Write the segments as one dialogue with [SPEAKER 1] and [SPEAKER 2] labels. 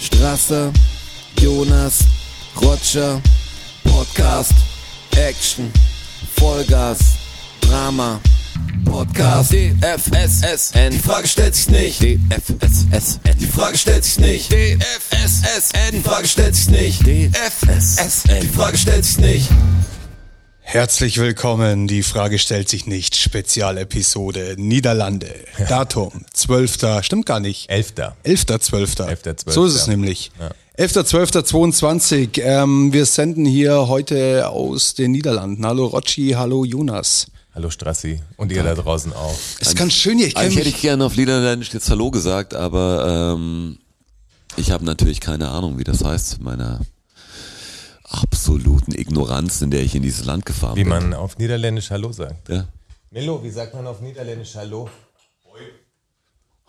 [SPEAKER 1] Strasser, Jonas, Roger, Podcast, Action, Vollgas, Drama, Podcast, DFSSN, die Frage stellt sich nicht, DFSSN, die Frage stellt sich nicht, DFSSN, die Frage stellt sich nicht, DFSSN, die Frage stellt sich nicht.
[SPEAKER 2] Herzlich willkommen, die Frage stellt sich nicht, Spezialepisode Niederlande, Datum 12. stimmt gar nicht,
[SPEAKER 3] Elfter.
[SPEAKER 2] 11.12.
[SPEAKER 3] 11.12..
[SPEAKER 2] So ist es nämlich.
[SPEAKER 3] Ja.
[SPEAKER 2] 11.12.22. Ähm, wir senden hier heute aus den Niederlanden. Hallo Rocci, hallo Jonas.
[SPEAKER 3] Hallo Strassi und ihr da draußen auch.
[SPEAKER 2] Das ist ganz schön hier. Ich kenn
[SPEAKER 4] Eigentlich hätte
[SPEAKER 2] mich,
[SPEAKER 4] ich gerne auf Niederländisch jetzt Hallo gesagt, aber ähm, ich habe natürlich keine Ahnung, wie das heißt, meiner absoluten Ignoranz, in der ich in dieses Land gefahren
[SPEAKER 3] Wie
[SPEAKER 4] bin.
[SPEAKER 3] man auf Niederländisch Hallo sagt.
[SPEAKER 4] Ja.
[SPEAKER 3] Milo, wie sagt man auf Niederländisch Hallo?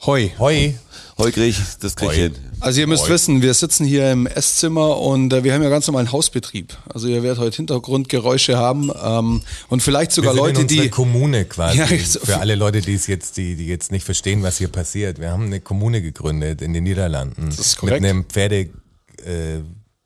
[SPEAKER 2] hoi.
[SPEAKER 3] Hoi.
[SPEAKER 4] Heu krieg ich, das krieg ich
[SPEAKER 3] Heu.
[SPEAKER 4] hin.
[SPEAKER 2] Also ihr müsst
[SPEAKER 3] Hoi.
[SPEAKER 2] wissen, wir sitzen hier im Esszimmer und äh, wir haben ja ganz normalen Hausbetrieb. Also ihr werdet heute Hintergrundgeräusche haben ähm, und vielleicht
[SPEAKER 3] Wir
[SPEAKER 2] sogar
[SPEAKER 3] sind in
[SPEAKER 2] Leute,
[SPEAKER 3] unserer
[SPEAKER 2] die...
[SPEAKER 3] Kommune quasi.
[SPEAKER 2] Ja, so-
[SPEAKER 3] Für alle Leute, die es jetzt, die, die jetzt nicht verstehen, was hier passiert. Wir haben eine Kommune gegründet in den Niederlanden. Das
[SPEAKER 2] ist korrekt.
[SPEAKER 3] Mit einem Pferde, äh,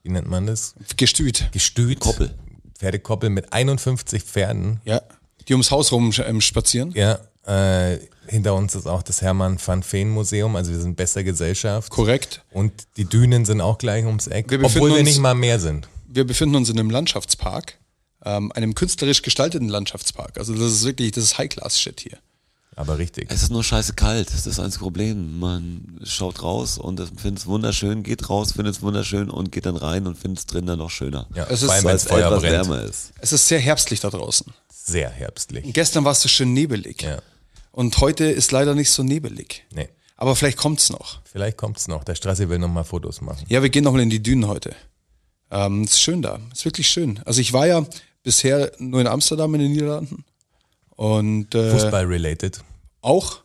[SPEAKER 3] wie nennt man das?
[SPEAKER 2] Gestüt.
[SPEAKER 3] Gestüt.
[SPEAKER 4] Koppel.
[SPEAKER 3] Pferdekoppel mit 51 Pferden.
[SPEAKER 2] Ja. Die ums Haus rum ähm, spazieren.
[SPEAKER 3] Ja. Äh, hinter uns ist auch das Hermann van Veen Museum, also wir sind besser Gesellschaft.
[SPEAKER 2] Korrekt.
[SPEAKER 3] Und die Dünen sind auch gleich ums Eck,
[SPEAKER 2] Wir befinden
[SPEAKER 3] obwohl wir
[SPEAKER 2] uns-
[SPEAKER 3] nicht mal mehr sind.
[SPEAKER 2] Wir befinden uns in einem Landschaftspark, ähm, einem künstlerisch gestalteten Landschaftspark. Also das ist wirklich, das ist High-Class-Shit hier.
[SPEAKER 3] Aber richtig.
[SPEAKER 4] Es ist nur scheiße kalt, das ist das einzige Problem. Man schaut raus und findet es wunderschön, geht raus, findet es wunderschön und geht dann rein und findet es drin dann noch schöner.
[SPEAKER 3] Ja,
[SPEAKER 2] Es ist-
[SPEAKER 3] vor allem,
[SPEAKER 4] Weil
[SPEAKER 3] wenn's
[SPEAKER 4] es
[SPEAKER 3] Feuer
[SPEAKER 4] etwas
[SPEAKER 3] brennt.
[SPEAKER 4] wärmer ist.
[SPEAKER 2] Es ist sehr herbstlich da draußen.
[SPEAKER 3] Sehr herbstlich.
[SPEAKER 2] Gestern war es so schön nebelig.
[SPEAKER 3] Ja.
[SPEAKER 2] Und heute ist leider nicht so nebelig.
[SPEAKER 3] Nee.
[SPEAKER 2] Aber vielleicht kommt's noch.
[SPEAKER 3] Vielleicht kommt's noch. Der Straße will nochmal Fotos machen.
[SPEAKER 2] Ja, wir gehen nochmal in die Dünen heute. Ähm, ist schön da. Ist wirklich schön. Also ich war ja bisher nur in Amsterdam in den Niederlanden. Und äh,
[SPEAKER 3] Fußball-related.
[SPEAKER 2] auch.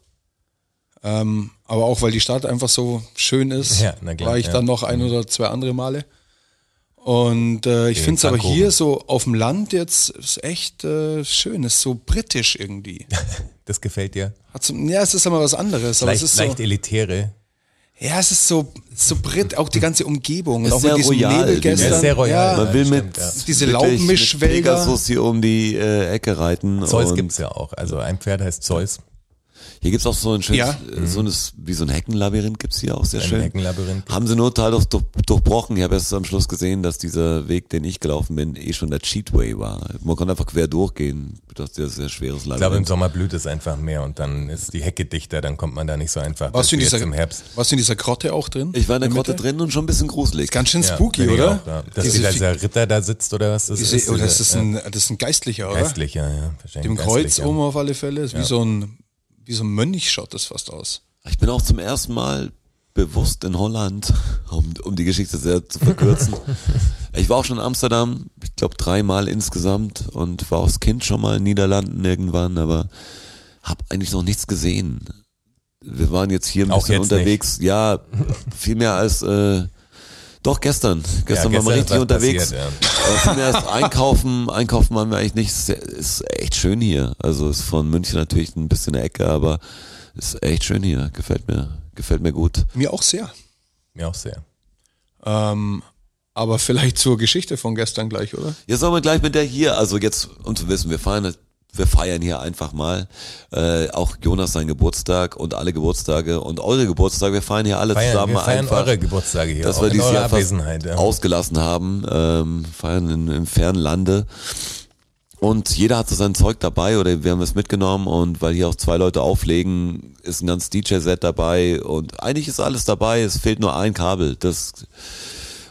[SPEAKER 2] Ähm, aber auch, weil die Stadt einfach so schön ist,
[SPEAKER 3] Ja, na klar,
[SPEAKER 2] war ich
[SPEAKER 3] ja. Mhm.
[SPEAKER 2] dann noch ein oder zwei andere Male. Und äh, ich
[SPEAKER 3] Den
[SPEAKER 2] finde es aber
[SPEAKER 3] Pfannkuchen.
[SPEAKER 2] hier so auf dem Land jetzt ist echt äh, schön, ist so britisch irgendwie.
[SPEAKER 3] Das gefällt dir.
[SPEAKER 2] Hat so, ja, es ist immer was anderes, aber
[SPEAKER 3] Leicht,
[SPEAKER 2] es ist so,
[SPEAKER 3] leicht elitäre.
[SPEAKER 2] ja, es ist so, so brit, auch die ganze Umgebung und
[SPEAKER 4] Ist
[SPEAKER 2] auch
[SPEAKER 4] sehr
[SPEAKER 2] mit diesem
[SPEAKER 4] royal
[SPEAKER 2] Nebel
[SPEAKER 4] irgendwie. Ja,
[SPEAKER 2] gestern.
[SPEAKER 3] ist sehr royal.
[SPEAKER 2] Ja,
[SPEAKER 4] Man will
[SPEAKER 3] stimmt,
[SPEAKER 4] mit
[SPEAKER 3] ja.
[SPEAKER 2] Diese
[SPEAKER 4] wirklich mit
[SPEAKER 2] Laubenmischwälder.
[SPEAKER 4] Pegasus hier um die äh, Ecke reiten.
[SPEAKER 3] Zeus
[SPEAKER 4] und-
[SPEAKER 3] gibt's ja auch. Also ein Pferd heißt Zeus.
[SPEAKER 4] Hier gibt's auch so ein schönes,
[SPEAKER 2] Ja.
[SPEAKER 4] äh, so eines, wie so ein Heckenlabyrinth gibt's hier auch sehr
[SPEAKER 3] Ein
[SPEAKER 4] schön.
[SPEAKER 3] Heckenlabyrinth.
[SPEAKER 4] Haben sie nur teilweise durch, durchbrochen. Ich habe erst am Schluss gesehen, dass dieser Weg, den ich gelaufen bin, eh schon der Cheatway war. Man konnte einfach quer durchgehen. Das ist ja ein sehr schweres
[SPEAKER 3] Ich glaube, im
[SPEAKER 4] Labyrinth.
[SPEAKER 3] Sommer blüht es einfach mehr und dann ist die Hecke dichter, dann kommt man da nicht so einfach.
[SPEAKER 2] warst, du in
[SPEAKER 3] Das ist
[SPEAKER 2] dieser,
[SPEAKER 3] jetzt im Herbst.
[SPEAKER 2] warst du in dieser Grotte auch drin?
[SPEAKER 4] Ich war in der
[SPEAKER 2] Mitte?
[SPEAKER 4] Grotte drin und schon ein bisschen gruselig.
[SPEAKER 2] Ganz schön
[SPEAKER 3] Ja,
[SPEAKER 2] spooky,
[SPEAKER 3] bin ich
[SPEAKER 2] oder?
[SPEAKER 3] auch da. Dass
[SPEAKER 2] Diese
[SPEAKER 3] dieser,
[SPEAKER 2] Fi-
[SPEAKER 3] dieser Ritter da sitzt oder was das
[SPEAKER 2] Diese,
[SPEAKER 3] ist.
[SPEAKER 2] oder
[SPEAKER 3] dieser,
[SPEAKER 2] das ist ein, das ist ein Geistlicher,
[SPEAKER 3] ja,
[SPEAKER 2] oder?
[SPEAKER 3] Geistlicher, ja. wahrscheinlich
[SPEAKER 2] Dem Kreuz
[SPEAKER 3] Geistlicher.
[SPEAKER 2] oben auf alle Fälle. Ist wie so ein, wie so ein Mönch schaut das fast aus.
[SPEAKER 4] Ich bin auch zum ersten Mal bewusst in Holland, um, um die Geschichte sehr zu verkürzen. ich war auch schon in Amsterdam, ich glaube dreimal insgesamt und war als Kind schon mal in den Niederlanden irgendwann, aber habe eigentlich noch nichts gesehen. Wir waren jetzt hier ein
[SPEAKER 3] Auch
[SPEAKER 4] bisschen
[SPEAKER 3] jetzt
[SPEAKER 4] unterwegs, ja, viel mehr als äh, doch gestern.
[SPEAKER 3] Ja,
[SPEAKER 4] Gestern waren wir
[SPEAKER 3] ist
[SPEAKER 4] richtig
[SPEAKER 3] was
[SPEAKER 4] unterwegs.
[SPEAKER 3] passiert, ja.
[SPEAKER 4] Aber viel mehr als einkaufen, einkaufen waren wir eigentlich nicht. Es Ist echt schön hier. Also ist von München natürlich ein bisschen eine Ecke, aber ist echt schön hier. Gefällt mir, gefällt mir gut.
[SPEAKER 2] Mir auch sehr.
[SPEAKER 3] Mir auch sehr.
[SPEAKER 2] Ähm, aber vielleicht zur Geschichte von gestern gleich, oder?
[SPEAKER 4] Jetzt sollen wir gleich mit der hier, also jetzt, um zu wissen, wir feiern, wir feiern hier einfach mal äh, auch Jonas seinen Geburtstag und alle Geburtstage und eure Geburtstage. Wir feiern hier alle
[SPEAKER 3] Feiern,
[SPEAKER 4] zusammen
[SPEAKER 3] wir feiern
[SPEAKER 4] einfach.
[SPEAKER 3] eure Geburtstage hier.
[SPEAKER 4] dass
[SPEAKER 3] auch
[SPEAKER 4] wir
[SPEAKER 3] in
[SPEAKER 4] dieses
[SPEAKER 3] eurer
[SPEAKER 4] Jahr fast
[SPEAKER 3] Abwesenheit. ja.
[SPEAKER 4] ausgelassen haben, ähm, feiern in, im fernen Lande. Und jeder hatte sein Zeug dabei oder wir haben es mitgenommen und weil hier auch zwei Leute auflegen, ist ein ganz DJ-Set dabei und eigentlich ist alles dabei, es fehlt nur ein Kabel. Das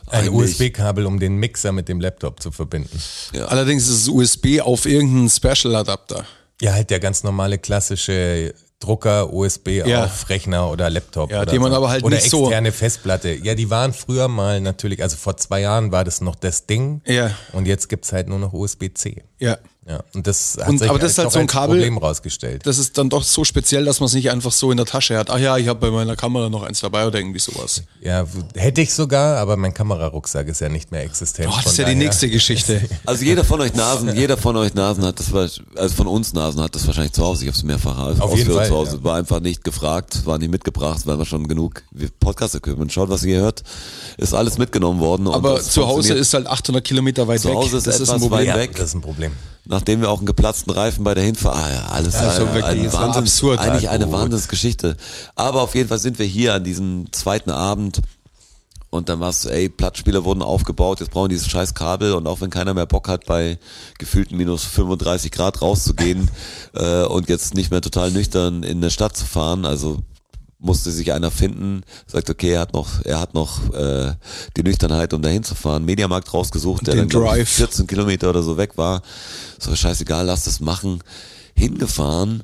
[SPEAKER 3] Ein
[SPEAKER 4] Eigentlich-
[SPEAKER 3] USB-Kabel, um den Mixer mit dem Laptop zu verbinden.
[SPEAKER 2] Allerdings ist es USB auf irgendeinen Special Adapter.
[SPEAKER 3] Ja, halt der ganz normale klassische Drucker, USB
[SPEAKER 2] Ja.
[SPEAKER 3] auf Rechner oder Laptop.
[SPEAKER 2] Ja,
[SPEAKER 3] oder
[SPEAKER 2] die man aber halt
[SPEAKER 3] oder
[SPEAKER 2] nicht so-
[SPEAKER 3] externe Festplatte. Ja, die waren früher mal natürlich, also vor zwei Jahren war das noch das Ding.
[SPEAKER 2] Ja.
[SPEAKER 3] Und jetzt gibt's halt nur noch USB-C.
[SPEAKER 2] Ja.
[SPEAKER 3] Ja, und das hat
[SPEAKER 2] Und-
[SPEAKER 3] sich
[SPEAKER 2] aber das ist halt
[SPEAKER 3] noch
[SPEAKER 2] so ein
[SPEAKER 3] als
[SPEAKER 2] Kabel-
[SPEAKER 3] Problem rausgestellt.
[SPEAKER 2] Das ist dann doch so speziell, dass man es nicht einfach so in der Tasche hat. Ach ja, ich habe bei meiner Kamera noch eins dabei oder irgendwie sowas.
[SPEAKER 3] Ja, w- hätte ich sogar, aber mein Kamerarucksack ist ja nicht mehr existent.
[SPEAKER 2] Oh, das
[SPEAKER 3] von
[SPEAKER 2] ist ja die
[SPEAKER 3] daher-
[SPEAKER 2] nächste Geschichte.
[SPEAKER 4] Also jeder von euch Nasen, jeder von euch Nasen hat das, wahrsch- also von uns Nasen hat das wahrscheinlich zu Hause. Ich habe es mehrfach also
[SPEAKER 3] Auf jeden Fall,
[SPEAKER 4] zu Hause.
[SPEAKER 3] ja.
[SPEAKER 4] War einfach nicht gefragt, war nicht mitgebracht, weil wir schon genug Podcast-Equipment. Schaut, was ihr hier hört, ist alles mitgenommen worden. und
[SPEAKER 2] Aber
[SPEAKER 4] das
[SPEAKER 2] zu Hause
[SPEAKER 4] funktioniert.
[SPEAKER 2] ist halt 800 Kilometer weit
[SPEAKER 4] Zu
[SPEAKER 2] weg.
[SPEAKER 4] Hause ist
[SPEAKER 2] das ist ein
[SPEAKER 4] etwas
[SPEAKER 2] Problem.
[SPEAKER 4] weit
[SPEAKER 3] Ja,
[SPEAKER 4] weg.
[SPEAKER 3] das ist ein Problem.
[SPEAKER 4] Nachdem wir auch einen geplatzten Reifen bei der Hinfahrt, ah, ja, alles
[SPEAKER 2] Also
[SPEAKER 4] ein-
[SPEAKER 2] wirklich,
[SPEAKER 4] ein
[SPEAKER 2] es war
[SPEAKER 4] Wahnsinns,
[SPEAKER 2] absurd.
[SPEAKER 4] eigentlich
[SPEAKER 2] Ja,
[SPEAKER 4] eine
[SPEAKER 2] gut.
[SPEAKER 4] Wahnsinnsgeschichte. Aber auf jeden Fall sind wir hier an diesem zweiten Abend und dann war's, ey, Plattspieler wurden aufgebaut, jetzt brauchen die dieses scheiß Kabel und auch wenn keiner mehr Bock hat, bei gefühlten minus 35 Grad rauszugehen äh, und jetzt nicht mehr total nüchtern in eine Stadt zu fahren, also musste sich einer finden, sagt, okay, er hat noch, er hat noch äh, die Nüchternheit, um dahin zu fahren. Mediamarkt rausgesucht, der
[SPEAKER 2] den
[SPEAKER 4] dann glaub ich,
[SPEAKER 2] Drive.
[SPEAKER 4] 14 Kilometer oder so weg war. So, scheißegal, lass das machen. Hingefahren.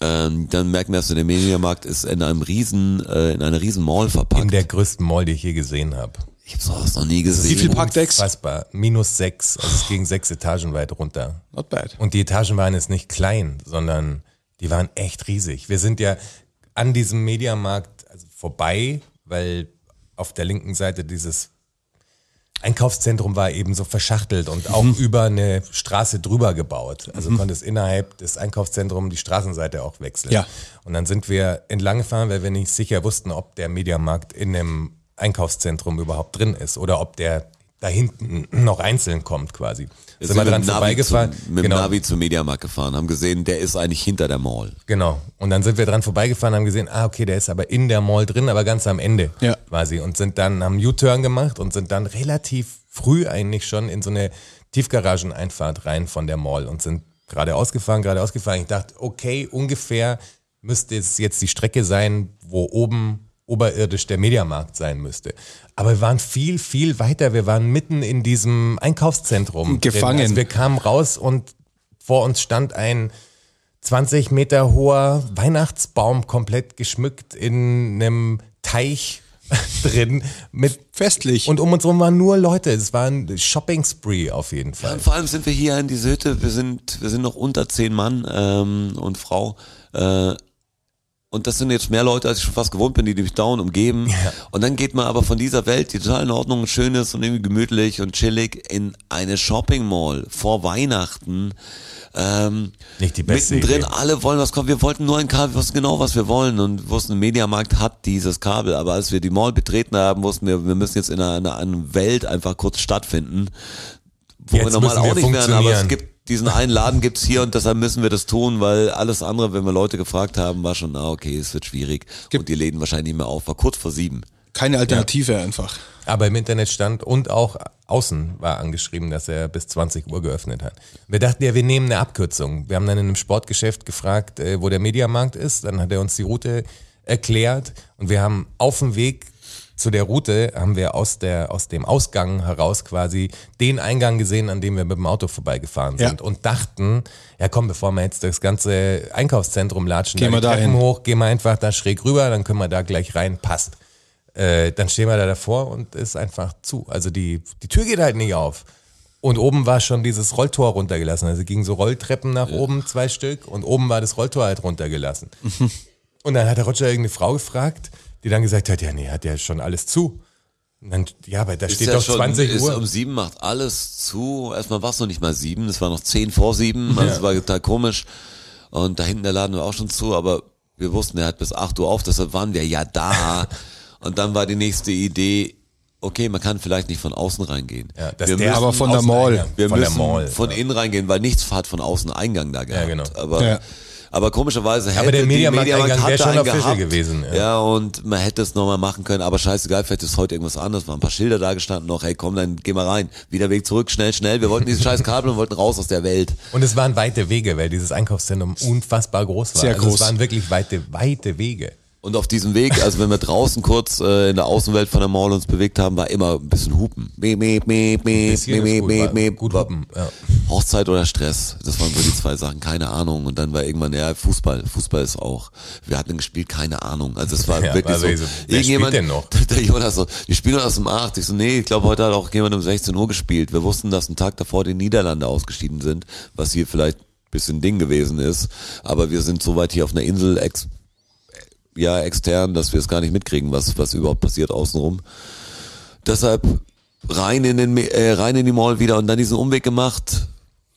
[SPEAKER 4] Ähm, dann merken wir, dass der Mediamarkt ist in einem riesen, äh, in einer riesen Mall
[SPEAKER 3] In
[SPEAKER 4] verpackt.
[SPEAKER 3] der größten Mall, die ich je gesehen habe.
[SPEAKER 4] Ich habe sowas noch nie
[SPEAKER 2] Wie viel
[SPEAKER 4] gesehen.
[SPEAKER 2] Parkdecks?
[SPEAKER 3] Fassbar. Minus sechs. Also es ging sechs Etagen weit runter.
[SPEAKER 2] Not bad.
[SPEAKER 3] Und die Etagen waren jetzt nicht klein, sondern die waren echt riesig. Wir sind ja an diesem Mediamarkt also vorbei, weil auf der linken Seite dieses Einkaufszentrum war eben so verschachtelt und auch über eine Straße drüber gebaut. Also konntest innerhalb des Einkaufszentrums die Straßenseite auch wechseln.
[SPEAKER 2] Ja.
[SPEAKER 3] Und dann sind wir entlang gefahren, weil wir nicht sicher wussten, ob der Mediamarkt in dem Einkaufszentrum überhaupt drin ist oder ob der da hinten noch einzeln kommt quasi.
[SPEAKER 4] Jetzt
[SPEAKER 3] Sind wir
[SPEAKER 4] mit
[SPEAKER 3] dran
[SPEAKER 4] dem Navi
[SPEAKER 3] vorbeigefahren.
[SPEAKER 4] Zum, mit dem Navi zum Mediamarkt gefahren, haben gesehen, der ist eigentlich hinter der Mall.
[SPEAKER 3] Genau. Und dann sind wir dran vorbeigefahren, haben gesehen, ah, okay, der ist aber in der Mall drin, aber ganz am Ende
[SPEAKER 2] Ja.
[SPEAKER 3] quasi. Und sind dann, haben U-Turn gemacht und sind dann relativ früh eigentlich schon in so eine Tiefgarageneinfahrt rein von der Mall und sind geradeaus gefahren, geradeaus gefahren. Ich dachte, okay, ungefähr müsste es jetzt die Strecke sein, wo oben oberirdisch der Mediamarkt sein müsste. Aber wir waren viel, viel weiter. Wir waren mitten in diesem Einkaufszentrum. drin.
[SPEAKER 2] Gefangen.
[SPEAKER 3] Also wir kamen raus und vor uns stand ein 20 Meter hoher Weihnachtsbaum, komplett geschmückt in einem Teich drin. Mit
[SPEAKER 2] Festlich.
[SPEAKER 3] und um uns rum waren nur Leute. Es war ein Shopping-Spree auf jeden
[SPEAKER 4] Ja,
[SPEAKER 3] Fall.
[SPEAKER 4] und vor allem sind wir hier in diese Hütte, wir sind, wir sind noch unter zehn Mann ähm, und Frau. Äh, und das sind jetzt mehr Leute, als ich schon fast gewohnt bin, die mich dauernd umgeben. Und dann geht man aber von dieser Welt, die total in Ordnung und schön ist und irgendwie gemütlich und chillig, in eine Shopping Mall vor Weihnachten. Ähm,
[SPEAKER 3] Nicht die beste
[SPEAKER 4] mittendrin,
[SPEAKER 3] Idee.
[SPEAKER 4] alle wollen was kaufen. Wir wollten nur ein Kabel, wir wussten genau, was wir wollen und wussten, der Mediamarkt hat dieses Kabel. Aber als wir die Mall betreten haben, wussten wir, wir müssen jetzt in einer, einer Welt einfach kurz stattfinden wo wir
[SPEAKER 3] Jetzt
[SPEAKER 4] normal
[SPEAKER 3] müssen wir
[SPEAKER 4] auch nicht wären, aber es
[SPEAKER 3] funktionieren.
[SPEAKER 4] gibt diesen einen Laden gibt's hier und deshalb müssen wir das tun, weil alles andere, wenn wir Leute gefragt haben, war schon, ah, okay, es wird schwierig. und die Läden wahrscheinlich nicht mehr auf, war kurz vor sieben.
[SPEAKER 2] Keine Alternative einfach.
[SPEAKER 3] Aber im Internet stand und auch außen war angeschrieben, dass er bis 20 Uhr geöffnet hat. Wir dachten ja, wir nehmen eine Abkürzung. Wir haben dann in einem Sportgeschäft gefragt, äh, wo der Mediamarkt ist. Dann hat er uns die Route erklärt und wir haben auf dem Weg zu der Route haben wir aus der aus dem Ausgang heraus quasi den Eingang gesehen, an dem wir mit dem Auto vorbeigefahren
[SPEAKER 2] Ja.
[SPEAKER 3] sind und dachten, ja komm, bevor wir jetzt durchs ganze Einkaufszentrum latschen,
[SPEAKER 2] Gehen
[SPEAKER 3] da die
[SPEAKER 2] wir
[SPEAKER 3] Treppen
[SPEAKER 2] dahin.
[SPEAKER 3] hoch, gehen wir einfach da schräg rüber, dann können wir da gleich rein, passt äh, dann stehen wir da davor und ist einfach zu. Also die, die Tür geht halt nicht auf. Und oben war schon dieses Rolltor runtergelassen. Also gingen so Rolltreppen nach oben, zwei Stück, und oben war das Rolltor halt runtergelassen. Und dann hat der Roger irgendeine Frau gefragt, die dann gesagt hat, ja, nee, hat ja schon alles zu. Und dann, ja, aber da steht
[SPEAKER 4] ja
[SPEAKER 3] doch
[SPEAKER 4] schon-
[SPEAKER 3] 20
[SPEAKER 4] ist
[SPEAKER 3] Uhr.
[SPEAKER 4] um sieben macht alles zu. Erstmal war es noch nicht mal sieben, es war noch zehn vor sieben, also es war total komisch. Und da hinten der Laden war auch schon zu, aber wir wussten, er hat bis acht Uhr auf, deshalb waren wir ja da. und dann war die nächste Idee, okay, man kann vielleicht nicht von außen reingehen.
[SPEAKER 3] Ja, dass
[SPEAKER 4] wir
[SPEAKER 3] der
[SPEAKER 4] müssen-
[SPEAKER 2] aber von der Mall.
[SPEAKER 3] Außeneingang-
[SPEAKER 4] wir
[SPEAKER 3] von der
[SPEAKER 4] müssen
[SPEAKER 3] Mall.
[SPEAKER 4] von innen reingehen, weil nichts hat von außen Eingang da gehabt.
[SPEAKER 3] genau.
[SPEAKER 4] Aber,
[SPEAKER 2] Ja.
[SPEAKER 4] aber komischerweise hätte
[SPEAKER 3] der
[SPEAKER 4] die
[SPEAKER 3] Mediamarkt- Eingang
[SPEAKER 4] hat
[SPEAKER 3] wäre
[SPEAKER 4] da
[SPEAKER 3] schon
[SPEAKER 4] einen
[SPEAKER 3] official
[SPEAKER 4] gehabt.
[SPEAKER 3] gewesen,
[SPEAKER 4] Ja.
[SPEAKER 3] ja.
[SPEAKER 4] und man hätte es nochmal machen können, aber scheißegal, vielleicht ist heute irgendwas anderes. Waren ein paar Schilder da gestanden noch, hey komm, dann geh mal rein. Wieder Weg zurück, schnell, schnell. Wir wollten dieses scheiß Kabel und wollten raus aus der Welt.
[SPEAKER 3] Und es waren weite Wege, weil dieses Einkaufszentrum unfassbar groß war.
[SPEAKER 2] Sehr
[SPEAKER 3] also
[SPEAKER 2] groß.
[SPEAKER 3] es waren wirklich weite, weite Wege.
[SPEAKER 4] Und auf diesem Weg, also wenn wir draußen kurz äh, in der Außenwelt von der Mall uns bewegt haben, war immer ein bisschen Hupen. Meep, meep, meep, meep,
[SPEAKER 3] Bisschen ist
[SPEAKER 4] meep, meep,
[SPEAKER 3] gut,
[SPEAKER 4] meep,
[SPEAKER 3] war
[SPEAKER 4] meep.
[SPEAKER 3] gut
[SPEAKER 4] War
[SPEAKER 3] Hupen, ja.
[SPEAKER 4] Hochzeit oder Stress, das waren so die zwei Sachen, keine Ahnung. Und dann war irgendwann, ja, Fußball, Fußball ist auch, wir hatten gespielt, keine Ahnung. Also es war
[SPEAKER 3] Ja,
[SPEAKER 4] wirklich
[SPEAKER 3] also
[SPEAKER 4] so,
[SPEAKER 3] ich so, wer
[SPEAKER 4] irgendjemand,
[SPEAKER 3] spielt denn noch?
[SPEAKER 4] der Jonas so, die spielen aus dem 8. Ich so, nee, ich glaube, heute hat auch jemand um 16 Uhr gespielt. Wir wussten, dass einen Tag davor die Niederlande ausgeschieden sind, was hier vielleicht ein bisschen Ding gewesen ist. Aber wir sind soweit hier auf einer Insel ex ja, extern, dass wir es gar nicht mitkriegen, was, was überhaupt passiert außenrum. Deshalb rein in, den, äh, rein in die Mall wieder und dann diesen Umweg gemacht,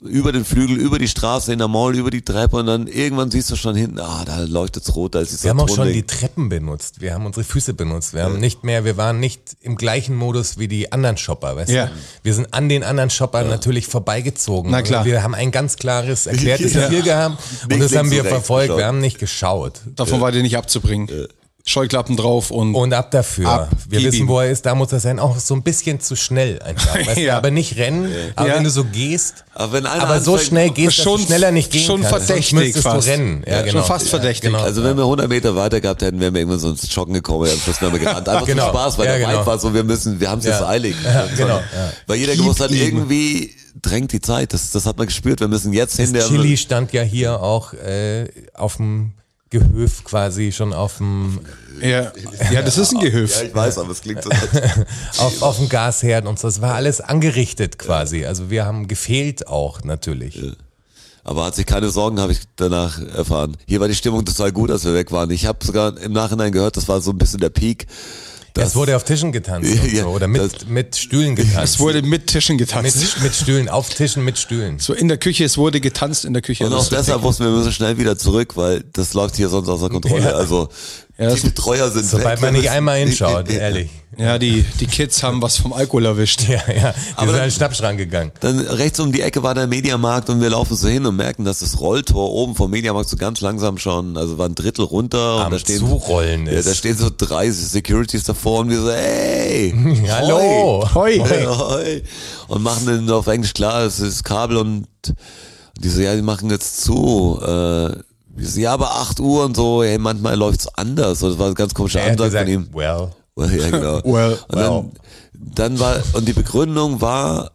[SPEAKER 4] über den Flügel, über die Straße, in der Mall, über die Treppe und dann irgendwann siehst du schon hinten, ah, da leuchtet's rot, da ist dieser
[SPEAKER 3] Wir haben auch schon die
[SPEAKER 4] Tunnel.
[SPEAKER 3] Treppen benutzt. Wir haben unsere Füße benutzt. Wir haben nicht mehr, wir waren nicht im gleichen Modus wie die anderen Shopper, weißt
[SPEAKER 2] Ja.
[SPEAKER 3] du? Wir sind an den anderen Shoppern natürlich vorbeigezogen.
[SPEAKER 2] Na klar.
[SPEAKER 3] Wir haben ein ganz klares, erklärtes Ziel gehabt und
[SPEAKER 4] Nicht
[SPEAKER 3] das haben
[SPEAKER 4] links
[SPEAKER 3] wir
[SPEAKER 4] und rechts
[SPEAKER 3] verfolgt.
[SPEAKER 4] geschaut.
[SPEAKER 3] Wir haben nicht geschaut.
[SPEAKER 2] Davon war dir nicht abzubringen. Scheuklappen drauf und,
[SPEAKER 3] Und ab dafür.
[SPEAKER 2] Ab,
[SPEAKER 3] wir
[SPEAKER 2] gib
[SPEAKER 3] wissen,
[SPEAKER 2] ihm.
[SPEAKER 3] wo er ist. Da muss er sein. Auch so ein bisschen zu schnell einfach. Weißt du?
[SPEAKER 2] Ja.
[SPEAKER 3] Aber nicht rennen. Aber
[SPEAKER 2] Ja.
[SPEAKER 3] wenn du so gehst,
[SPEAKER 4] Aber wenn einer
[SPEAKER 3] aber so
[SPEAKER 4] anfängt-
[SPEAKER 3] schnell gehst, dass du
[SPEAKER 2] Schon-
[SPEAKER 3] schneller nicht gehen
[SPEAKER 2] schon
[SPEAKER 3] kannst. Sonst
[SPEAKER 2] verdächtig
[SPEAKER 3] müsstest
[SPEAKER 2] fast.
[SPEAKER 3] du rennen. Ja,
[SPEAKER 2] Ja,
[SPEAKER 3] genau.
[SPEAKER 2] schon fast
[SPEAKER 3] Ja,
[SPEAKER 2] verdächtig.
[SPEAKER 3] Genau.
[SPEAKER 4] Also wenn wir 100 Meter weiter gehabt hätten, wären wir irgendwann so ins Joggen gekommen und am Schluss wären wir gerannt. Einfach
[SPEAKER 3] Genau.
[SPEAKER 4] zum Spaß, weil
[SPEAKER 3] Ja,
[SPEAKER 4] der
[SPEAKER 3] genau.
[SPEAKER 4] Wald war so, wir müssen, wir haben es jetzt
[SPEAKER 3] Ja.
[SPEAKER 4] eilig.
[SPEAKER 3] Ja, genau. Ja.
[SPEAKER 4] Weil jeder
[SPEAKER 2] Gib
[SPEAKER 4] gewusst hat,
[SPEAKER 2] ihm.
[SPEAKER 4] irgendwie drängt die Zeit. Das, das hat man gespürt, wir müssen jetzt hin.
[SPEAKER 3] Das
[SPEAKER 4] Der
[SPEAKER 3] Chili stand ja hier auch äh, auf dem Gehöf quasi schon auf dem
[SPEAKER 2] ja, ja, das ist ein
[SPEAKER 4] Ja,
[SPEAKER 2] Gehöft.
[SPEAKER 4] ich weiß, aber es klingt so.
[SPEAKER 3] auf, auf dem Gasherd und so. Es war alles angerichtet quasi. Also wir haben gefehlt auch natürlich.
[SPEAKER 4] Aber hat sich keine Sorgen, habe ich danach erfahren. Hier war die Stimmung total gut, als wir weg waren. Ich habe sogar im Nachhinein gehört, das war so ein bisschen der Peak.
[SPEAKER 3] es wurde auf Tischen getanzt und
[SPEAKER 4] Ja,
[SPEAKER 3] so, oder mit,
[SPEAKER 4] das-
[SPEAKER 3] mit Stühlen getanzt.
[SPEAKER 2] Es wurde mit Tischen getanzt.
[SPEAKER 3] mit, mit Stühlen, auf Tischen mit Stühlen.
[SPEAKER 2] So in der Küche, es wurde getanzt in der Küche.
[SPEAKER 4] Und
[SPEAKER 2] Das
[SPEAKER 4] auch
[SPEAKER 2] ist richtig.
[SPEAKER 4] deshalb wussten wir, wir müssen schnell wieder zurück, weil das läuft hier sonst außer Kontrolle.
[SPEAKER 3] Ja.
[SPEAKER 4] Also die
[SPEAKER 2] das-
[SPEAKER 4] Betreuer sind
[SPEAKER 3] Sobald
[SPEAKER 4] weg,
[SPEAKER 3] man
[SPEAKER 4] wir
[SPEAKER 3] nicht
[SPEAKER 4] müssen-
[SPEAKER 3] einmal hinschaut, ehrlich.
[SPEAKER 2] Ja, die, die Kids haben was vom Alkohol erwischt.
[SPEAKER 3] Ja, ja. Die
[SPEAKER 4] Aber
[SPEAKER 3] sind
[SPEAKER 4] dann-
[SPEAKER 3] an den Schnappschrank gegangen.
[SPEAKER 4] Dann rechts um die Ecke war der Mediamarkt und wir laufen so hin und merken, dass das Rolltor oben vom Mediamarkt so ganz langsam schon, also war ein Drittel runter und
[SPEAKER 3] Am
[SPEAKER 4] da stehen
[SPEAKER 3] Zurollen
[SPEAKER 4] ja,
[SPEAKER 3] ist.
[SPEAKER 4] da stehen so drei Securities davor und wir so, hey,
[SPEAKER 3] Hallo.
[SPEAKER 2] Hoi.
[SPEAKER 4] Hey, hoi. Und machen dann auf Englisch klar, es ist Kabel und und die so, ja, die machen jetzt zu. Äh, wir so, ja, aber 8 Uhr und so, hey, manchmal läuft's anders. Und Das war ein ganz komischer
[SPEAKER 3] Er hat
[SPEAKER 4] Ansatz von
[SPEAKER 3] gesagt,
[SPEAKER 4] ihm.
[SPEAKER 3] well,
[SPEAKER 4] Ja, genau.
[SPEAKER 2] Well,
[SPEAKER 4] und dann, dann war, und die Begründung war,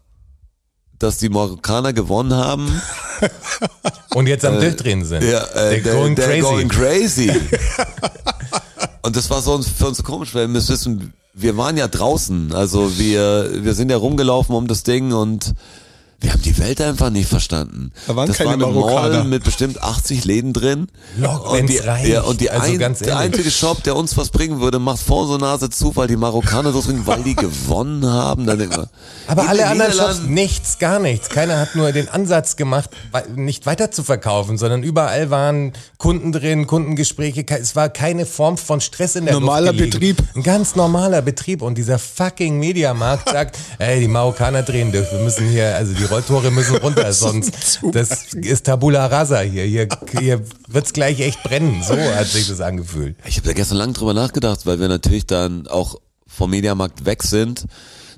[SPEAKER 4] dass die Marokkaner gewonnen haben.
[SPEAKER 3] und jetzt am Tisch drin sind.
[SPEAKER 4] Ja, äh,
[SPEAKER 3] They're going
[SPEAKER 4] they're
[SPEAKER 3] crazy.
[SPEAKER 4] Going crazy. und das war so uns, für uns so komisch, weil wir müssen wissen, wir waren ja draußen. Also wir, wir sind ja rumgelaufen um das Ding und wir haben die Welt einfach nicht verstanden.
[SPEAKER 2] Da waren
[SPEAKER 4] das
[SPEAKER 2] keine
[SPEAKER 4] war eine
[SPEAKER 2] Marokkaner.
[SPEAKER 4] Mall mit bestimmt 80 Läden drin.
[SPEAKER 3] Lock,
[SPEAKER 4] und
[SPEAKER 3] wenn's
[SPEAKER 4] die,
[SPEAKER 3] reicht.
[SPEAKER 4] ja, und die
[SPEAKER 3] Also
[SPEAKER 4] ein,
[SPEAKER 3] ganz
[SPEAKER 4] der
[SPEAKER 3] ehrlich.
[SPEAKER 4] einzige Shop, der uns was bringen würde, macht vor unsere Nase zu, weil die Marokkaner so sind, weil die gewonnen haben. Dann denken wir,
[SPEAKER 3] Aber
[SPEAKER 4] in
[SPEAKER 3] alle
[SPEAKER 4] den
[SPEAKER 3] anderen Shops,
[SPEAKER 4] Niederlanden-
[SPEAKER 3] nichts, gar nichts. Keiner hat nur den Ansatz gemacht, wei- nicht weiter zu verkaufen, sondern überall waren Kunden drin, Kundengespräche. Ke- Es war keine Form von Stress in der
[SPEAKER 2] Normaler
[SPEAKER 3] Luft gelegen.
[SPEAKER 2] Betrieb.
[SPEAKER 3] Ein ganz normaler Betrieb. Und dieser fucking Mediamarkt sagt, ey, die Marokkaner drehen durch. Wir müssen hier, also die Rolltore müssen runter, sonst, das ist Tabula Rasa hier. Hier, hier wird's gleich echt brennen. So hat sich das angefühlt.
[SPEAKER 4] Ich habe da gestern lang drüber nachgedacht, weil wir natürlich dann auch vom Mediamarkt weg sind.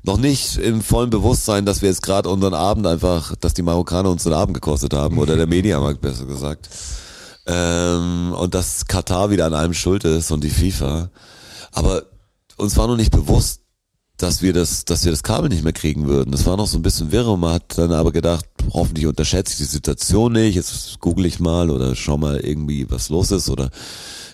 [SPEAKER 4] Noch nicht im vollen Bewusstsein, dass wir jetzt gerade unseren Abend einfach, dass die Marokkaner uns den Abend gekostet haben oder der Mediamarkt besser gesagt. Ähm, und dass Katar wieder an allem schuld ist und die FIFA. Aber uns war noch nicht bewusst, dass wir das, dass wir das Kabel nicht mehr kriegen würden. Das war noch so ein bisschen wirre. und Man hat dann aber gedacht, hoffentlich unterschätze ich die Situation nicht. Jetzt google ich mal oder schau mal irgendwie, was los ist oder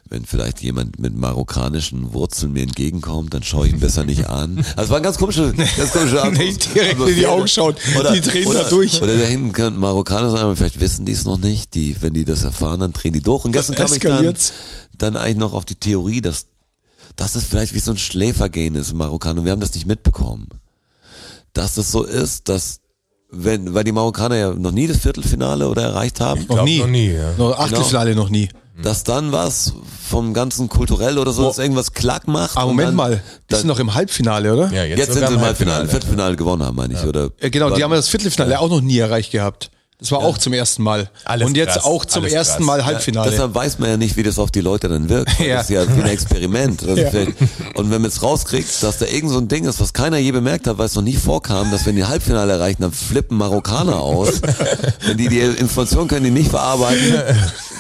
[SPEAKER 4] wenn vielleicht jemand mit marokkanischen Wurzeln mir entgegenkommt, dann schaue ich ihn besser nicht an. Also es war ein ganz komische, ganz komische Atmos-
[SPEAKER 2] Nicht direkt in die Augen schauen. Die drehen
[SPEAKER 4] oder,
[SPEAKER 2] da durch.
[SPEAKER 4] Oder da hinten könnten Marokkaner sein, aber vielleicht wissen die es noch nicht. Die, wenn die das erfahren, dann drehen die durch. Und gestern kam ich dann,
[SPEAKER 2] eskaliert's.
[SPEAKER 4] dann eigentlich noch auf die Theorie, dass, dass es vielleicht wie so ein Schläfergehen ist im Marokkaner. Wir haben das nicht mitbekommen. Dass es so ist, dass wenn, weil die Marokkaner ja noch nie das Viertelfinale oder erreicht haben.
[SPEAKER 2] Noch
[SPEAKER 3] Glaub
[SPEAKER 2] nie.
[SPEAKER 3] noch nie, ja.
[SPEAKER 2] Noch Achtelfinale noch nie.
[SPEAKER 4] dass dann was vom ganzen kulturell oder so, dass irgendwas klack macht.
[SPEAKER 2] Ah,
[SPEAKER 4] und
[SPEAKER 2] Moment
[SPEAKER 4] dann,
[SPEAKER 2] mal, die
[SPEAKER 4] Dann,
[SPEAKER 2] sind noch im Halbfinale, oder?
[SPEAKER 3] Ja,
[SPEAKER 4] jetzt, sind
[SPEAKER 3] sogar
[SPEAKER 4] sie im Halbfinale,
[SPEAKER 3] Halbfinale.
[SPEAKER 4] Viertelfinale gewonnen haben, meine ich, oder?
[SPEAKER 2] Äh, Genau, die haben ja das Viertelfinale auch noch nie erreicht gehabt. Das war auch zum ersten Mal.
[SPEAKER 3] Alles
[SPEAKER 2] und jetzt
[SPEAKER 3] krass,
[SPEAKER 2] auch zum
[SPEAKER 3] alles
[SPEAKER 2] ersten
[SPEAKER 3] krass.
[SPEAKER 2] Mal Halbfinale.
[SPEAKER 4] Deshalb weiß man ja nicht, wie das auf die Leute dann wirkt.
[SPEAKER 2] Ja.
[SPEAKER 4] Das ist ja wie ein Experiment. Das
[SPEAKER 2] Ja.
[SPEAKER 4] ist vielleicht- und wenn man es rauskriegt, dass da irgend so ein Ding ist, was keiner je bemerkt hat, weil es noch nie vorkam, dass wenn die Halbfinale erreichen, dann flippen Marokkaner aus. wenn die die Information können, die nicht verarbeiten,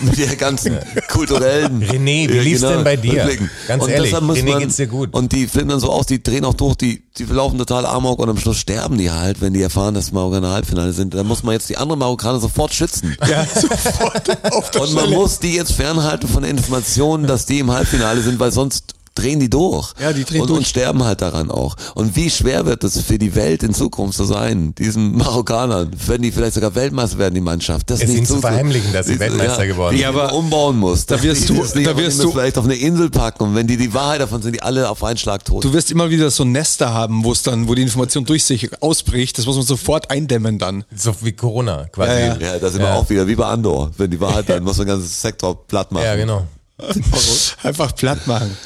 [SPEAKER 4] mit der ganzen kulturellen... genau,
[SPEAKER 3] René, wie lief's denn bei dir?
[SPEAKER 4] Rückblicken.
[SPEAKER 3] Ganz
[SPEAKER 4] und
[SPEAKER 3] ehrlich,
[SPEAKER 4] deshalb muss
[SPEAKER 3] René
[SPEAKER 4] man,
[SPEAKER 3] geht's dir gut.
[SPEAKER 4] Und die flippen dann so aus, die drehen auch durch, die, die laufen total amok und am Schluss sterben die halt, wenn die erfahren, dass Marokkaner Halbfinale sind. Dann muss man jetzt die anderen Marokkaner sofort schützen.
[SPEAKER 2] ja, sofort auf der
[SPEAKER 4] Und man
[SPEAKER 2] Stelle.
[SPEAKER 4] muss die jetzt fernhalten von Informationen, dass die im Halbfinale sind, weil sonst drehen die durch.
[SPEAKER 2] Ja, die drehen
[SPEAKER 4] und,
[SPEAKER 2] durch.
[SPEAKER 4] Und sterben halt daran auch. Und wie schwer wird es für die Welt in Zukunft so sein, diesen Marokkanern, wenn die vielleicht sogar Weltmeister werden, die Mannschaft. Das
[SPEAKER 3] Es
[SPEAKER 4] nicht
[SPEAKER 3] ihnen zu verheimlichen, dass sie Weltmeister geworden
[SPEAKER 4] die
[SPEAKER 2] sind.
[SPEAKER 4] aber
[SPEAKER 2] Aber
[SPEAKER 4] umbauen muss.
[SPEAKER 2] da wirst du- da wirst du-
[SPEAKER 4] vielleicht auf eine Insel packen und wenn die die Wahrheit davon sind, die alle auf einen Schlag tot.
[SPEAKER 2] Du wirst immer wieder so Nester haben, wo es dann, wo die Information durch sich ausbricht. Das muss man sofort eindämmen dann.
[SPEAKER 3] So wie Corona quasi.
[SPEAKER 2] Ja,
[SPEAKER 4] ja, da sind wir auch wieder wie bei Andor. Wenn die Wahrheit, dann muss man den ganzen Sektor platt machen.
[SPEAKER 3] Ja, genau.
[SPEAKER 2] Einfach platt machen.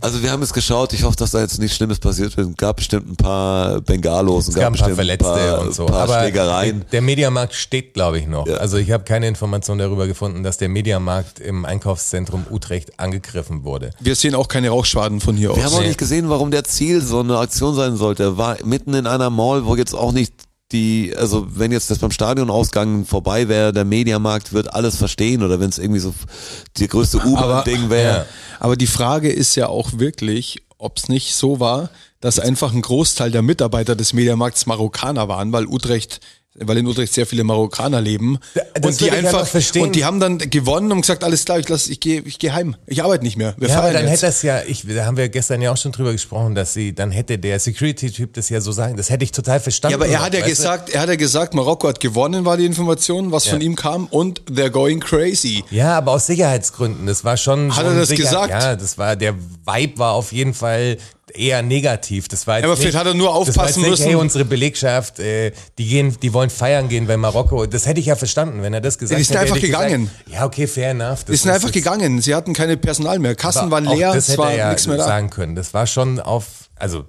[SPEAKER 4] Also wir haben es geschaut. Ich hoffe, dass da jetzt nichts Schlimmes passiert wird. Es gab bestimmt ein paar Bengalos.
[SPEAKER 3] Es gab ein paar
[SPEAKER 4] bestimmt
[SPEAKER 3] Verletzte
[SPEAKER 4] paar,
[SPEAKER 3] und so.
[SPEAKER 4] Ein paar
[SPEAKER 3] Aber
[SPEAKER 4] Schlägereien.
[SPEAKER 3] der Mediamarkt steht, glaube ich, noch.
[SPEAKER 4] Ja.
[SPEAKER 3] Also ich habe keine Information darüber gefunden, dass der Mediamarkt im Einkaufszentrum Utrecht angegriffen wurde.
[SPEAKER 2] Wir sehen auch keine Rauchschwaden von hier
[SPEAKER 4] Wir haben
[SPEAKER 2] aus.
[SPEAKER 4] auch nicht gesehen, warum der Ziel so eine Aktion sein sollte. Er war mitten in einer Mall, wo jetzt auch nicht die, also wenn jetzt das beim Stadionausgang vorbei wäre, der Mediamarkt wird alles verstehen oder wenn es irgendwie so die größte U-Bahn-Ding wäre.
[SPEAKER 2] Aber die Frage ist ja auch wirklich, ob es nicht so war, dass einfach ein Großteil der Mitarbeiter des Mediamarkts Marokkaner waren, weil Utrecht weil in Utrecht sehr viele Marokkaner leben
[SPEAKER 3] das
[SPEAKER 2] und die
[SPEAKER 3] würde ich
[SPEAKER 2] einfach
[SPEAKER 3] einfach verstehen.
[SPEAKER 2] und die haben dann gewonnen und gesagt alles klar ich lass, ich gehe ich gehe heim ich arbeite nicht mehr wir
[SPEAKER 3] Ja, aber
[SPEAKER 2] feiern
[SPEAKER 3] dann
[SPEAKER 2] jetzt.
[SPEAKER 3] hätte das ja, ich, da haben wir gestern ja auch schon drüber gesprochen, dass sie, dann hätte der Security-Typ das ja so sagen, das hätte ich total verstanden.
[SPEAKER 2] Ja, aber er hat ja
[SPEAKER 3] Weißt du?
[SPEAKER 2] gesagt, er hat ja gesagt, Marokko hat gewonnen, war die Information, was von ihm kam, und they're going crazy.
[SPEAKER 3] Ja, aber aus Sicherheitsgründen. Das war schon.
[SPEAKER 2] Hat
[SPEAKER 3] so
[SPEAKER 2] er
[SPEAKER 3] ein
[SPEAKER 2] das
[SPEAKER 3] Sicherheit-
[SPEAKER 2] gesagt?
[SPEAKER 3] Ja, das war, der Vibe war auf jeden Fall eher negativ. Das war jetzt
[SPEAKER 2] Ja, aber
[SPEAKER 3] nicht,
[SPEAKER 2] vielleicht hat er nur
[SPEAKER 3] das war jetzt
[SPEAKER 2] aufpassen
[SPEAKER 3] nicht,
[SPEAKER 2] müssen.
[SPEAKER 3] Hey, unsere Belegschaft, äh, die gehen, die wollen feiern gehen bei Marokko. Das hätte ich ja verstanden, wenn er das gesagt
[SPEAKER 2] Ja, die sind
[SPEAKER 3] hätte.
[SPEAKER 2] einfach
[SPEAKER 3] hätte ich
[SPEAKER 2] gegangen.
[SPEAKER 3] Gesagt, ja, okay, fair enough. Das
[SPEAKER 2] Die sind
[SPEAKER 3] ist
[SPEAKER 2] einfach
[SPEAKER 3] jetzt-
[SPEAKER 2] gegangen. Sie hatten keine Personal mehr. Kassen waren
[SPEAKER 3] auch
[SPEAKER 2] leer,
[SPEAKER 3] Das
[SPEAKER 2] es
[SPEAKER 3] hätte
[SPEAKER 2] war
[SPEAKER 3] er ja
[SPEAKER 2] nichts mehr da.
[SPEAKER 3] sagen können. Das war schon auf, also,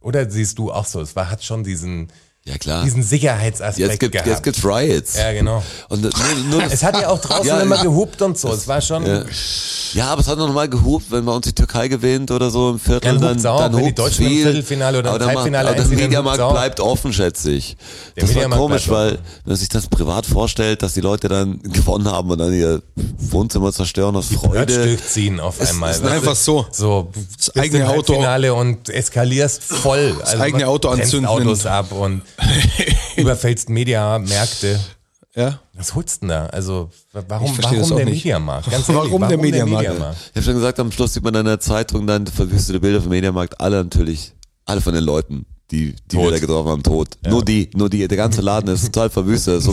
[SPEAKER 3] oder siehst du auch so? Es war, hat schon diesen,
[SPEAKER 4] Ja, klar.
[SPEAKER 3] diesen Sicherheitsaspekt
[SPEAKER 4] Jetzt gibt,
[SPEAKER 3] gehabt.
[SPEAKER 4] jetzt gibt's Riots.
[SPEAKER 3] ja, genau.
[SPEAKER 4] Und das- nur, nur das
[SPEAKER 3] Es hat ja auch draußen
[SPEAKER 4] Ja,
[SPEAKER 3] immer
[SPEAKER 4] ja.
[SPEAKER 3] gehupt und so. Es war schon,
[SPEAKER 4] Äh, Ja, aber es hat noch mal gehupt, wenn bei uns die Türkei gewinnt oder so im Viertel,
[SPEAKER 3] Dann
[SPEAKER 4] dann,
[SPEAKER 3] hupt's
[SPEAKER 4] dann,
[SPEAKER 3] auch, wenn die
[SPEAKER 4] hupt's
[SPEAKER 3] Deutschen im
[SPEAKER 4] viel.
[SPEAKER 3] Viertelfinale oder
[SPEAKER 4] aber
[SPEAKER 3] im
[SPEAKER 4] dann macht-
[SPEAKER 3] Halbfinale
[SPEAKER 4] aber der
[SPEAKER 3] einziehen, dann
[SPEAKER 4] Mediamarkt
[SPEAKER 3] hupt's auch.
[SPEAKER 4] bleibt offen, schätze ich.
[SPEAKER 3] Der
[SPEAKER 4] das war
[SPEAKER 3] Mediamarkt
[SPEAKER 4] komisch,
[SPEAKER 3] bleibt
[SPEAKER 4] weil wenn man sich das privat vorstellt, dass die Leute dann gewonnen haben und dann ihr Wohnzimmer zerstören aus Freude.
[SPEAKER 3] Stück ziehen auf einmal.
[SPEAKER 4] ist
[SPEAKER 3] weißt
[SPEAKER 2] einfach
[SPEAKER 3] du?
[SPEAKER 2] so.
[SPEAKER 3] So, das
[SPEAKER 2] eigene Auto-
[SPEAKER 3] Finale und eskalierst voll. Das
[SPEAKER 2] eigene Auto anzünden.
[SPEAKER 3] Autos ab und überfällst Mediamärkte.
[SPEAKER 2] Ja?
[SPEAKER 3] Was holst du denn da? Also, wa- warum,
[SPEAKER 2] verstehe
[SPEAKER 3] warum
[SPEAKER 2] das auch
[SPEAKER 3] der
[SPEAKER 2] nicht.
[SPEAKER 3] Mediamarkt? Ganz
[SPEAKER 2] Warum
[SPEAKER 3] ehrlich,
[SPEAKER 2] der Mediamarkt?
[SPEAKER 4] Ich habe schon gesagt, am Schluss sieht man dann in der Zeitung dann verwüstete Bilder vom Mediamarkt, alle natürlich, alle von den Leuten. Die, die
[SPEAKER 3] Tot.
[SPEAKER 4] wir da getroffen haben, tot. Nur die, nur die. Der ganze Laden ist total verwüstet. So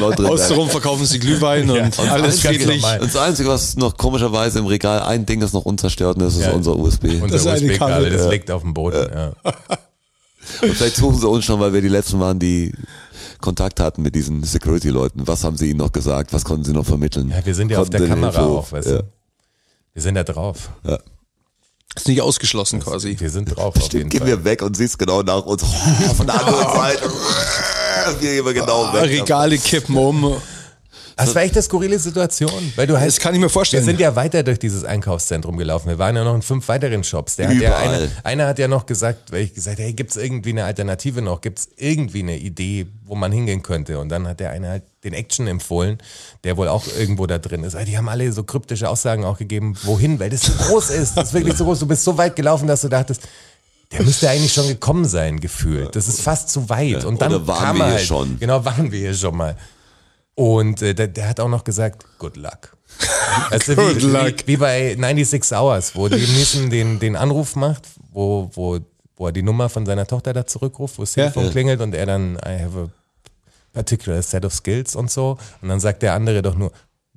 [SPEAKER 4] Leute drin. sein.
[SPEAKER 2] Außenrum verkaufen sie Glühwein und alles
[SPEAKER 3] und alles ganz
[SPEAKER 2] friedlich.
[SPEAKER 3] normal.
[SPEAKER 4] Und das Einzige, was noch komischerweise im Regal, ein Ding ist noch unzerstört und das ist
[SPEAKER 3] Ja.
[SPEAKER 4] unser USB. Und
[SPEAKER 3] Unser
[SPEAKER 2] Das ist eine
[SPEAKER 3] USB-Kabel,
[SPEAKER 2] Kabel,
[SPEAKER 3] das
[SPEAKER 2] ja.
[SPEAKER 3] liegt auf dem Boden. Ja.
[SPEAKER 4] vielleicht suchen sie uns schon, weil wir die Letzten waren, die Kontakt hatten mit diesen Security-Leuten. Was haben sie ihnen noch gesagt? Was konnten sie noch vermitteln?
[SPEAKER 3] Ja, wir sind ja auf
[SPEAKER 4] Konnten
[SPEAKER 3] der
[SPEAKER 4] sie den
[SPEAKER 3] Kamera
[SPEAKER 4] Info-
[SPEAKER 3] auch, weißt
[SPEAKER 4] ja.
[SPEAKER 3] du? Wir sind da drauf.
[SPEAKER 2] Ist nicht ausgeschlossen quasi.
[SPEAKER 3] Wir sind drauf auf jeden
[SPEAKER 4] Gehen
[SPEAKER 3] Fall.
[SPEAKER 4] wir weg und siehst genau nach uns. Von der anderen Seite. Wir gehen wir genau
[SPEAKER 2] Ah,
[SPEAKER 4] weg.
[SPEAKER 2] Regale kippen um.
[SPEAKER 3] Das war echt eine skurrile Situation, weil du
[SPEAKER 2] Das
[SPEAKER 3] halt
[SPEAKER 2] kann ich mir
[SPEAKER 3] Wir
[SPEAKER 2] vorstellen.
[SPEAKER 3] sind ja weiter durch dieses Einkaufszentrum gelaufen. Wir waren ja noch in fünf weiteren Shops. Der hat ja
[SPEAKER 4] Überall.
[SPEAKER 3] eine, einer hat ja noch gesagt, weil ich gesagt, hey, gibt's irgendwie eine Alternative noch? Gibt's irgendwie eine Idee, wo man hingehen könnte? Und dann hat der eine halt den Action empfohlen, der wohl auch irgendwo da drin ist. Aber die haben alle so kryptische Aussagen auch gegeben, wohin, weil das so groß ist. Das ist wirklich so groß. Du bist so weit gelaufen, dass du dachtest, der müsste eigentlich schon gekommen sein, gefühlt. Das ist fast zu weit. Und dann
[SPEAKER 4] Oder waren
[SPEAKER 3] kam
[SPEAKER 4] wir
[SPEAKER 3] er
[SPEAKER 4] hier
[SPEAKER 3] halt.
[SPEAKER 4] schon?
[SPEAKER 3] Genau, waren wir hier schon mal. Und äh, der, der hat auch noch gesagt, good luck. Weißt du,
[SPEAKER 2] Good
[SPEAKER 3] wie,
[SPEAKER 2] luck.
[SPEAKER 3] Wie, wie bei 96 Hours, wo die Nissen den, den Anruf macht, wo, wo, wo er die Nummer von seiner Tochter da zurückruft, wo das Telefon
[SPEAKER 2] Ja.
[SPEAKER 3] klingelt und er dann, I have a particular set of skills und so. Und dann sagt der andere doch nur,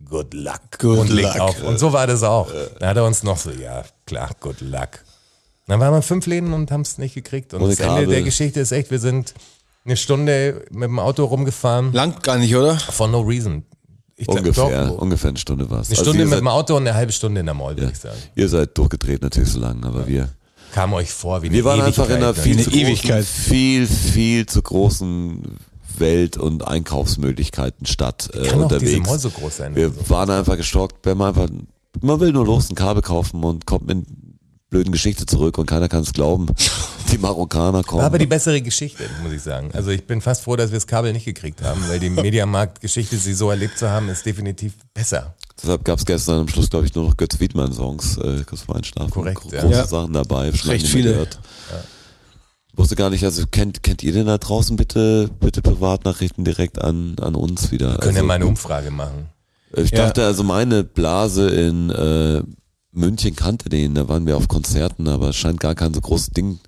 [SPEAKER 3] good luck.
[SPEAKER 2] Good
[SPEAKER 3] und legt
[SPEAKER 2] luck.
[SPEAKER 3] auf. Und so war das auch. Dann hat er uns noch so, ja, klar, good luck. Dann waren wir in fünf Läden und haben es nicht gekriegt. Und
[SPEAKER 4] Ohne
[SPEAKER 3] das Ende
[SPEAKER 4] Kabel.
[SPEAKER 3] der Geschichte ist echt, wir sind eine Stunde mit dem Auto rumgefahren,
[SPEAKER 2] Langt gar nicht, oder?
[SPEAKER 3] for no reason. Ich glaub,
[SPEAKER 4] Ungefähr, also
[SPEAKER 3] doch,
[SPEAKER 4] ungefähr eine Stunde war es.
[SPEAKER 3] eine Stunde
[SPEAKER 4] ihr,
[SPEAKER 3] mit
[SPEAKER 4] seid,
[SPEAKER 3] dem Auto und eine halbe Stunde in der Mall, würde ich sagen.
[SPEAKER 4] ihr seid durchgedreht natürlich so lang, aber wir.
[SPEAKER 3] Kam euch vor, wie eine
[SPEAKER 4] Wir waren
[SPEAKER 3] Ewigkeit,
[SPEAKER 4] einfach in einer
[SPEAKER 3] ne?
[SPEAKER 4] viel
[SPEAKER 2] Eine
[SPEAKER 4] zu großen,
[SPEAKER 2] Ewigkeit.
[SPEAKER 4] viel, viel zu großen Welt und Einkaufsmöglichkeiten stadt äh,
[SPEAKER 3] Kann auch diese Mall
[SPEAKER 4] unterwegs.
[SPEAKER 3] so groß sein.
[SPEAKER 4] Wir waren einfach gestockt, wenn man einfach, man will nur los ein Kabel kaufen und kommt mit blöden Geschichte zurück und keiner kann es glauben. Die Marokkaner kommen.
[SPEAKER 3] War aber die bessere Geschichte, muss ich sagen. Also ich bin fast froh, dass wir das Kabel nicht gekriegt haben, weil die Mediamarkt-Geschichte, sie so erlebt zu haben, ist definitiv besser.
[SPEAKER 4] Deshalb gab es gestern am Schluss, glaube ich, nur noch Götz Wiedmann-Songs, äh, kurz vor Einschlafen.
[SPEAKER 3] Korrekt,
[SPEAKER 4] Gro-
[SPEAKER 3] ja.
[SPEAKER 4] Große
[SPEAKER 2] Ja.
[SPEAKER 4] Sachen dabei. hab schon
[SPEAKER 2] Recht
[SPEAKER 4] lange nicht mehr
[SPEAKER 2] viele.
[SPEAKER 4] Wusste gar nicht, also kennt, kennt ihr denn da draußen bitte, bitte Privatnachrichten direkt an, an uns wieder?
[SPEAKER 3] Können
[SPEAKER 4] also,
[SPEAKER 3] ja mal eine Umfrage machen.
[SPEAKER 4] Ich
[SPEAKER 2] Ja.
[SPEAKER 4] dachte, also meine Blase in äh, München kannte den, da waren wir auf Konzerten, aber es scheint gar kein so großes Ding.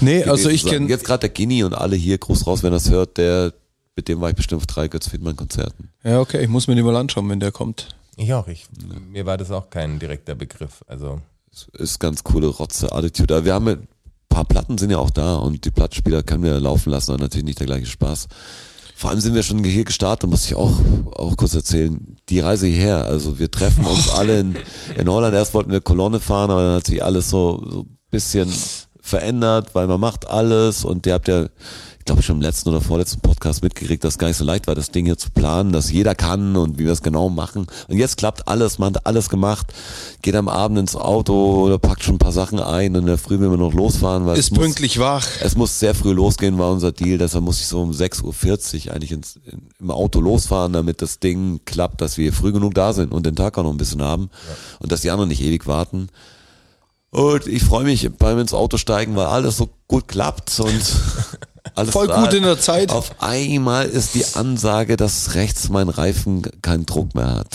[SPEAKER 2] Nee,
[SPEAKER 4] gewesen
[SPEAKER 2] also ich
[SPEAKER 4] zu sein.
[SPEAKER 2] kenne
[SPEAKER 4] Jetzt gerade der Guinea und alle hier groß raus, wenn das hört, der, mit dem war ich bestimmt auf drei Götz Wiedmann-Konzerten.
[SPEAKER 2] Ja, okay, ich muss mir den mal anschauen, wenn der kommt.
[SPEAKER 3] Ich auch. Ich, mir war das auch kein direkter Begriff. Also
[SPEAKER 4] ist ganz coole Rotze Attitude. Aber wir haben ja, ein paar Platten sind ja auch da und die Plattenspieler können wir laufen lassen, aber natürlich nicht der gleiche Spaß. Vor allem sind wir schon hier gestartet, muss ich auch, auch kurz erzählen. Die Reise hierher, also wir treffen uns alle in, in Holland. Erst wollten wir Kolonne fahren, aber dann hat sich alles so, so ein bisschen verändert, weil man macht alles und ihr habt ja, ich glaube schon im letzten oder vorletzten Podcast mitgekriegt, dass es gar nicht so leicht war, das Ding hier zu planen, dass jeder kann und wie wir es genau machen. Und jetzt klappt alles, man hat alles gemacht, geht am Abend ins Auto oder packt schon ein paar Sachen ein und in der Früh will man noch losfahren, weil es
[SPEAKER 2] Ist
[SPEAKER 4] muss-
[SPEAKER 2] pünktlich wach.
[SPEAKER 4] es muss sehr früh losgehen, war unser Deal. Deshalb muss ich so um 6.40 Uhr eigentlich ins, in, im Auto losfahren, damit das Ding klappt, dass wir früh genug da sind und den Tag auch noch ein bisschen haben und dass die anderen nicht ewig warten. Und ich freue mich beim ins Auto steigen, weil alles so gut klappt und alles
[SPEAKER 2] Voll
[SPEAKER 4] da-
[SPEAKER 2] gut in der Zeit.
[SPEAKER 4] Auf einmal ist die Ansage, dass rechts mein Reifen keinen Druck mehr hat.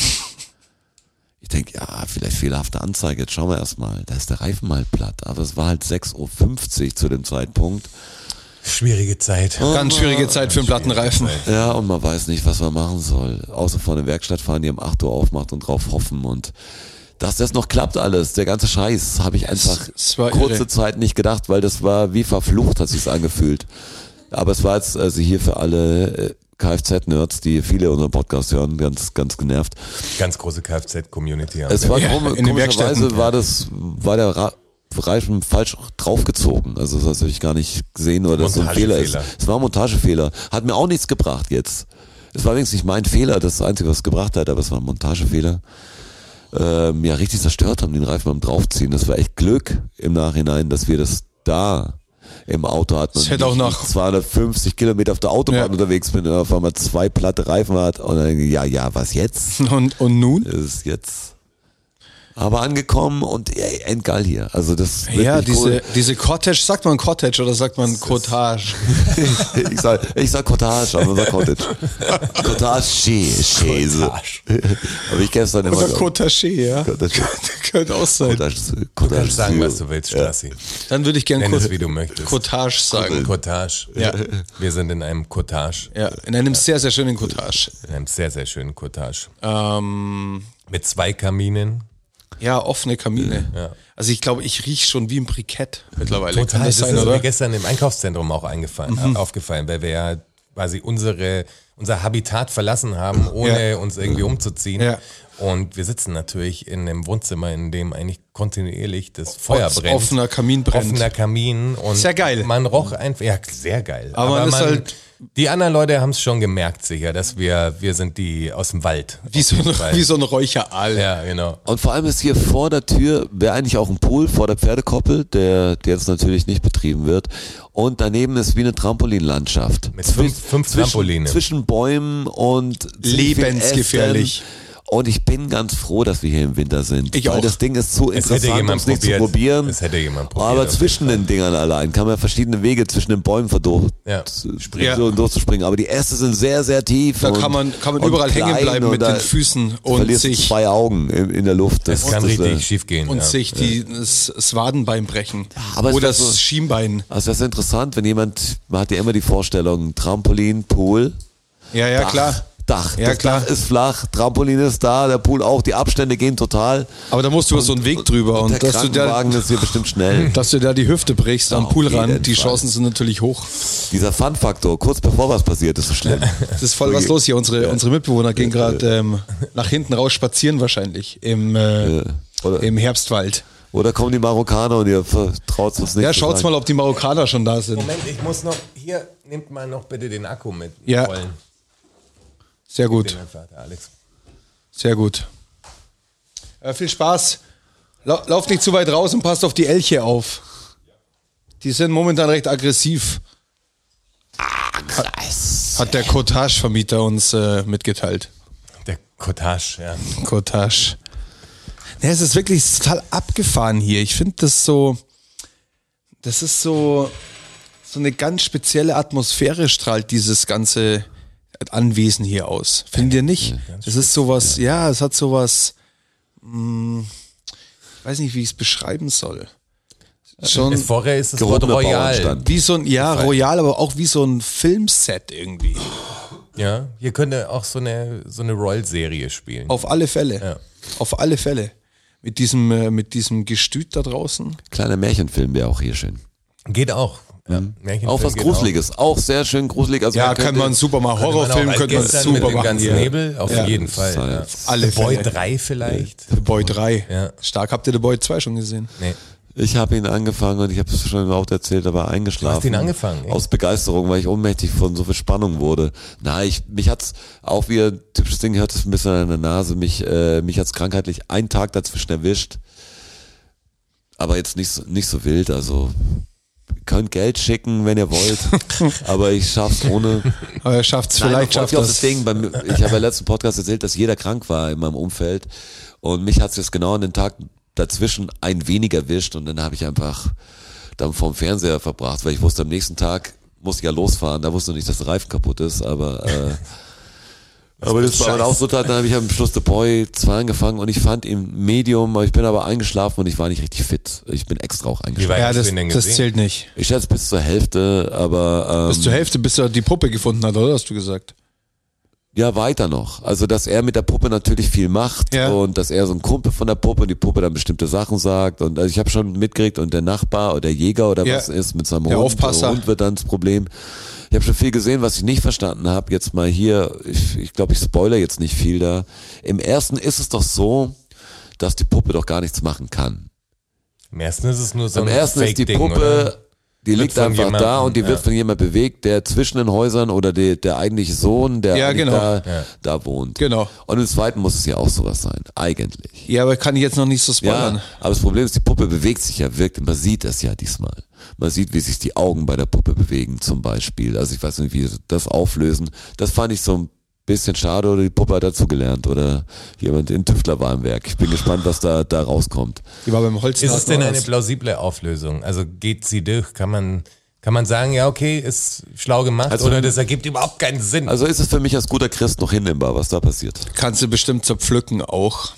[SPEAKER 4] Ich denke, ja, vielleicht fehlerhafte Anzeige. Jetzt schauen wir erstmal. Da ist der Reifen mal platt. Aber es war halt 6.50 Uhr zu dem Zeitpunkt.
[SPEAKER 3] schwierige Zeit.
[SPEAKER 2] Ganz schwierige Zeit für einen Plattenreifen.
[SPEAKER 4] Ja, und man weiß nicht, was man machen soll. Außer vor eine Werkstatt fahren, die um 8 Uhr aufmacht und drauf hoffen. Und dass das noch klappt alles, der ganze Scheiß, habe ich einfach
[SPEAKER 2] es war
[SPEAKER 4] kurze
[SPEAKER 2] irre.
[SPEAKER 4] Zeit nicht gedacht, weil das war wie verflucht, hat sich's angefühlt. Aber es war jetzt also hier für alle äh, Kfz-Nerds, die viele unseren Podcast hören, ganz, ganz genervt.
[SPEAKER 3] Ganz große Kfz-Community. haben
[SPEAKER 4] Es
[SPEAKER 3] wir.
[SPEAKER 4] war
[SPEAKER 2] Ja,
[SPEAKER 4] krumm,
[SPEAKER 2] in den
[SPEAKER 4] komischerweise
[SPEAKER 2] Werkstätten.
[SPEAKER 4] war das, war der Ra Reifen falsch draufgezogen. Also das habe ich gar nicht gesehen oder dass so ein Fehler ist.
[SPEAKER 3] Montagefehler.
[SPEAKER 4] Es war ein Montagefehler. Hat mir auch nichts gebracht jetzt. Es war übrigens nicht mein Fehler, das ist das Einzige, was es gebracht hat, aber es war ein Montagefehler. Ähm, ja, richtig zerstört haben den Reifen beim Draufziehen. Das war echt Glück im Nachhinein, dass wir das da im Auto hatten.
[SPEAKER 2] Das
[SPEAKER 4] und
[SPEAKER 2] hätte auch
[SPEAKER 4] ich
[SPEAKER 2] nach-
[SPEAKER 4] 250 Kilometer auf der Autobahn
[SPEAKER 2] Ja.
[SPEAKER 4] unterwegs bin und auf einmal zwei platte Reifen hat und dann, ja, ja, was jetzt?
[SPEAKER 2] Und, und nun?
[SPEAKER 4] Es ist jetzt aber angekommen und ey, endgeil hier. Also das ist
[SPEAKER 2] Ja,
[SPEAKER 4] wirklich
[SPEAKER 2] diese,
[SPEAKER 4] cool.
[SPEAKER 2] diese Cottage, sagt man Cottage oder sagt man Cottage?
[SPEAKER 4] Ich sag, ich sag Cottage, aber man sagt Cottage. Cottage, Schäse. Aber ich kenn's dann immer
[SPEAKER 2] Oder
[SPEAKER 4] so.
[SPEAKER 2] Cottage, ja.
[SPEAKER 4] Cottage.
[SPEAKER 2] Könnte auch sein.
[SPEAKER 4] Oh Cottage, Cottage.
[SPEAKER 3] Du kannst sagen, was du willst, Strassi.
[SPEAKER 2] Dann würde ich gerne
[SPEAKER 3] Nenn es,
[SPEAKER 2] Cot
[SPEAKER 3] wie du möchtest.
[SPEAKER 2] Cottage sagen.
[SPEAKER 3] Cottage.
[SPEAKER 2] Ja.
[SPEAKER 3] Wir sind in einem Cottage.
[SPEAKER 2] Ja, in einem sehr, sehr schönen Cottage.
[SPEAKER 3] In einem sehr, sehr schönen Cottage.
[SPEAKER 2] Ähm,
[SPEAKER 3] Mit zwei Kaminen.
[SPEAKER 2] ja, offene Kamine. Also ich glaube, ich rieche schon wie ein Brikett mittlerweile.
[SPEAKER 3] Total,
[SPEAKER 2] Kann das, sein,
[SPEAKER 3] ist mir
[SPEAKER 2] oder? Mhm.
[SPEAKER 3] gestern im Einkaufszentrum auch eingefallen, äh, aufgefallen, weil wir ja quasi unsere, unser Habitat verlassen haben, ohne uns irgendwie umzuziehen.
[SPEAKER 2] Ja.
[SPEAKER 3] Und wir sitzen natürlich in einem Wohnzimmer, in dem eigentlich kontinuierlich das Feuer brennt.
[SPEAKER 2] Offener Kamin brennt.
[SPEAKER 3] Offener Kamin. Und
[SPEAKER 2] Sehr geil.
[SPEAKER 3] Man roch einfach, ja, sehr geil.
[SPEAKER 2] Aber man ist halt-
[SPEAKER 3] die anderen Leute haben es schon gemerkt, sicher, dass wir, wir sind die aus dem Wald.
[SPEAKER 2] Wie so,
[SPEAKER 3] Auf jeden
[SPEAKER 2] ein,
[SPEAKER 3] Fall.
[SPEAKER 2] wie so ein Räucheraal.
[SPEAKER 3] Ja, genau.
[SPEAKER 4] Und vor allem ist hier vor der Tür, wäre eigentlich auch ein Pool vor der Pferdekoppel, der, der jetzt natürlich nicht betrieben wird. Und daneben ist wie eine Trampolinlandschaft.
[SPEAKER 3] Mit fünf- fünf
[SPEAKER 4] zwischen,
[SPEAKER 3] Trampoline.
[SPEAKER 4] Zwischen Bäumen und ziemlich viel
[SPEAKER 2] Lebensgefährlich.
[SPEAKER 4] Ästen. Und ich bin ganz froh, dass wir hier im Winter sind.
[SPEAKER 2] Ich
[SPEAKER 4] weil
[SPEAKER 2] auch.
[SPEAKER 4] das Ding ist zu
[SPEAKER 3] Es hätte
[SPEAKER 4] interessant, um
[SPEAKER 3] jemand
[SPEAKER 4] es nicht zu
[SPEAKER 3] probiert.
[SPEAKER 4] probieren.
[SPEAKER 3] Es hätte jemand probiert,
[SPEAKER 4] Aber
[SPEAKER 3] auf
[SPEAKER 4] zwischen den Dingern allein kann man verschiedene Wege zwischen den Bäumen verdurch
[SPEAKER 3] Ja.
[SPEAKER 4] springen so und durchzuspringen. Aber die Äste sind sehr, sehr tief.
[SPEAKER 2] Da
[SPEAKER 4] und,
[SPEAKER 2] kann man, kann man
[SPEAKER 4] und
[SPEAKER 2] überall hängen
[SPEAKER 4] klein
[SPEAKER 2] bleiben
[SPEAKER 4] und
[SPEAKER 2] mit
[SPEAKER 4] da-
[SPEAKER 2] den Füßen und
[SPEAKER 4] verlierst
[SPEAKER 2] sich,
[SPEAKER 4] zwei Augen in, in der Luft.
[SPEAKER 3] Es
[SPEAKER 4] Das
[SPEAKER 3] kann
[SPEAKER 4] das,
[SPEAKER 3] richtig
[SPEAKER 4] äh,
[SPEAKER 3] schief gehen.
[SPEAKER 2] und
[SPEAKER 3] genau, ja.
[SPEAKER 2] sich die, das, das Wadenbein brechen.
[SPEAKER 4] aber es
[SPEAKER 2] Oder
[SPEAKER 4] ist
[SPEAKER 2] das
[SPEAKER 4] so-
[SPEAKER 2] Schienbein.
[SPEAKER 4] Also das ist interessant, wenn jemand, man hat ja immer die Vorstellung, Trampolin, Pool,
[SPEAKER 2] Ja, ja,
[SPEAKER 4] Dach,
[SPEAKER 2] klar.
[SPEAKER 4] Dach.
[SPEAKER 2] Ja,
[SPEAKER 4] das
[SPEAKER 2] klar.
[SPEAKER 4] Dach ist flach, Trampolin ist da, der Pool auch, die Abstände gehen total.
[SPEAKER 2] Aber da musst du über so einen Weg drüber und,
[SPEAKER 4] der
[SPEAKER 2] dass, du da,
[SPEAKER 4] Krankenwagen ist hier bestimmt schnell.
[SPEAKER 2] dass du da die Hüfte brichst am
[SPEAKER 4] Auf jeden
[SPEAKER 2] Poolrand, die
[SPEAKER 4] Fall.
[SPEAKER 2] Chancen sind natürlich hoch.
[SPEAKER 4] Dieser Fun-Faktor, kurz bevor was passiert, ist so schlimm.
[SPEAKER 2] Es ist voll was los hier. Unsere, unsere Mitbewohner gehen gerade ähm, nach hinten raus spazieren wahrscheinlich im, äh,
[SPEAKER 4] Oder-
[SPEAKER 2] im Herbstwald.
[SPEAKER 4] Oder kommen die Marokkaner und ihr vertraut uns nicht?
[SPEAKER 2] Ja, schaut's mal, ob die Marokkaner schon da sind.
[SPEAKER 3] Moment, ich muss noch, hier, nehmt mal noch bitte den Akku mit.
[SPEAKER 2] Ja.
[SPEAKER 3] Rollen.
[SPEAKER 2] Sehr
[SPEAKER 3] Den
[SPEAKER 2] gut,
[SPEAKER 3] einfach, der Alex.
[SPEAKER 2] sehr gut. Äh, viel Spaß. Lau- Lauft nicht zu weit raus und passt auf die Elche auf. Die sind momentan recht aggressiv. Hat, hat der Cottage-Vermieter uns äh, mitgeteilt.
[SPEAKER 3] Der Cottage, ja.
[SPEAKER 2] Cottage. Ja, es ist wirklich es ist total abgefahren hier. Ich finde das so, das ist so, so eine ganz spezielle Atmosphäre strahlt dieses ganze Anwesen hier aus. Findet ihr nicht? Es ist sowas, ja, es hat sowas, mh, ich weiß nicht, wie ich es beschreiben soll. Schon
[SPEAKER 3] Äh, Es, vorher ist das Wort
[SPEAKER 4] Gehobener
[SPEAKER 3] Royal.
[SPEAKER 4] Bauernstand.
[SPEAKER 2] wie so ein, ja, royal, aber auch wie so ein Filmset irgendwie.
[SPEAKER 3] Ja, hier könnte auch so eine, so eine Royal-Serie spielen.
[SPEAKER 2] Auf alle Fälle.
[SPEAKER 3] Ja.
[SPEAKER 2] Auf alle Fälle. Mit diesem, äh, mit diesem Gestüt da draußen.
[SPEAKER 4] Kleiner Märchenfilm wäre auch hier schön.
[SPEAKER 3] Geht auch. Ja,
[SPEAKER 2] Mhm.
[SPEAKER 3] Märchenfilm
[SPEAKER 4] Auch was
[SPEAKER 3] geht
[SPEAKER 4] Gruseliges, auch sehr schön gruselig. Also
[SPEAKER 2] genau. Ja, kann man super machen. Horrorfilm
[SPEAKER 3] als
[SPEAKER 2] könnte man
[SPEAKER 3] gestern
[SPEAKER 2] super
[SPEAKER 3] mit dem
[SPEAKER 2] machen.
[SPEAKER 3] ganzen
[SPEAKER 2] Hier.
[SPEAKER 3] Nebel, auf
[SPEAKER 2] Ja.
[SPEAKER 3] jeden Fall.
[SPEAKER 4] Das war
[SPEAKER 3] Ja.
[SPEAKER 4] jetzt-
[SPEAKER 2] Alle
[SPEAKER 3] Boy
[SPEAKER 2] Fälle.
[SPEAKER 3] 3 vielleicht?
[SPEAKER 2] The Boy 3.
[SPEAKER 3] Ja.
[SPEAKER 2] Stark habt ihr The Boy 2 schon gesehen.
[SPEAKER 3] Nee.
[SPEAKER 4] Ich habe ihn angefangen und ich habe es schon im Auto erzählt, aber eingeschlafen.
[SPEAKER 3] Du hast ihn angefangen, echt?
[SPEAKER 4] Aus Begeisterung, weil ich ohnmächtig von so viel Spannung wurde. Na, ich, mich hat's, auch wie ein typisches Ding, hört es ein bisschen an der Nase, mich, äh, mich hat's krankheitlich einen Tag dazwischen erwischt. Aber jetzt nicht, so- nicht so wild, also, ihr könnt Geld schicken, wenn ihr wollt, aber ich schaff's ohne.
[SPEAKER 2] Aber er schafft es,
[SPEAKER 4] Nein,
[SPEAKER 2] vielleicht
[SPEAKER 4] man
[SPEAKER 2] schafft
[SPEAKER 4] freut sich
[SPEAKER 2] er
[SPEAKER 4] auf das Ding. Bei mir- ich habe ja letzten Podcast erzählt, dass jeder krank war in meinem Umfeld. Und mich hat es jetzt genau an den Tag dazwischen ein wenig erwischt. Und dann habe ich einfach dann vorm Fernseher verbracht, weil ich wusste, am nächsten Tag muss ich ja losfahren. Da wusste ich nicht, dass der Reifen kaputt ist, aber... Äh, aber das war
[SPEAKER 3] Scheiß.
[SPEAKER 4] dann auch so, dann habe ich am Schluss The Boy 2 angefangen und ich fand im Medium, ich bin aber eingeschlafen und ich war nicht richtig fit. Ich bin extra auch
[SPEAKER 3] Wie
[SPEAKER 4] eingeschlafen.
[SPEAKER 3] weit
[SPEAKER 2] Ja,
[SPEAKER 3] hast
[SPEAKER 2] das,
[SPEAKER 3] du ihn denn
[SPEAKER 2] das
[SPEAKER 3] gesehen?
[SPEAKER 2] zählt nicht.
[SPEAKER 4] Ich schätze bis zur Hälfte, aber... Ähm,
[SPEAKER 2] Bis zur Hälfte, bis er die Puppe gefunden hat, oder hast du gesagt?
[SPEAKER 4] Ja, weiter noch. Also, dass er mit der Puppe natürlich viel macht
[SPEAKER 2] Ja.
[SPEAKER 4] und dass er so ein Kumpel von der Puppe und die Puppe dann bestimmte Sachen sagt. Und also ich habe schon mitgekriegt und der Nachbar oder der Jäger oder
[SPEAKER 2] Ja.
[SPEAKER 4] was ist mit seinem
[SPEAKER 2] Der
[SPEAKER 4] Hund.
[SPEAKER 2] Aufpasser.
[SPEAKER 4] Der Hund wird dann das Problem. Ich habe schon viel gesehen, was ich nicht verstanden habe. Jetzt mal hier, ich, ich glaube, ich spoiler jetzt nicht viel da. Im ersten ist es doch so, dass die Puppe doch gar nichts machen kann.
[SPEAKER 3] Im ersten ist es nur so
[SPEAKER 4] Am
[SPEAKER 3] ein
[SPEAKER 4] ersten ist die
[SPEAKER 3] Fake-Ding,
[SPEAKER 4] Puppe,
[SPEAKER 3] oder?
[SPEAKER 4] die
[SPEAKER 3] Wird
[SPEAKER 4] liegt
[SPEAKER 3] von
[SPEAKER 4] einfach
[SPEAKER 3] jemandem,
[SPEAKER 4] da und die wird
[SPEAKER 3] ja.
[SPEAKER 4] von jemand bewegt, der zwischen den Häusern oder die, der eigentliche Sohn, der
[SPEAKER 2] Ja,
[SPEAKER 4] eigentlich
[SPEAKER 2] genau.
[SPEAKER 4] da,
[SPEAKER 3] Ja.
[SPEAKER 4] da wohnt.
[SPEAKER 2] Genau.
[SPEAKER 4] Und im zweiten muss es ja auch sowas sein, eigentlich.
[SPEAKER 2] Ja, aber kann ich jetzt noch nicht so
[SPEAKER 4] Ja,
[SPEAKER 2] spoilern.
[SPEAKER 4] aber das Problem ist, die Puppe bewegt sich ja wirklich. Man sieht es ja diesmal. Man sieht, wie sich die Augen bei der Puppe bewegen, zum Beispiel. Also ich weiß nicht, wie sie das auflösen. Das fand ich so ein bisschen schade oder die Puppe hat dazugelernt oder jemand in Tüftler war im Werk. Ich bin gespannt, was da, da rauskommt.
[SPEAKER 2] Die war beim Holz.
[SPEAKER 3] Ist es denn eine plausible Auflösung? Also geht sie durch? Kann man, kann man sagen, ja, okay, ist schlau gemacht
[SPEAKER 4] Also-
[SPEAKER 3] oder das ergibt überhaupt keinen Sinn?
[SPEAKER 4] Also ist es für mich als guter Christ noch hinnehmbar, was da passiert.
[SPEAKER 2] Kannst du bestimmt zerpflücken auch.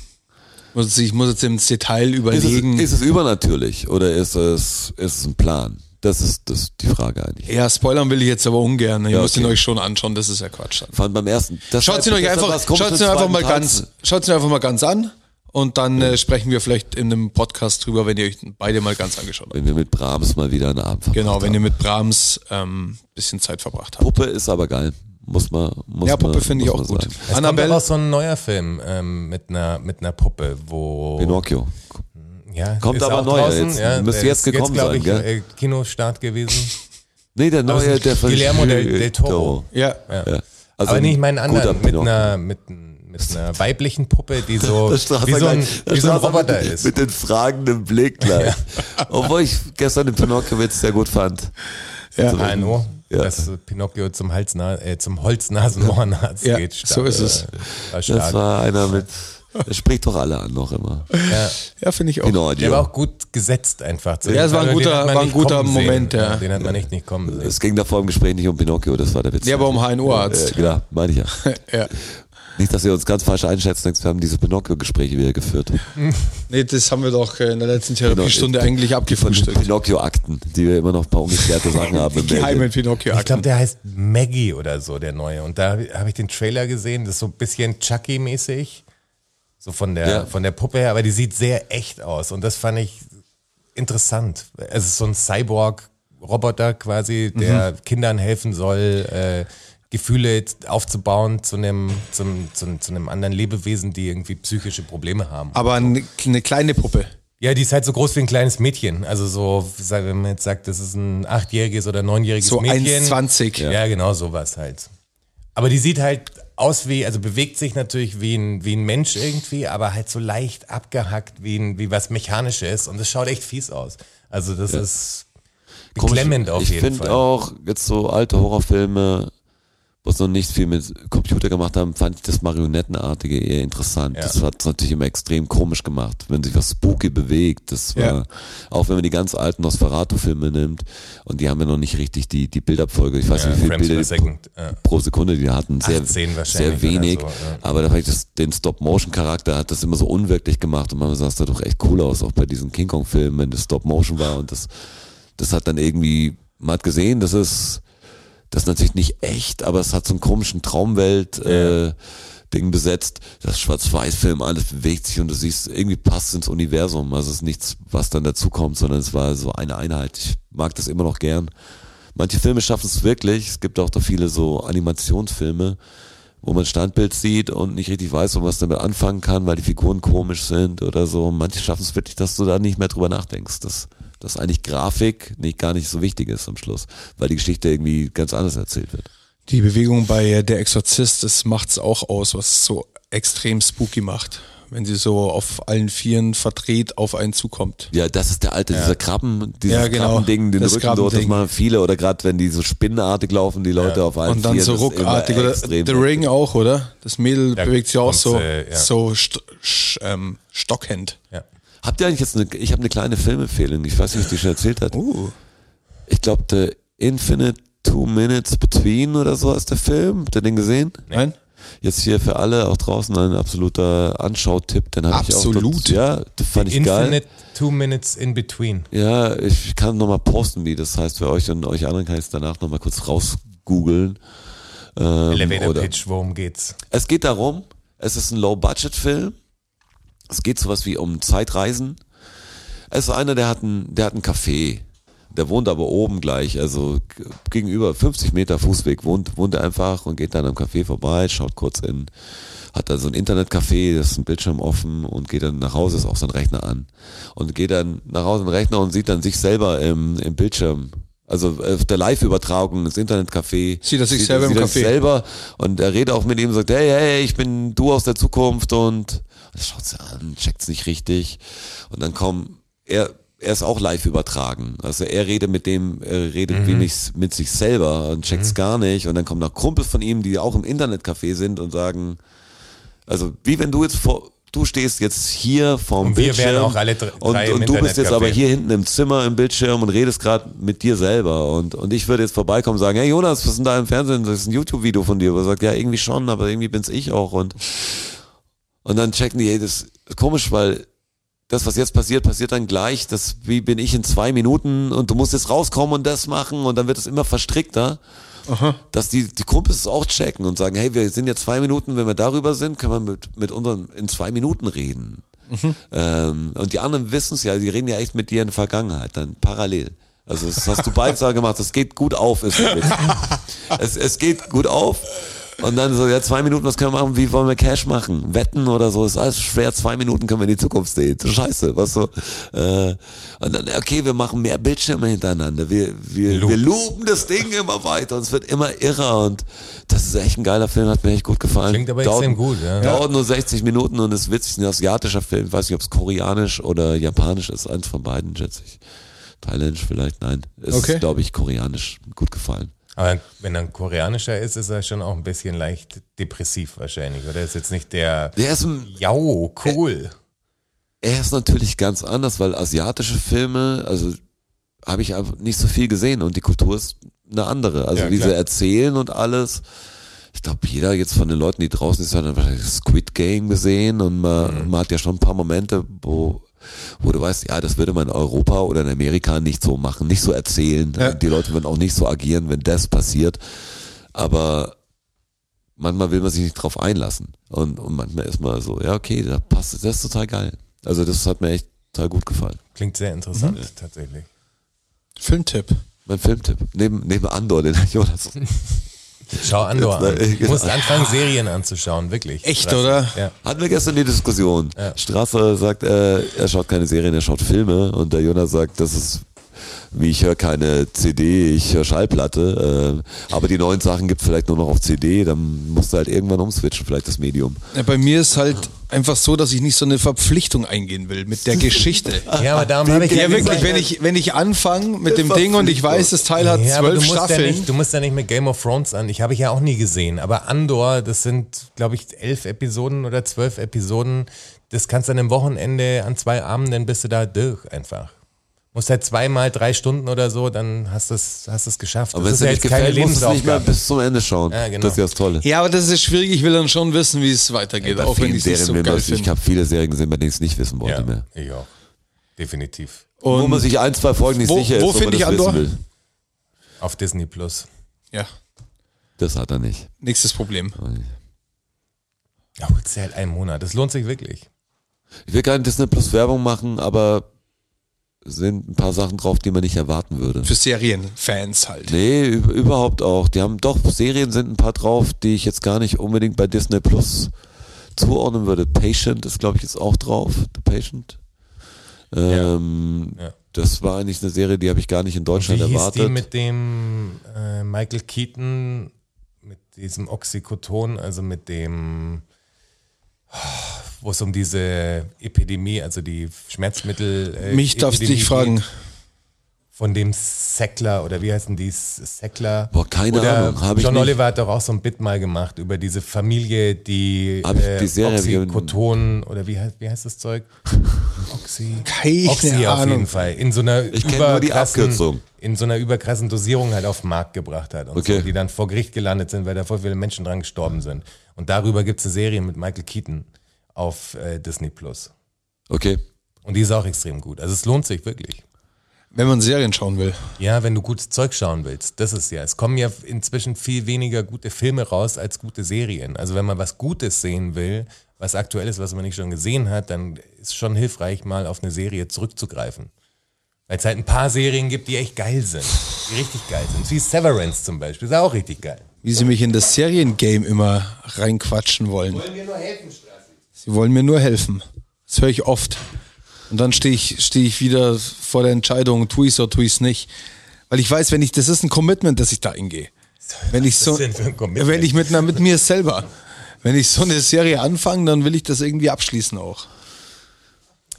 [SPEAKER 2] Muss ich ich muss jetzt im Detail überlegen.
[SPEAKER 4] Ist es, ist es übernatürlich oder ist es, ist es ein Plan? Das ist, das ist die Frage eigentlich.
[SPEAKER 2] ja, spoilern will ich jetzt aber ungern. Ihr
[SPEAKER 4] Ja,
[SPEAKER 2] müsst ihn
[SPEAKER 4] okay.
[SPEAKER 2] euch schon anschauen, das ist ja Quatsch. Dann.
[SPEAKER 4] Fand beim ersten. Das
[SPEAKER 2] Schaut sie
[SPEAKER 4] das
[SPEAKER 2] euch
[SPEAKER 4] ist
[SPEAKER 2] einfach,
[SPEAKER 4] was komisch
[SPEAKER 2] schaut
[SPEAKER 4] im
[SPEAKER 2] sie einfach
[SPEAKER 4] zweiten
[SPEAKER 2] mal
[SPEAKER 4] Teil.
[SPEAKER 2] ganz, schaut sie einfach mal ganz an und dann äh, sprechen wir vielleicht in einem Podcast drüber, wenn ihr euch beide mal ganz angeschaut habt.
[SPEAKER 4] Wenn wir mit Brahms mal wieder einen Abend verbracht
[SPEAKER 2] Genau, wenn ihr
[SPEAKER 4] haben.
[SPEAKER 2] mit Brahms ähm, bisschen Zeit verbracht habt.
[SPEAKER 4] Puppe ist aber geil. Muss man, muss
[SPEAKER 2] Ja, Puppe
[SPEAKER 4] man-
[SPEAKER 2] finde ich
[SPEAKER 4] muss
[SPEAKER 2] auch
[SPEAKER 4] man
[SPEAKER 2] gut.
[SPEAKER 4] sagen.
[SPEAKER 3] es kommt
[SPEAKER 2] Annabelle,
[SPEAKER 3] aber auch so ein neuer Film ähm, mit, einer, mit einer Puppe, wo...
[SPEAKER 4] Pinocchio.
[SPEAKER 3] Ja,
[SPEAKER 4] Kommt
[SPEAKER 3] ist
[SPEAKER 4] aber
[SPEAKER 3] auch
[SPEAKER 4] neuer
[SPEAKER 3] draußen,
[SPEAKER 4] jetzt.
[SPEAKER 3] Ja,
[SPEAKER 4] Müsste
[SPEAKER 3] der
[SPEAKER 4] jetzt
[SPEAKER 3] ist
[SPEAKER 4] gekommen
[SPEAKER 3] glaub
[SPEAKER 4] sein,
[SPEAKER 3] ich,
[SPEAKER 4] gell?
[SPEAKER 3] äh, Kinostart gewesen.
[SPEAKER 4] Nee, der
[SPEAKER 3] Aber es
[SPEAKER 4] neue,
[SPEAKER 3] ist
[SPEAKER 4] der von
[SPEAKER 3] Guillermo del- del Toro.
[SPEAKER 2] ja,
[SPEAKER 3] Ja.
[SPEAKER 4] Ja. Also
[SPEAKER 3] aber
[SPEAKER 4] ein
[SPEAKER 3] nicht meinen
[SPEAKER 4] guter
[SPEAKER 3] anderen, mit
[SPEAKER 4] Pinocchio.
[SPEAKER 3] einer, mit, mit einer weiblichen Puppe, die so, wie
[SPEAKER 4] Das
[SPEAKER 3] so
[SPEAKER 4] strahlt er
[SPEAKER 3] ein,
[SPEAKER 4] gleich- das
[SPEAKER 3] wie so ein
[SPEAKER 4] strahlt er
[SPEAKER 3] Roboter
[SPEAKER 4] mit,
[SPEAKER 3] ist.
[SPEAKER 4] Mit den fragenden Blick gleich. Obwohl ich gestern den Pinocchio-Witz sehr gut fand.
[SPEAKER 2] ja,
[SPEAKER 3] Ein Ohr,
[SPEAKER 4] Ja.
[SPEAKER 3] dass Pinocchio zum Hals, äh, zum Holznasenmohrnarzt
[SPEAKER 2] Ja,
[SPEAKER 3] geht.
[SPEAKER 2] so ist es.
[SPEAKER 3] Äh, war
[SPEAKER 4] Das
[SPEAKER 3] stark.
[SPEAKER 4] war einer mit, er spricht doch alle an noch immer.
[SPEAKER 3] ja.
[SPEAKER 2] ja finde ich auch.
[SPEAKER 4] Pinocchio.
[SPEAKER 3] Der war auch gut gesetzt einfach. Zu
[SPEAKER 2] Ja,
[SPEAKER 3] dem
[SPEAKER 2] es war ein
[SPEAKER 3] Teil, den
[SPEAKER 2] guter-
[SPEAKER 3] hat man
[SPEAKER 2] war ein
[SPEAKER 3] nicht
[SPEAKER 2] guter
[SPEAKER 3] kommen
[SPEAKER 2] Moment,
[SPEAKER 3] sehen.
[SPEAKER 2] ja.
[SPEAKER 3] Den hat man echt nicht kommen sehen.
[SPEAKER 4] Es ging davor im Gespräch nicht um Pinocchio, das war der Witz.
[SPEAKER 2] Ja, aber um HNO-Arzt.
[SPEAKER 4] Äh, genau, meine ich ja.
[SPEAKER 2] Ja.
[SPEAKER 4] Nicht, dass ihr uns ganz falsch einschätzen, denkt, wir haben diese Pinocchio-Gespräche wieder geführt.
[SPEAKER 2] Nee, das haben wir doch äh, in der letzten Therapiestunde
[SPEAKER 4] Genau, äh,
[SPEAKER 2] eigentlich abgefrühstückt.
[SPEAKER 4] Pinocchio-Akten, die wir immer noch ein paar ungeklärte Sachen haben. im
[SPEAKER 2] Geheimen
[SPEAKER 4] Mail.
[SPEAKER 2] pinocchio
[SPEAKER 3] Ich glaube, der heißt Maggie oder so, der neue. Und da habe ich den Trailer gesehen, das ist so ein bisschen Chucky-mäßig. So von der,
[SPEAKER 4] Ja.
[SPEAKER 3] von der Puppe her, aber die sieht sehr echt aus. Und das fand ich interessant. Es ist so ein Cyborg-Roboter quasi, der
[SPEAKER 2] Mhm.
[SPEAKER 3] Kindern helfen soll, äh, Gefühle aufzubauen zu einem, zum, zum, zu einem anderen Lebewesen, die irgendwie psychische Probleme haben.
[SPEAKER 2] Aber eine, eine kleine Puppe.
[SPEAKER 3] Ja, die ist halt so groß wie ein kleines Mädchen. Also so, wenn man jetzt sagt, das ist ein achtjähriges oder neunjähriges
[SPEAKER 2] So
[SPEAKER 3] Mädchen.
[SPEAKER 2] 1,20.
[SPEAKER 3] Ja. genau, sowas halt. Aber die sieht halt aus wie, also bewegt sich natürlich wie ein, wie ein Mensch irgendwie, aber halt so leicht abgehackt wie, ein, wie was Mechanisches und das schaut echt fies aus. Also das ist beklemmend auf
[SPEAKER 4] ich
[SPEAKER 3] jeden
[SPEAKER 4] find
[SPEAKER 3] Fall.
[SPEAKER 4] auch jetzt so alte Horrorfilme, was noch nicht viel mit Computer gemacht haben, fand ich das Marionettenartige eher interessant.
[SPEAKER 3] Ja.
[SPEAKER 4] Das hat es natürlich immer extrem komisch gemacht, wenn sich was spooky bewegt. Das war,
[SPEAKER 2] Ja.
[SPEAKER 4] auch wenn man die ganz alten Nosferatu-Filme nimmt und die haben ja noch nicht richtig die, die Bildabfolge. Ich weiß
[SPEAKER 3] ja,
[SPEAKER 4] nicht, wie viele
[SPEAKER 3] Frames per
[SPEAKER 4] Bilder die pro,
[SPEAKER 3] second. Ja.
[SPEAKER 4] pro Sekunde die hatten. Sehr,
[SPEAKER 3] 18 wahrscheinlich
[SPEAKER 4] sehr wenig.
[SPEAKER 3] oder so, ja.
[SPEAKER 4] Aber da fand ich das, den Stop-Motion-Charakter hat das immer so unwirklich gemacht und man sah es da doch echt cool aus, auch bei diesen King Kong-Filmen, wenn das Stop-Motion war und das das hat dann irgendwie, man hat gesehen, das ist, das ist natürlich nicht echt, aber es hat so einen komischen Traumwelt, äh, Ding besetzt, das Schwarz-Weiß-Film, alles bewegt sich und du siehst, irgendwie passt ins Universum. Also es ist nichts, was dann dazukommt, sondern es war so eine Einheit. Ich mag das immer noch gern. Manche Filme schaffen es wirklich. Es gibt auch da viele so Animationsfilme, wo man Standbild sieht und nicht richtig weiß, wo man was damit anfangen kann, weil die Figuren komisch sind oder so. Manche schaffen es wirklich, dass du da nicht mehr drüber nachdenkst, dass, dass eigentlich Grafik nicht gar nicht so wichtig ist am Schluss, weil die Geschichte irgendwie ganz anders erzählt wird.
[SPEAKER 2] Die Bewegung bei äh, Der Exorzist, das macht's auch aus, was es so extrem spooky macht. Wenn sie so auf allen Vieren verdreht auf einen zukommt.
[SPEAKER 4] Ja, das ist der alte, dieser Krabben, dieses
[SPEAKER 2] Ja, genau.
[SPEAKER 4] Krabbending, den
[SPEAKER 2] Das
[SPEAKER 4] Rücken dort, das
[SPEAKER 2] Krabbending.
[SPEAKER 4] machen viele oder gerade wenn die so spinnenartig laufen, die Leute auf allen
[SPEAKER 2] Und dann
[SPEAKER 4] Vieren,
[SPEAKER 2] so
[SPEAKER 4] das ist immer
[SPEAKER 2] ruckartig. Oder
[SPEAKER 4] extrem
[SPEAKER 2] The Ring auch, oder? Das Mädel
[SPEAKER 3] Ja,
[SPEAKER 2] bewegt sich auch
[SPEAKER 3] und,
[SPEAKER 2] so,
[SPEAKER 3] äh, ja.
[SPEAKER 2] so st sch ähm, stockhend.
[SPEAKER 3] Ja.
[SPEAKER 4] Habt ihr eigentlich jetzt eine, ich habe eine kleine Filmempfehlung, ich weiß nicht, ob ich die schon erzählt hat.
[SPEAKER 2] Oh.
[SPEAKER 3] Uh.
[SPEAKER 4] Ich glaube, The Infinite Two Minutes Between oder so ist der Film. Habt ihr den gesehen?
[SPEAKER 2] Nein?
[SPEAKER 4] Jetzt hier für alle auch draußen ein absoluter Anschautipp. Den habe ich auch.
[SPEAKER 2] Absolut.
[SPEAKER 4] Ja, das fand ich geil.
[SPEAKER 3] Infinite Two Minutes in Between.
[SPEAKER 4] Ja, ich kann nochmal posten, wie das heißt für euch und euch anderen kann ich es danach nochmal kurz rausgoogeln. Ähm,
[SPEAKER 3] Elevator
[SPEAKER 4] oder-
[SPEAKER 3] Pitch, worum geht's?
[SPEAKER 4] Es geht darum, es ist ein Low-Budget-Film. Es geht sowas wie um Zeitreisen. Es ist einer, der hat ein, der hat ein Café. Der wohnt aber oben gleich, also g- gegenüber 50 Meter Fußweg wohnt, wohnt er einfach und geht dann am Café vorbei, schaut kurz in, hat dann so ein Internetcafé, das ist ein Bildschirm offen und geht dann nach Hause, ist auch sein Rechner an. Und geht dann nach Hause in den Rechner und sieht dann sich selber im, im Bildschirm. Also auf der Live-Übertragung, das Internetcafé.
[SPEAKER 2] Sieht er sich selber im
[SPEAKER 4] sieht er
[SPEAKER 2] Café.
[SPEAKER 4] Sich selber und er redet auch mit ihm, sagt, hey, hey, ich bin du aus der Zukunft und er schaut sie an, checkt's nicht richtig. Und dann kommen, er, er ist auch live übertragen. Also er redet mit dem, er
[SPEAKER 2] Mhm.
[SPEAKER 4] redet wenig mit sich selber und checkt's gar nicht. Und dann kommen noch Kumpel von ihm, die auch im Internetcafé sind und sagen, also wie wenn du jetzt vor, du stehst jetzt hier vorm
[SPEAKER 3] Und wir wären
[SPEAKER 4] Bildschirm
[SPEAKER 3] auch alle dr-
[SPEAKER 4] und,
[SPEAKER 3] drei im
[SPEAKER 4] und du bist jetzt
[SPEAKER 3] Internetcafé.
[SPEAKER 4] aber hier hinten im Zimmer im Bildschirm und redest gerade mit dir selber und, und ich würde jetzt vorbeikommen und sagen, hey Jonas, was ist denn da im Fernsehen? Das ist ein YouTube-Video von dir. Und er sagt, ja irgendwie schon, aber irgendwie bin's ich auch und und dann checken die, hey, das ist komisch, weil das, was jetzt passiert, passiert dann gleich. Das, wie bin ich in zwei Minuten und du musst jetzt rauskommen und das machen und dann wird es immer verstrickter. Dass die, die Kumpels es auch checken und sagen, hey, wir sind ja zwei Minuten, wenn wir darüber sind, können wir mit, mit unseren in zwei Minuten reden. Ähm, und die anderen wissen es ja, die reden ja echt mit dir in der Vergangenheit, dann parallel. Also das hast du beides da gemacht, das geht gut auf. Ist der Witz. es, es geht gut auf. Und dann so, ja, zwei Minuten, was können wir machen? Wie wollen wir Cash machen? Wetten oder so, ist alles schwer. Zwei Minuten können wir in die Zukunft sehen. Scheiße, was so. Äh, und dann, okay, wir machen mehr Bildschirme hintereinander. Wir, wir, wir loopen das Ding immer weiter und es wird immer irrer. Und das ist echt ein geiler Film, hat mir echt gut gefallen.
[SPEAKER 3] Klingt aber extrem gut, ja.
[SPEAKER 4] Dauert nur 60 Minuten und ist witzig, ein asiatischer Film. Ich weiß nicht, ob es koreanisch oder japanisch ist. Eins von beiden, schätze ich. Thailändisch vielleicht, nein. Es
[SPEAKER 2] Okay.
[SPEAKER 4] ist, glaube ich, koreanisch. Gut gefallen.
[SPEAKER 3] Aber wenn er ein koreanischer ist, ist er schon auch ein bisschen leicht depressiv wahrscheinlich, oder? Ist jetzt nicht der
[SPEAKER 4] Der ist ein
[SPEAKER 3] Ja, cool.
[SPEAKER 4] Er ist natürlich ganz anders, weil asiatische Filme, also habe ich einfach nicht so viel gesehen und die Kultur ist eine andere. Also
[SPEAKER 3] Ja,
[SPEAKER 4] wie sie
[SPEAKER 3] klar.
[SPEAKER 4] erzählen und alles. Ich glaube, jeder jetzt von den Leuten, die draußen sind, hat dann wahrscheinlich Squid Game gesehen und man,
[SPEAKER 3] Mhm.
[SPEAKER 4] man hat ja schon ein paar Momente, wo, wo du weißt, ja, das würde man in Europa oder in Amerika nicht so machen, nicht so erzählen. Die Leute würden auch nicht so agieren, wenn das passiert. Aber manchmal will man sich nicht drauf einlassen. Und, und manchmal ist man so, ja, okay, da passt, das ist total geil. Also das hat mir echt total gut gefallen.
[SPEAKER 3] Klingt sehr interessant,
[SPEAKER 2] Mhm.
[SPEAKER 3] tatsächlich.
[SPEAKER 2] Filmtipp.
[SPEAKER 4] Mein Filmtipp. Neben, neben Andor, den hat Jonas.
[SPEAKER 3] Schau Andor an.
[SPEAKER 4] Jetzt,
[SPEAKER 3] Du
[SPEAKER 4] ne,
[SPEAKER 3] musst
[SPEAKER 4] genau.
[SPEAKER 3] anfangen, Serien anzuschauen, wirklich.
[SPEAKER 2] äh, Echt,
[SPEAKER 3] Krass.
[SPEAKER 2] oder?
[SPEAKER 3] Ja.
[SPEAKER 4] Hatten wir gestern die Diskussion. Strasser sagt, äh, er schaut keine Serien, er schaut Filme. Und der Jonas sagt, das ist wie ich höre keine CD, ich höre Schallplatte. Äh, aber die neuen Sachen gibt vielleicht nur noch auf CD, dann musst du halt irgendwann umswitchen, vielleicht das Medium.
[SPEAKER 2] Ja, bei mir ist halt einfach so, dass ich nicht so eine Verpflichtung eingehen will mit der Geschichte.
[SPEAKER 3] Ja, aber darum habe ich
[SPEAKER 2] Ja, wirklich,
[SPEAKER 3] gesagt,
[SPEAKER 2] wenn ich, wenn ich anfange mit dem Ding und ich weiß, das Teil hat
[SPEAKER 3] halt ja, aber
[SPEAKER 2] zwölf
[SPEAKER 3] du musst Ja
[SPEAKER 2] Staffeln.
[SPEAKER 3] nicht, du musst ja nicht mit Game of Thrones an. Ich habe ich ja auch nie gesehen. Aber Andor, das sind, glaube ich, elf Episoden oder zwölf Episoden. Das kannst du an einem Wochenende, an zwei Abenden bist du da durch einfach. Musst halt zweimal drei Stunden oder so, dann hast du es hast du's geschafft.
[SPEAKER 4] Aber wenn es dir nicht gefällt, musst du es nicht mehr bis zum Ende schauen.
[SPEAKER 3] Ja, genau.
[SPEAKER 4] Das ist ja das Tolle.
[SPEAKER 2] ja, aber das ist schwierig. Ich will dann schon wissen, wie es weitergeht,
[SPEAKER 4] Bei
[SPEAKER 2] auch wenn ich
[SPEAKER 4] vielen
[SPEAKER 2] es
[SPEAKER 4] Serien
[SPEAKER 2] so
[SPEAKER 4] will man
[SPEAKER 2] geil
[SPEAKER 4] es nicht. Ich
[SPEAKER 2] finde.
[SPEAKER 4] habe viele Serien gesehen, bei denen ich es nicht wissen wollte
[SPEAKER 3] ja,
[SPEAKER 4] mehr.
[SPEAKER 3] ich auch. Definitiv.
[SPEAKER 4] Wo man
[SPEAKER 2] Und
[SPEAKER 4] sich ein, zwei Folgen nicht
[SPEAKER 2] Wo-
[SPEAKER 4] sicher
[SPEAKER 2] wo
[SPEAKER 4] ist, ob man
[SPEAKER 2] finde ich
[SPEAKER 4] das wissen
[SPEAKER 2] Andor?
[SPEAKER 4] will.
[SPEAKER 3] Auf Disney Plus.
[SPEAKER 2] ja,
[SPEAKER 4] Das hat er nicht.
[SPEAKER 2] nächstes Problem.
[SPEAKER 3] Ja, holst dir halt einen Monat. Das lohnt sich wirklich.
[SPEAKER 4] Ich will keine Disney Plus Werbung machen, aber sind ein paar Sachen drauf, die man nicht erwarten würde.
[SPEAKER 2] Für Serienfans halt.
[SPEAKER 4] Nee, üb- überhaupt auch. Die haben doch, Serien sind ein paar drauf, die ich jetzt gar nicht unbedingt bei Disney Plus zuordnen würde. Patient ist, glaube ich, jetzt auch drauf. The Patient. Ähm,
[SPEAKER 3] Ja.
[SPEAKER 4] Das war eigentlich eine Serie, die habe ich gar nicht in
[SPEAKER 3] Wie
[SPEAKER 4] Deutschland
[SPEAKER 3] hieß die
[SPEAKER 4] erwartet.
[SPEAKER 3] mit dem äh, Michael Keaton, mit diesem Oxycoton, also mit dem, oh, wo es um diese Epidemie, also die Schmerzmittel. Äh,
[SPEAKER 2] Mich darfst du
[SPEAKER 3] Epidemie
[SPEAKER 2] dich fragen.
[SPEAKER 3] geht, Von dem Sackler, oder wie heißen die? Sackler.
[SPEAKER 4] Boah, keine
[SPEAKER 3] oder
[SPEAKER 4] Ahnung, hab ich
[SPEAKER 3] John
[SPEAKER 4] nicht.
[SPEAKER 3] Oliver hat doch auch so ein Bit mal gemacht über diese Familie, die,
[SPEAKER 4] Hab ich- die Serie hab ich-
[SPEAKER 3] Oxycoton, oder wie, heißt- wie heißt das Zeug? Oxy.
[SPEAKER 2] Keine
[SPEAKER 3] Oxy auf
[SPEAKER 2] Ahnung.
[SPEAKER 3] jeden Fall. In so einer
[SPEAKER 4] Ich kenn nur die
[SPEAKER 3] überkrassen-
[SPEAKER 4] Abkürzung.
[SPEAKER 3] In so einer überkrassen Dosierung halt auf den Markt gebracht hat. Und
[SPEAKER 4] Okay.
[SPEAKER 3] so, die dann vor Gericht gelandet sind, weil da voll viele Menschen dran gestorben sind. Und darüber gibt es eine Serie mit Michael Keaton auf äh, Disney Plus.
[SPEAKER 4] Okay.
[SPEAKER 3] Und die ist auch extrem gut. Also es lohnt sich wirklich.
[SPEAKER 2] Wenn man Serien schauen will.
[SPEAKER 3] Ja, wenn du gutes Zeug schauen willst, das ist ja. Es kommen ja inzwischen viel weniger gute Filme raus als gute Serien. Also wenn man was Gutes sehen will, was aktuell ist, was man nicht schon gesehen hat, dann ist schon hilfreich, mal auf eine Serie zurückzugreifen. Weil es halt ein paar Serien gibt, die echt geil sind. Die richtig geil sind. Wie Severance zum Beispiel. Ist auch richtig geil.
[SPEAKER 2] Wie sie mich in das Seriengame immer reinquatschen wollen.
[SPEAKER 3] Wollen wir nur helfen, Straße?
[SPEAKER 2] Sie wollen mir nur helfen. Das höre ich oft. Und dann stehe ich, stehe ich wieder vor der Entscheidung, tue ich es oder tue ich es nicht. Weil ich weiß, wenn ich, das ist ein Commitment, dass ich da hingehe. Wenn ich so,
[SPEAKER 3] Was ist denn für ein Commitment?
[SPEAKER 2] wenn ich mit, einer, mit mir selber, wenn ich so eine Serie anfange, dann will ich das irgendwie abschließen auch.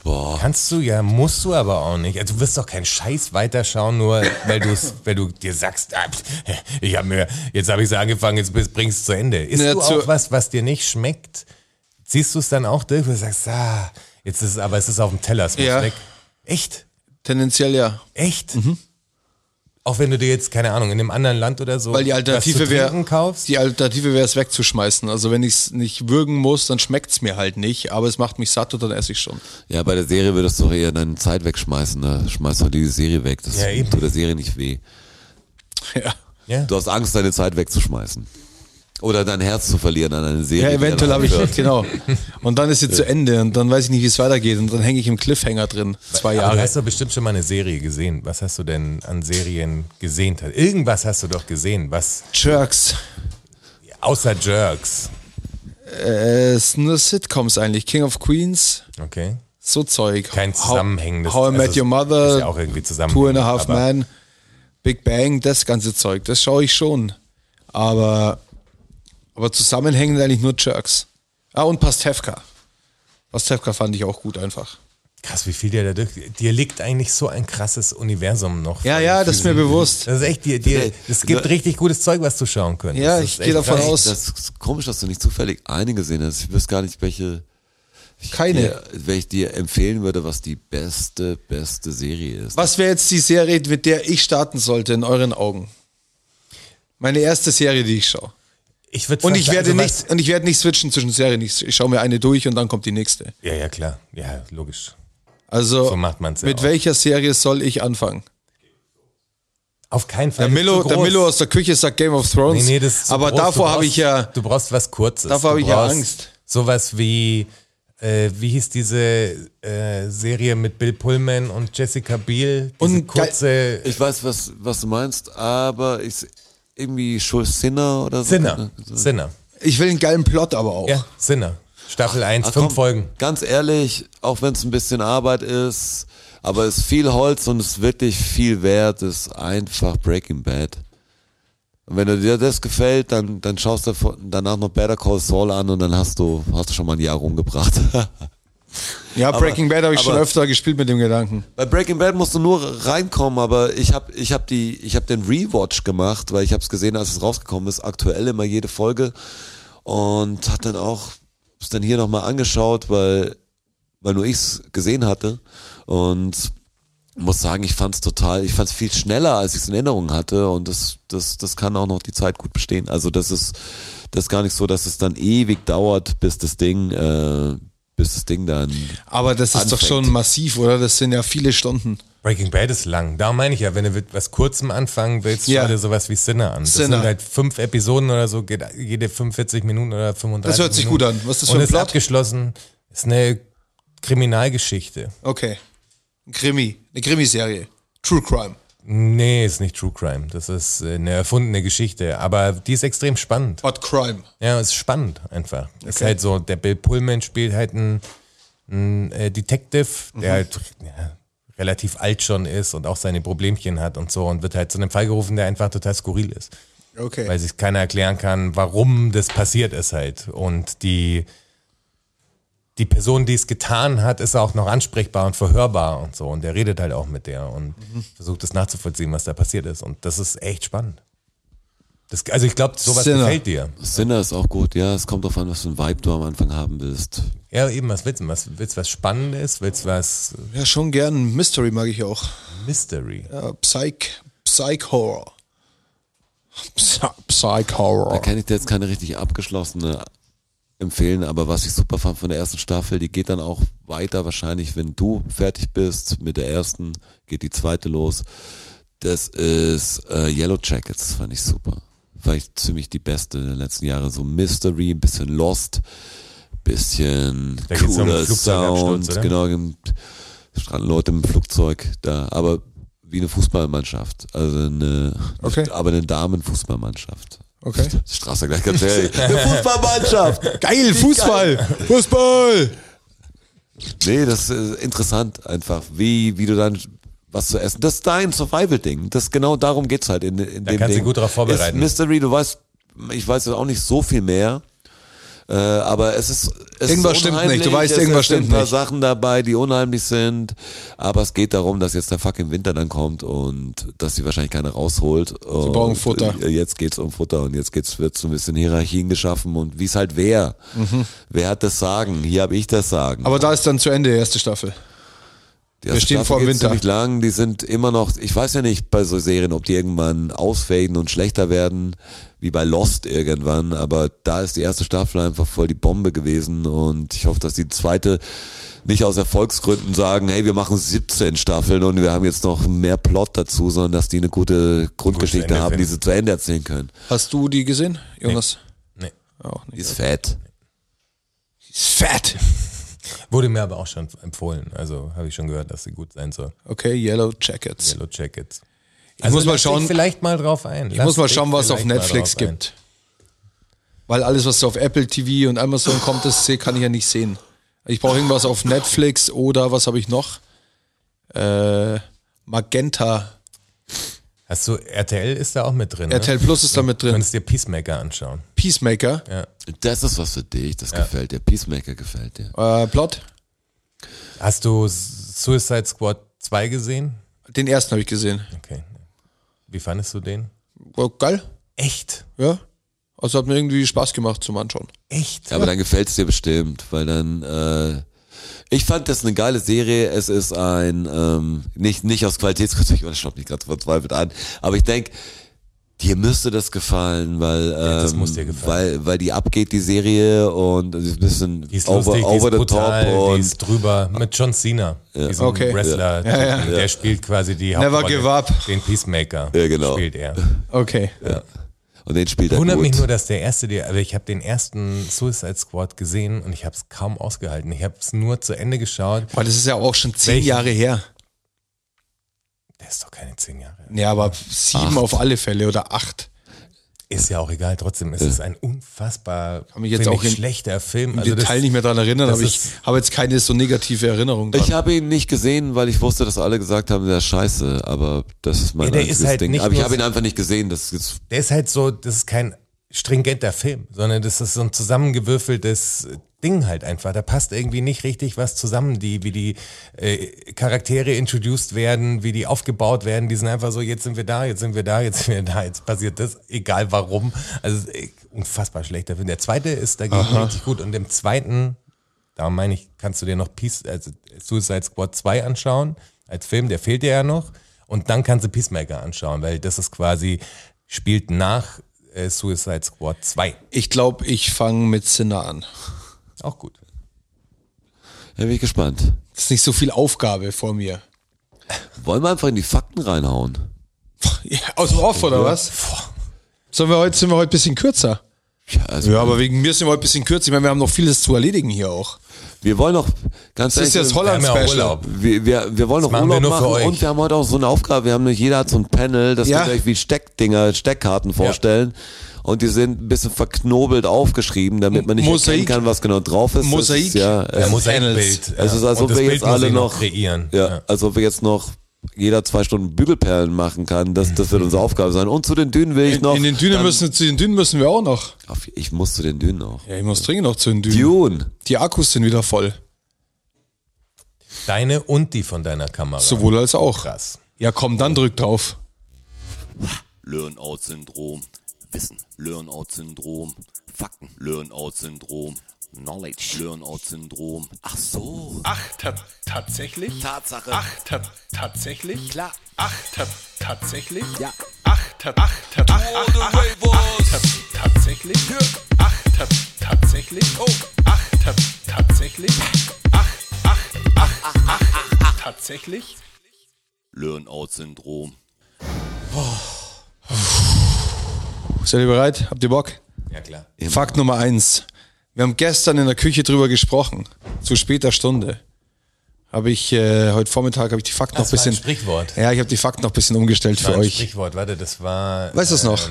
[SPEAKER 4] Boah.
[SPEAKER 3] Kannst du ja, musst du aber auch nicht. Also du wirst doch keinen Scheiß weiterschauen, nur weil du weil du dir sagst, ah, pf, ich habe mir, jetzt habe ich es angefangen, jetzt bist- bringst du es zu Ende. Ist
[SPEAKER 2] Ja,
[SPEAKER 3] du
[SPEAKER 2] zu-
[SPEAKER 3] auch was, was dir nicht schmeckt, ziehst du es dann auch durch, wo du sagst, ah, jetzt ist es, aber es ist auf dem Teller, es muss
[SPEAKER 2] Ja. Mhm.
[SPEAKER 3] weg. Echt?
[SPEAKER 2] Tendenziell ja.
[SPEAKER 3] Echt? Auch wenn du dir jetzt, keine Ahnung, in einem anderen Land oder so
[SPEAKER 2] Weil die
[SPEAKER 3] was
[SPEAKER 2] Alternative
[SPEAKER 3] zu trinken
[SPEAKER 2] wäre,
[SPEAKER 3] kaufst.
[SPEAKER 2] die Alternative wäre es wegzuschmeißen. Also wenn ich es nicht würgen muss, dann schmeckt es mir halt nicht, aber es macht mich satt und dann esse ich schon.
[SPEAKER 4] Ja, bei der Serie würdest du doch eher deine Zeit wegschmeißen. Ne? Schmeißt doch die Serie weg. Das
[SPEAKER 3] Ja, eben.
[SPEAKER 4] tut der Serie nicht weh.
[SPEAKER 2] Ja,
[SPEAKER 3] ja.
[SPEAKER 4] Du hast Angst, deine Zeit wegzuschmeißen. Oder dein Herz zu verlieren an eine Serie.
[SPEAKER 2] ja
[SPEAKER 4] die
[SPEAKER 2] eventuell
[SPEAKER 4] dann
[SPEAKER 2] habe ich,
[SPEAKER 4] aufhört.
[SPEAKER 2] genau. Und dann ist sie zu Ende und dann weiß ich nicht, wie es weitergeht und dann hänge ich im Cliffhanger drin. Zwei
[SPEAKER 3] Aber du
[SPEAKER 2] Jahre.
[SPEAKER 3] hast doch bestimmt schon mal eine Serie gesehen. Was hast du denn an Serien gesehen? Irgendwas hast du doch gesehen, was
[SPEAKER 2] Jerks.
[SPEAKER 3] außer Jerks.
[SPEAKER 2] Äh, es sind nur Sitcoms eigentlich. King of Queens,
[SPEAKER 3] Okay.
[SPEAKER 2] so Zeug.
[SPEAKER 3] Kein zusammenhängendes.
[SPEAKER 2] How, How I Met
[SPEAKER 3] also,
[SPEAKER 2] Your
[SPEAKER 3] Ist
[SPEAKER 2] Mother,
[SPEAKER 3] ja auch irgendwie zusammen.
[SPEAKER 2] Two and a Half Man, Big Bang, das ganze Zeug. Das schaue ich schon. Aber, aber zusammenhängend eigentlich nur Jerks. Ah, und Pastewka. Pastewka fand ich auch gut einfach.
[SPEAKER 3] Krass, wie viel dir da durch. Dir liegt eigentlich so ein krasses Universum noch.
[SPEAKER 2] Ja,
[SPEAKER 3] vor
[SPEAKER 2] ja,
[SPEAKER 3] den
[SPEAKER 2] das ist mir
[SPEAKER 3] Füßen.
[SPEAKER 2] bewusst.
[SPEAKER 3] Das ist echt dir. dir es gibt richtig gutes Zeug, was du schauen könntest.
[SPEAKER 2] Ja,
[SPEAKER 3] Das
[SPEAKER 2] ich
[SPEAKER 3] ist
[SPEAKER 2] gehe
[SPEAKER 3] echt
[SPEAKER 2] davon
[SPEAKER 3] krass.
[SPEAKER 2] aus.
[SPEAKER 4] Das ist komisch, dass du nicht zufällig eine gesehen hast. Ich wüsste gar nicht, welche. Ich
[SPEAKER 2] Keine.
[SPEAKER 4] Dir, welche ich dir empfehlen würde, was die beste, beste Serie ist.
[SPEAKER 2] Was wäre jetzt die Serie, mit der ich starten sollte, in euren Augen? Meine erste Serie, die ich schaue.
[SPEAKER 3] Ich würd
[SPEAKER 2] Und
[SPEAKER 3] fast
[SPEAKER 2] ich
[SPEAKER 3] sagen,
[SPEAKER 2] werde
[SPEAKER 3] also
[SPEAKER 2] nicht, und ich werde nicht switchen zwischen Serien. Ich, ich schaue mir eine durch und dann kommt die nächste.
[SPEAKER 3] Was, ja, ja, klar. Ja, logisch.
[SPEAKER 2] Also,
[SPEAKER 3] So macht man's ja
[SPEAKER 2] mit
[SPEAKER 3] auch.
[SPEAKER 2] welcher Serie soll ich anfangen?
[SPEAKER 3] Auf keinen Fall.
[SPEAKER 2] Der
[SPEAKER 3] das ist
[SPEAKER 2] Milo,
[SPEAKER 3] zu
[SPEAKER 2] der
[SPEAKER 3] groß.
[SPEAKER 2] Milo aus der Küche sagt Game of Thrones.
[SPEAKER 3] Nee, nee, das ist zu
[SPEAKER 2] aber
[SPEAKER 3] groß.
[SPEAKER 2] davor
[SPEAKER 3] Du
[SPEAKER 2] habe ich
[SPEAKER 3] brauchst-
[SPEAKER 2] ja.
[SPEAKER 3] Du brauchst was Kurzes.
[SPEAKER 2] Davor
[SPEAKER 3] Du
[SPEAKER 2] habe ich ja
[SPEAKER 3] brauchst
[SPEAKER 2] Angst.
[SPEAKER 3] Sowas wie, äh, wie hieß diese äh, Serie mit Bill Pullman und Jessica Biel? Diese
[SPEAKER 2] Und geil-
[SPEAKER 3] kurze.
[SPEAKER 4] Ich weiß, was, was du meinst, aber ich, irgendwie Schulz Sinner oder so.
[SPEAKER 3] Sinner. Sinner.
[SPEAKER 2] Ich will einen geilen Plot aber auch.
[SPEAKER 3] Ja, Sinner. Staffel 1,
[SPEAKER 4] Ach,
[SPEAKER 3] fünf
[SPEAKER 4] komm,
[SPEAKER 3] Folgen.
[SPEAKER 4] Ganz ehrlich, auch wenn es ein bisschen Arbeit ist, aber es ist viel Holz und es ist wirklich viel wert, es ist einfach Breaking Bad. Und wenn dir das gefällt, dann, dann schaust du von- danach noch Better Call Saul an und dann hast du, hast du schon mal ein Jahr rumgebracht.
[SPEAKER 2] Ja, Breaking Bad habe ich schon
[SPEAKER 4] aber-
[SPEAKER 2] öfter gespielt mit dem Gedanken.
[SPEAKER 4] Bei Breaking Bad musst du nur reinkommen, aber ich habe ich hab die ich hab den Rewatch gemacht, weil ich habe es gesehen, als es rausgekommen ist, aktuell immer jede Folge und hat dann auch es dann hier nochmal angeschaut, weil weil nur ich es gesehen hatte und muss sagen, ich fand es total, ich fand es viel schneller, als ich es in Erinnerung hatte und das das das kann auch noch die Zeit gut bestehen. Also das ist das ist gar nicht so, dass es dann ewig dauert, bis das Ding äh, bis das Ding dann
[SPEAKER 2] Aber das ist doch
[SPEAKER 4] Anfängt.
[SPEAKER 2] schon massiv, oder? Das sind ja viele Stunden.
[SPEAKER 3] Breaking Bad ist lang. Da meine ich ja, wenn du mit was Kurzem anfangen willst, schau
[SPEAKER 2] Ja.
[SPEAKER 3] dir sowas wie Sinner an. Das
[SPEAKER 2] Sinner.
[SPEAKER 3] sind halt fünf Episoden oder so, geht jede 45 Minuten oder 35
[SPEAKER 2] Das hört sich
[SPEAKER 3] Minuten.
[SPEAKER 2] gut an. Was ist das für
[SPEAKER 3] Und
[SPEAKER 2] ein
[SPEAKER 3] ist
[SPEAKER 2] Plot?
[SPEAKER 3] abgeschlossen. Ist eine Kriminalgeschichte.
[SPEAKER 2] Okay. Ein Krimi. Eine Krimiserie. True Crime.
[SPEAKER 3] Nee, ist nicht True Crime. Das ist äh, eine erfundene Geschichte. Aber die ist extrem spannend.
[SPEAKER 2] But Crime.
[SPEAKER 3] Ja, es ist spannend einfach. Es ist halt so, der Bill Pullman spielt halt einen, einen äh, Detective, der halt ja, relativ alt schon ist und auch seine Problemchen hat und so und wird halt zu einem Fall gerufen, der einfach total skurril ist.
[SPEAKER 2] Okay.
[SPEAKER 3] Weil sich keiner erklären kann, warum das passiert ist halt. Und die, die Person, die es getan hat, ist auch noch ansprechbar und verhörbar und so. Und der redet halt auch mit der und versucht es nachzuvollziehen, was da passiert ist. Und das ist echt spannend. Das, also ich glaube, sowas
[SPEAKER 2] Sinner.
[SPEAKER 3] gefällt dir.
[SPEAKER 4] Sinner ist auch gut, ja. Es kommt drauf an, was für ein Vibe du am Anfang haben willst.
[SPEAKER 3] Ja, eben, was willst du? Was, willst du was Spannendes? Willst du was
[SPEAKER 2] ja, schon gern. Mystery mag ich auch.
[SPEAKER 3] Mystery?
[SPEAKER 2] Ja, Psych, Psych Horror. Psy- Psych Horror.
[SPEAKER 4] Da kann ich dir jetzt keine richtig abgeschlossene empfehlen, aber was ich super fand von der ersten Staffel, die geht dann auch weiter wahrscheinlich, wenn du fertig bist mit der ersten, geht die zweite los. Das ist äh, Yellow Jackets, fand ich super. War ich ziemlich die beste der letzten Jahre. So Mystery, ein bisschen Lost, bisschen
[SPEAKER 3] Da geht's um
[SPEAKER 4] cooler
[SPEAKER 3] einen Flugzeugabsturz,
[SPEAKER 4] Sound,
[SPEAKER 3] oder?
[SPEAKER 4] genau, im- stranden Leute im Flugzeug da, aber wie eine Fußballmannschaft, also eine,
[SPEAKER 2] Okay.
[SPEAKER 4] aber eine Damenfußballmannschaft.
[SPEAKER 2] Okay.
[SPEAKER 4] Straße gleich ganz ehrlich. Eine Fußballmannschaft.
[SPEAKER 2] Geil, Fußball! Fußball!
[SPEAKER 4] Nee, das ist interessant einfach, wie, wie du dann was zu essen. Das ist dein Survival-Ding. Das genau darum geht's halt in, in
[SPEAKER 3] Da
[SPEAKER 4] dem
[SPEAKER 3] kannst du
[SPEAKER 4] Ding.
[SPEAKER 3] gut drauf vorbereiten.
[SPEAKER 4] Ist Mystery, du weißt, ich weiß jetzt auch nicht so viel mehr. Äh, aber es ist es
[SPEAKER 2] Irgendwas
[SPEAKER 4] ist
[SPEAKER 2] stimmt
[SPEAKER 4] unheimlich.
[SPEAKER 2] nicht, du weißt,
[SPEAKER 4] es
[SPEAKER 2] irgendwas
[SPEAKER 4] sind
[SPEAKER 2] stimmt
[SPEAKER 4] ein paar
[SPEAKER 2] nicht.
[SPEAKER 4] Sachen dabei, die unheimlich sind. Aber es geht darum, dass jetzt der fucking Winter dann kommt und dass sie wahrscheinlich keiner rausholt. Sie
[SPEAKER 2] brauchen Futter.
[SPEAKER 4] Jetzt geht's um Futter und jetzt geht's wird so ein bisschen Hierarchien geschaffen und wie es halt wer.
[SPEAKER 2] Mhm.
[SPEAKER 4] Wer hat das Sagen? Hier habe ich das Sagen.
[SPEAKER 2] Aber da ist dann zu Ende die erste Staffel.
[SPEAKER 4] Die erste
[SPEAKER 2] stehen
[SPEAKER 4] Staffel
[SPEAKER 2] vor dem
[SPEAKER 4] geht
[SPEAKER 2] Winter.
[SPEAKER 4] ziemlich lang, die sind immer noch, ich weiß ja nicht bei so Serien, ob die irgendwann ausfaden und schlechter werden, wie bei Lost irgendwann, aber da ist die erste Staffel einfach voll die Bombe gewesen und ich hoffe, dass die zweite nicht aus Erfolgsgründen sagen, hey, wir machen 17 Staffeln und wir haben jetzt noch mehr Plot dazu, sondern dass die eine gute Grundgeschichte
[SPEAKER 3] Ende
[SPEAKER 4] haben, die
[SPEAKER 3] finden.
[SPEAKER 4] sie zu Ende erzählen können.
[SPEAKER 2] Hast du die gesehen, Jonas?
[SPEAKER 3] Nee.
[SPEAKER 2] Auch
[SPEAKER 4] Die
[SPEAKER 2] nicht.
[SPEAKER 4] ist fett.
[SPEAKER 2] Ist fett!
[SPEAKER 3] Wurde mir aber auch schon empfohlen. Also habe ich schon gehört, dass sie gut sein soll.
[SPEAKER 2] Okay, Yellow Jackets.
[SPEAKER 3] Yellow Jackets.
[SPEAKER 2] Ich muss mal
[SPEAKER 3] Also lass dich
[SPEAKER 2] schauen-
[SPEAKER 3] vielleicht mal drauf ein.
[SPEAKER 2] Ich muss mal schauen, was es auf Netflix gibt. Weil alles, was auf Apple TV und Amazon kommt, das se- kann ich ja nicht sehen. Ich brauche irgendwas auf Netflix oder was habe ich noch? Äh, Magenta.
[SPEAKER 3] Hast du, RTL ist da auch mit drin.
[SPEAKER 2] RTL
[SPEAKER 3] ne?
[SPEAKER 2] Plus ist da mit
[SPEAKER 3] Du
[SPEAKER 2] drin.
[SPEAKER 3] kannst dir Peacemaker anschauen.
[SPEAKER 2] Peacemaker.
[SPEAKER 4] Das ist was für dich, das gefällt dir. Peacemaker gefällt dir.
[SPEAKER 2] Äh, Plot.
[SPEAKER 3] Hast du S- Suicide Squad 2 gesehen?
[SPEAKER 2] Den ersten habe ich gesehen.
[SPEAKER 3] Okay. Wie fandest du den?
[SPEAKER 2] War geil.
[SPEAKER 3] Echt?
[SPEAKER 2] Ja. Also hat mir irgendwie Spaß gemacht zum Anschauen.
[SPEAKER 3] Echt?
[SPEAKER 4] Ja, aber dann gefällt's dir bestimmt, weil dann, äh, ich fand das eine geile Serie. Es ist ein, ähm, nicht, nicht aus Qualitätsgründen, ich schnapp mich gerade verzweifelt an, aber ich denk, dir müsste das gefallen, weil, ähm,
[SPEAKER 3] das muss dir gefallen.
[SPEAKER 4] weil, weil die abgeht, die Serie, und es ist ein bisschen
[SPEAKER 3] Die ist
[SPEAKER 4] over,
[SPEAKER 3] lustig,
[SPEAKER 4] over
[SPEAKER 3] die ist
[SPEAKER 4] the
[SPEAKER 3] brutal,
[SPEAKER 4] top
[SPEAKER 3] die
[SPEAKER 4] und
[SPEAKER 3] ist drüber. Mit John Cena, diesem
[SPEAKER 2] Okay.
[SPEAKER 3] Wrestler. Der spielt quasi die
[SPEAKER 2] Never
[SPEAKER 3] Hauptrolle.
[SPEAKER 2] give up.
[SPEAKER 3] Den Peacemaker
[SPEAKER 4] Ja, genau.
[SPEAKER 3] spielt er.
[SPEAKER 2] Okay.
[SPEAKER 4] und den spielt er
[SPEAKER 3] Wundert
[SPEAKER 4] gut.
[SPEAKER 3] mich nur, dass der erste, der, also ich habe den ersten Suicide Squad gesehen und ich habe es kaum ausgehalten. Ich habe es nur zu Ende geschaut.
[SPEAKER 2] Weil das ist ja auch schon zehn
[SPEAKER 3] Welchen?
[SPEAKER 2] Jahre her.
[SPEAKER 3] Der ist doch keine zehn Jahre.
[SPEAKER 2] Ja, aber sieben
[SPEAKER 4] Acht.
[SPEAKER 2] auf alle Fälle oder acht.
[SPEAKER 3] Ist ja auch egal, trotzdem ist es ein unfassbar
[SPEAKER 2] mich jetzt
[SPEAKER 3] find
[SPEAKER 2] auch
[SPEAKER 3] ich,
[SPEAKER 2] in-
[SPEAKER 3] schlechter Film. Also
[SPEAKER 2] Im Detail
[SPEAKER 3] das-
[SPEAKER 2] nicht mehr daran erinnern,
[SPEAKER 3] das
[SPEAKER 2] aber ich
[SPEAKER 3] ist-
[SPEAKER 2] habe jetzt keine so negative Erinnerung dran.
[SPEAKER 4] Ich habe ihn nicht gesehen, weil ich wusste, dass alle gesagt haben, der ist scheiße, aber das ist mein
[SPEAKER 3] Ja, der
[SPEAKER 4] einziges
[SPEAKER 3] ist halt
[SPEAKER 4] Ding.
[SPEAKER 3] nicht
[SPEAKER 4] Aber ich
[SPEAKER 3] nur
[SPEAKER 4] habe ihn
[SPEAKER 3] so-
[SPEAKER 4] einfach nicht gesehen. Das ist,
[SPEAKER 3] Der ist halt so, das ist kein stringenter Film, sondern das ist so ein zusammengewürfeltes Ding halt einfach. Da passt irgendwie nicht richtig was zusammen, die, wie die äh, Charaktere introduced werden, wie die aufgebaut werden. Die sind einfach so, jetzt sind wir da, jetzt sind wir da, jetzt sind wir da, jetzt passiert das, egal warum. Also äh, unfassbar schlechter Film. Der zweite ist dagegen richtig gut und im zweiten da meine ich, kannst du dir noch Peace, also Suicide Squad 2 anschauen als Film, der fehlt dir ja noch. Und dann kannst du Peacemaker anschauen, weil das ist quasi, spielt nach äh, Suicide Squad 2.
[SPEAKER 2] Ich glaube, ich fange mit Sinner an.
[SPEAKER 3] Auch gut.
[SPEAKER 4] da bin ich gespannt.
[SPEAKER 2] Das ist nicht so viel Aufgabe vor mir.
[SPEAKER 4] Wollen wir einfach in die Fakten reinhauen?
[SPEAKER 2] Ja, aus dem Off oder was? Sollen wir heute, sind wir heute ein bisschen kürzer?
[SPEAKER 4] Ja, also
[SPEAKER 2] Ja, aber wegen mir sind wir heute ein bisschen kürzer. Ich meine, wir haben noch vieles zu erledigen hier auch.
[SPEAKER 4] wir wollen noch ganz
[SPEAKER 2] Das ist ja das
[SPEAKER 4] ehrlich,
[SPEAKER 3] Wir haben ja
[SPEAKER 2] Holland-Special.
[SPEAKER 3] Urlaub.
[SPEAKER 4] wir, wir, wir wollen noch
[SPEAKER 3] machen wir
[SPEAKER 4] Urlaub
[SPEAKER 3] nur für
[SPEAKER 4] machen
[SPEAKER 3] euch.
[SPEAKER 4] und wir haben heute auch so eine Aufgabe. Wir haben nicht jeder hat so ein Panel, das
[SPEAKER 2] Ja.
[SPEAKER 4] könnt ihr euch wie Steckdinger, Steckkarten vorstellen. Und die sind ein bisschen verknobelt aufgeschrieben, damit man nicht
[SPEAKER 2] Mosaik.
[SPEAKER 4] erkennen kann, was genau drauf ist. Das
[SPEAKER 2] Mosaik.
[SPEAKER 4] ist ja,
[SPEAKER 2] Ja,
[SPEAKER 3] Da
[SPEAKER 4] es-
[SPEAKER 3] muss ein
[SPEAKER 2] Panels.
[SPEAKER 3] Bild.
[SPEAKER 4] Es ist, als
[SPEAKER 3] Und
[SPEAKER 4] ob
[SPEAKER 3] das
[SPEAKER 4] wir
[SPEAKER 3] Bild
[SPEAKER 4] jetzt
[SPEAKER 3] muss
[SPEAKER 4] alle
[SPEAKER 3] ich
[SPEAKER 4] noch-
[SPEAKER 3] kreieren.
[SPEAKER 4] Ja, als ob wir jetzt noch jeder zwei Stunden Bügelperlen machen kann, das, das wird unsere Aufgabe sein. Und zu den Dünen will ich
[SPEAKER 2] In,
[SPEAKER 4] noch.
[SPEAKER 2] in den Dünen
[SPEAKER 4] dann-
[SPEAKER 2] müssen, zu den Dünen müssen wir auch noch.
[SPEAKER 4] Auf- Ich muss zu den Dünen auch.
[SPEAKER 2] Ja, ich muss dringend noch zu den Dünen.
[SPEAKER 4] Dune.
[SPEAKER 2] Die Akkus sind wieder voll.
[SPEAKER 3] Deine und die von deiner Kamera.
[SPEAKER 2] Sowohl als auch.
[SPEAKER 3] Krass.
[SPEAKER 2] Ja, komm, dann drück drauf.
[SPEAKER 5] Learn-out-Syndrom, Wissen, Learn-out-Syndrom, Fakten, Learn-out-Syndrom, Knowledge, Learn-out-Syndrom. Ach so.
[SPEAKER 6] Ach, ta tatsächlich?
[SPEAKER 5] Tatsache.
[SPEAKER 6] Ach, ta tatsächlich?
[SPEAKER 5] Klar.
[SPEAKER 6] Ach, ta tatsächlich?
[SPEAKER 5] Ja.
[SPEAKER 6] Ach, ta ach, ta ach, ach, ach, ach, ta tatsächlich? Ach, ta tatsächlich? Oh. Ach, ta tatsächlich? Ach, ach, ach, ach, ach, ach, tatsächlich?
[SPEAKER 5] Learn-out-Syndrom.
[SPEAKER 2] Seid ihr bereit? Habt ihr Bock?
[SPEAKER 3] Ja, klar.
[SPEAKER 2] Fakt Nummer eins. Wir haben gestern in der Küche drüber gesprochen. Zu später Stunde. Habe ich, äh, heute Vormittag habe ich die Fakten noch
[SPEAKER 3] Das
[SPEAKER 2] ein
[SPEAKER 3] war ein
[SPEAKER 2] bisschen.
[SPEAKER 3] Sprichwort.
[SPEAKER 2] ja, ich habe die Fakten noch ein bisschen umgestellt
[SPEAKER 3] Das
[SPEAKER 2] für
[SPEAKER 3] war ein Ähm,
[SPEAKER 2] euch.
[SPEAKER 3] Sprichwort, warte, das war. äh,
[SPEAKER 2] Weißt du es noch?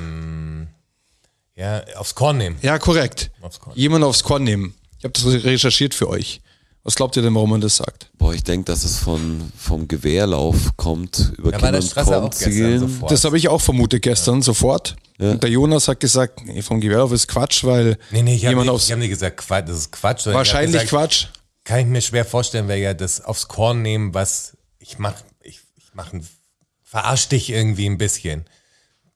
[SPEAKER 3] Ja, aufs Korn nehmen.
[SPEAKER 2] Ja, korrekt.
[SPEAKER 3] Aufs Korn.
[SPEAKER 2] Jemand aufs Korn nehmen. Ich habe das recherchiert für euch. Was glaubt ihr denn, warum man das sagt?
[SPEAKER 4] Boah, ich denke, dass es von, vom Gewehrlauf kommt, über
[SPEAKER 3] Da war
[SPEAKER 4] Kinder
[SPEAKER 3] der
[SPEAKER 4] und
[SPEAKER 3] Strasser auch
[SPEAKER 4] Korn
[SPEAKER 3] gestern
[SPEAKER 4] zielen.
[SPEAKER 3] sofort.
[SPEAKER 2] Das habe ich auch vermutet gestern sofort. Und der Jonas hat gesagt, nee, vom Gewehrlauf ist Quatsch, weil
[SPEAKER 3] nee, nee, ich habe
[SPEAKER 2] jemand
[SPEAKER 3] nicht,
[SPEAKER 2] aufs
[SPEAKER 3] ich hab nicht gesagt, Quatsch, das ist Quatsch. sondern ich hab
[SPEAKER 2] wahrscheinlich
[SPEAKER 3] gesagt,
[SPEAKER 2] Quatsch.
[SPEAKER 3] Kann ich mir schwer vorstellen, weil ja das aufs Korn nehmen, was ich mach, ich, ich mach ein, verarsch dich irgendwie ein bisschen.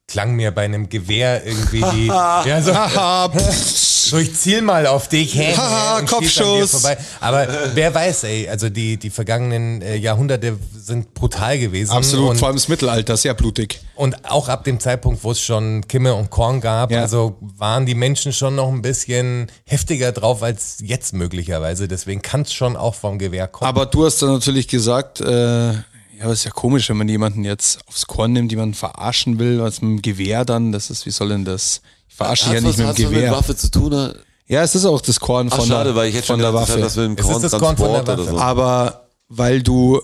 [SPEAKER 3] Klang mir bei einem Gewehr irgendwie die, ja, so,
[SPEAKER 2] Haha, pff,
[SPEAKER 3] so ich ziel mal auf dich, hä?
[SPEAKER 2] Haha,
[SPEAKER 3] und schieß an dir
[SPEAKER 2] Kopfschuss.
[SPEAKER 3] Vorbei. Aber wer weiß, ey, also die, die vergangenen äh, Jahrhunderte sind brutal gewesen.
[SPEAKER 2] absolut,
[SPEAKER 3] und
[SPEAKER 2] vor allem das Mittelalter, sehr blutig.
[SPEAKER 3] und auch ab dem Zeitpunkt, wo es schon Kimme und Korn gab,
[SPEAKER 2] Ja.
[SPEAKER 3] also waren die Menschen schon noch ein bisschen heftiger drauf als jetzt möglicherweise. Deswegen kann es schon auch vom Gewehr kommen.
[SPEAKER 2] Aber du hast dann natürlich gesagt, äh, ja, aber ist ja komisch, wenn man jemanden jetzt aufs Korn nimmt, jemanden verarschen will, was mit dem Gewehr dann, das ist, wie soll denn das? Ich verarsche dich ja
[SPEAKER 4] Hat's
[SPEAKER 2] nicht
[SPEAKER 4] was,
[SPEAKER 2] mit dem
[SPEAKER 4] hat's was mit
[SPEAKER 2] Gewehr.
[SPEAKER 4] Waffe zu tun? hat?
[SPEAKER 2] Ja, es ist auch das Korn
[SPEAKER 4] Ach,
[SPEAKER 2] von
[SPEAKER 4] schade,
[SPEAKER 2] der,
[SPEAKER 4] weil ich hätte
[SPEAKER 2] von
[SPEAKER 4] schon
[SPEAKER 2] der
[SPEAKER 4] gedacht, das
[SPEAKER 2] Waffe.
[SPEAKER 4] wäre das mit dem
[SPEAKER 3] Es ist das Korn von der
[SPEAKER 4] Korntransport oder
[SPEAKER 3] Waffe.
[SPEAKER 4] so.
[SPEAKER 2] Ah, Aber weil du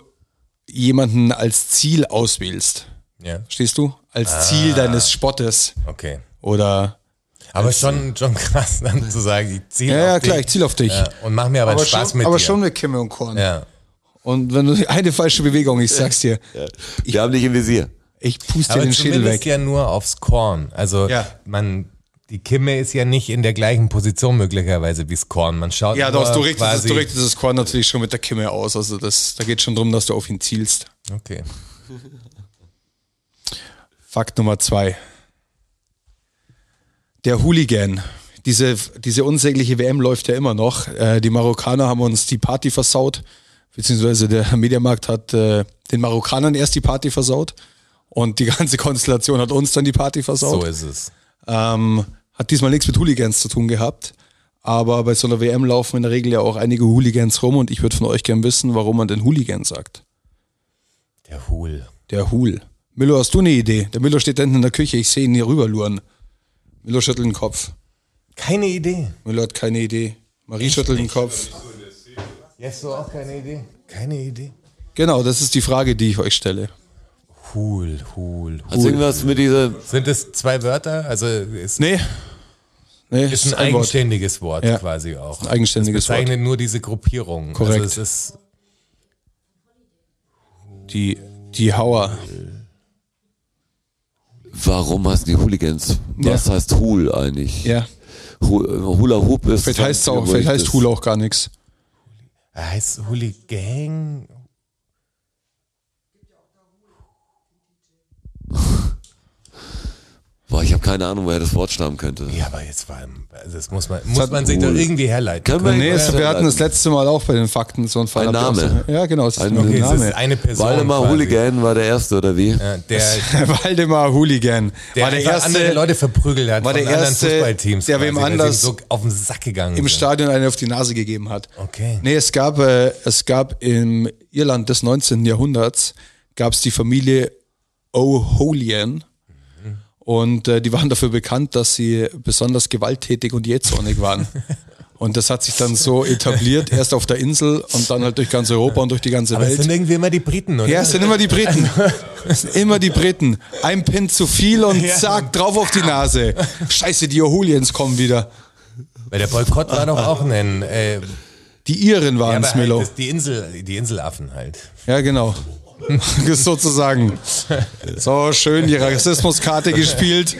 [SPEAKER 2] jemanden als Ziel auswählst,
[SPEAKER 3] ja,
[SPEAKER 2] stehst du? Als
[SPEAKER 4] Ah.
[SPEAKER 2] Ziel deines Spottes
[SPEAKER 3] okay.
[SPEAKER 2] oder
[SPEAKER 3] Aber schon, schon krass dann zu sagen, ich ziele
[SPEAKER 2] Also- ja,
[SPEAKER 3] auf
[SPEAKER 2] ja
[SPEAKER 3] dich.
[SPEAKER 2] klar, ich ziel auf dich.
[SPEAKER 3] Ja, und mach mir aber,
[SPEAKER 2] aber
[SPEAKER 3] Spaß
[SPEAKER 2] schon,
[SPEAKER 3] mit
[SPEAKER 2] aber
[SPEAKER 3] dir.
[SPEAKER 2] schon mit Kimme und Korn.
[SPEAKER 3] ja.
[SPEAKER 2] Und wenn du eine falsche Bewegung, ich sag's dir,
[SPEAKER 4] Wir haben dich im Visier.
[SPEAKER 2] ich puste dir
[SPEAKER 3] Aber
[SPEAKER 2] den Schädel
[SPEAKER 3] zumindest
[SPEAKER 2] weg.
[SPEAKER 3] ja nur aufs Korn. Also
[SPEAKER 2] Ja.
[SPEAKER 3] man, die Kimme ist ja nicht in der gleichen Position möglicherweise wie das Korn. Man schaut
[SPEAKER 2] Ja,
[SPEAKER 3] nur
[SPEAKER 2] doch, du richtest, das,
[SPEAKER 3] quasi,
[SPEAKER 2] du richtest das Korn natürlich schon mit der Kimme aus. Also das, da geht schon drum, dass du auf ihn zielst.
[SPEAKER 3] Okay.
[SPEAKER 2] Fakt Nummer zwei. Der Hooligan. Diese, diese unsägliche WM läuft ja immer noch. Äh, die Marokkaner haben uns die Party versaut, beziehungsweise der Mediamarkt hat äh, den Marokkanern erst die Party versaut und die ganze Konstellation hat uns dann die Party versaut.
[SPEAKER 3] So ist es.
[SPEAKER 2] Ähm, hat diesmal nichts mit Hooligans zu tun gehabt. Aber bei so einer WM laufen in der Regel ja auch einige Hooligans rum und ich würde von euch gern wissen, warum man den Hooligan sagt.
[SPEAKER 3] Der Hul.
[SPEAKER 2] Der Hul. Milo, hast du eine Idee? Der Milo steht da hinten in der Küche, ich sehe ihn hier rüberluren. Milo schüttelt den Kopf.
[SPEAKER 3] Keine Idee.
[SPEAKER 2] Milo hat keine Idee. Marie schüttelt den Kopf.
[SPEAKER 3] Jetzt so auch keine Idee. Keine Idee.
[SPEAKER 2] Genau, das ist die Frage, die ich euch stelle.
[SPEAKER 3] Hul, hul,
[SPEAKER 4] Also
[SPEAKER 3] hul.
[SPEAKER 4] irgendwas mit dieser,
[SPEAKER 3] Sind es zwei Wörter? Also ist,
[SPEAKER 2] Nee. Nee,
[SPEAKER 3] ist ein
[SPEAKER 2] Wort.
[SPEAKER 3] eigenständiges Wort,
[SPEAKER 2] Ja.
[SPEAKER 3] quasi auch.
[SPEAKER 2] Ein eigenständiges
[SPEAKER 3] das bezeichnet nur diese Gruppierung.
[SPEAKER 2] Korrekt.
[SPEAKER 3] Also es ist
[SPEAKER 2] Die, die Hauer.
[SPEAKER 4] warum heißen die Hooligans?
[SPEAKER 2] Ja.
[SPEAKER 4] Was heißt Hool eigentlich?
[SPEAKER 2] Ja.
[SPEAKER 4] Hu- Hula Hoop ist.
[SPEAKER 2] Vielleicht heißt es auch,
[SPEAKER 4] wo ich
[SPEAKER 2] vielleicht heißt
[SPEAKER 4] das-
[SPEAKER 2] Hula auch gar nichts.
[SPEAKER 3] heißt Hooligang.
[SPEAKER 4] Boah, ich habe keine Ahnung, woher das Wort stammen könnte.
[SPEAKER 3] Ja, aber jetzt war also das muss man muss
[SPEAKER 2] hat-
[SPEAKER 3] man sich doch
[SPEAKER 4] Hul.
[SPEAKER 3] irgendwie herleiten.
[SPEAKER 4] Können wir-
[SPEAKER 3] können.
[SPEAKER 2] Nee,
[SPEAKER 4] Ja,
[SPEAKER 2] es, wir
[SPEAKER 4] ja.
[SPEAKER 2] hatten das letzte Mal auch bei den Fakten so einen Fall.
[SPEAKER 4] Ein
[SPEAKER 2] Habt ihr
[SPEAKER 4] Name.
[SPEAKER 2] auch so- Ja, genau. Es ist
[SPEAKER 4] Ein-
[SPEAKER 2] nur ein
[SPEAKER 4] Okay,
[SPEAKER 3] es ist
[SPEAKER 2] Name.
[SPEAKER 3] eine Person.
[SPEAKER 4] Waldemar
[SPEAKER 3] quasi.
[SPEAKER 4] Hooligan war der erste, oder wie?
[SPEAKER 3] Ja, der,
[SPEAKER 2] Waldemar Hooligan.
[SPEAKER 3] der,
[SPEAKER 2] war der
[SPEAKER 3] einfach
[SPEAKER 2] erste
[SPEAKER 3] andere Leute verprügelt hat
[SPEAKER 2] war
[SPEAKER 3] von
[SPEAKER 2] der
[SPEAKER 3] anderen
[SPEAKER 2] erste,
[SPEAKER 3] Fußballteams,
[SPEAKER 2] der wem
[SPEAKER 3] quasi, weil sie
[SPEAKER 2] anders
[SPEAKER 3] so auf den Sack gegangen
[SPEAKER 2] im
[SPEAKER 3] sind.
[SPEAKER 2] Stadion eine auf die Nase gegeben hat.
[SPEAKER 3] Okay.
[SPEAKER 2] Nee, es gab, äh, es gab im Irland des 19. Jahrhunderts gab es die Familie O'Holian.
[SPEAKER 3] Mhm.
[SPEAKER 2] Und äh, die waren dafür bekannt, dass sie besonders gewalttätig und jähzornig waren. und das hat sich dann so etabliert, erst auf der Insel und dann halt durch ganz Europa und durch die ganze
[SPEAKER 3] aber es
[SPEAKER 2] Welt.
[SPEAKER 3] sind irgendwie immer die Briten, oder?
[SPEAKER 2] Ja, es sind immer die Briten. Es sind immer die Briten. Ein Pin zu viel und
[SPEAKER 3] Ja.
[SPEAKER 2] zack, drauf auf die Nase. Scheiße, die O'Holians kommen wieder.
[SPEAKER 3] Weil der Boykott war doch auch ein äh,
[SPEAKER 2] Die Iren
[SPEAKER 3] ja,
[SPEAKER 2] waren
[SPEAKER 3] aber
[SPEAKER 2] es,
[SPEAKER 3] halt
[SPEAKER 2] Milo.
[SPEAKER 3] das, die Insel, die Inselaffen halt.
[SPEAKER 2] Ja, genau. Sozusagen. So, schön die Rassismuskarte gespielt.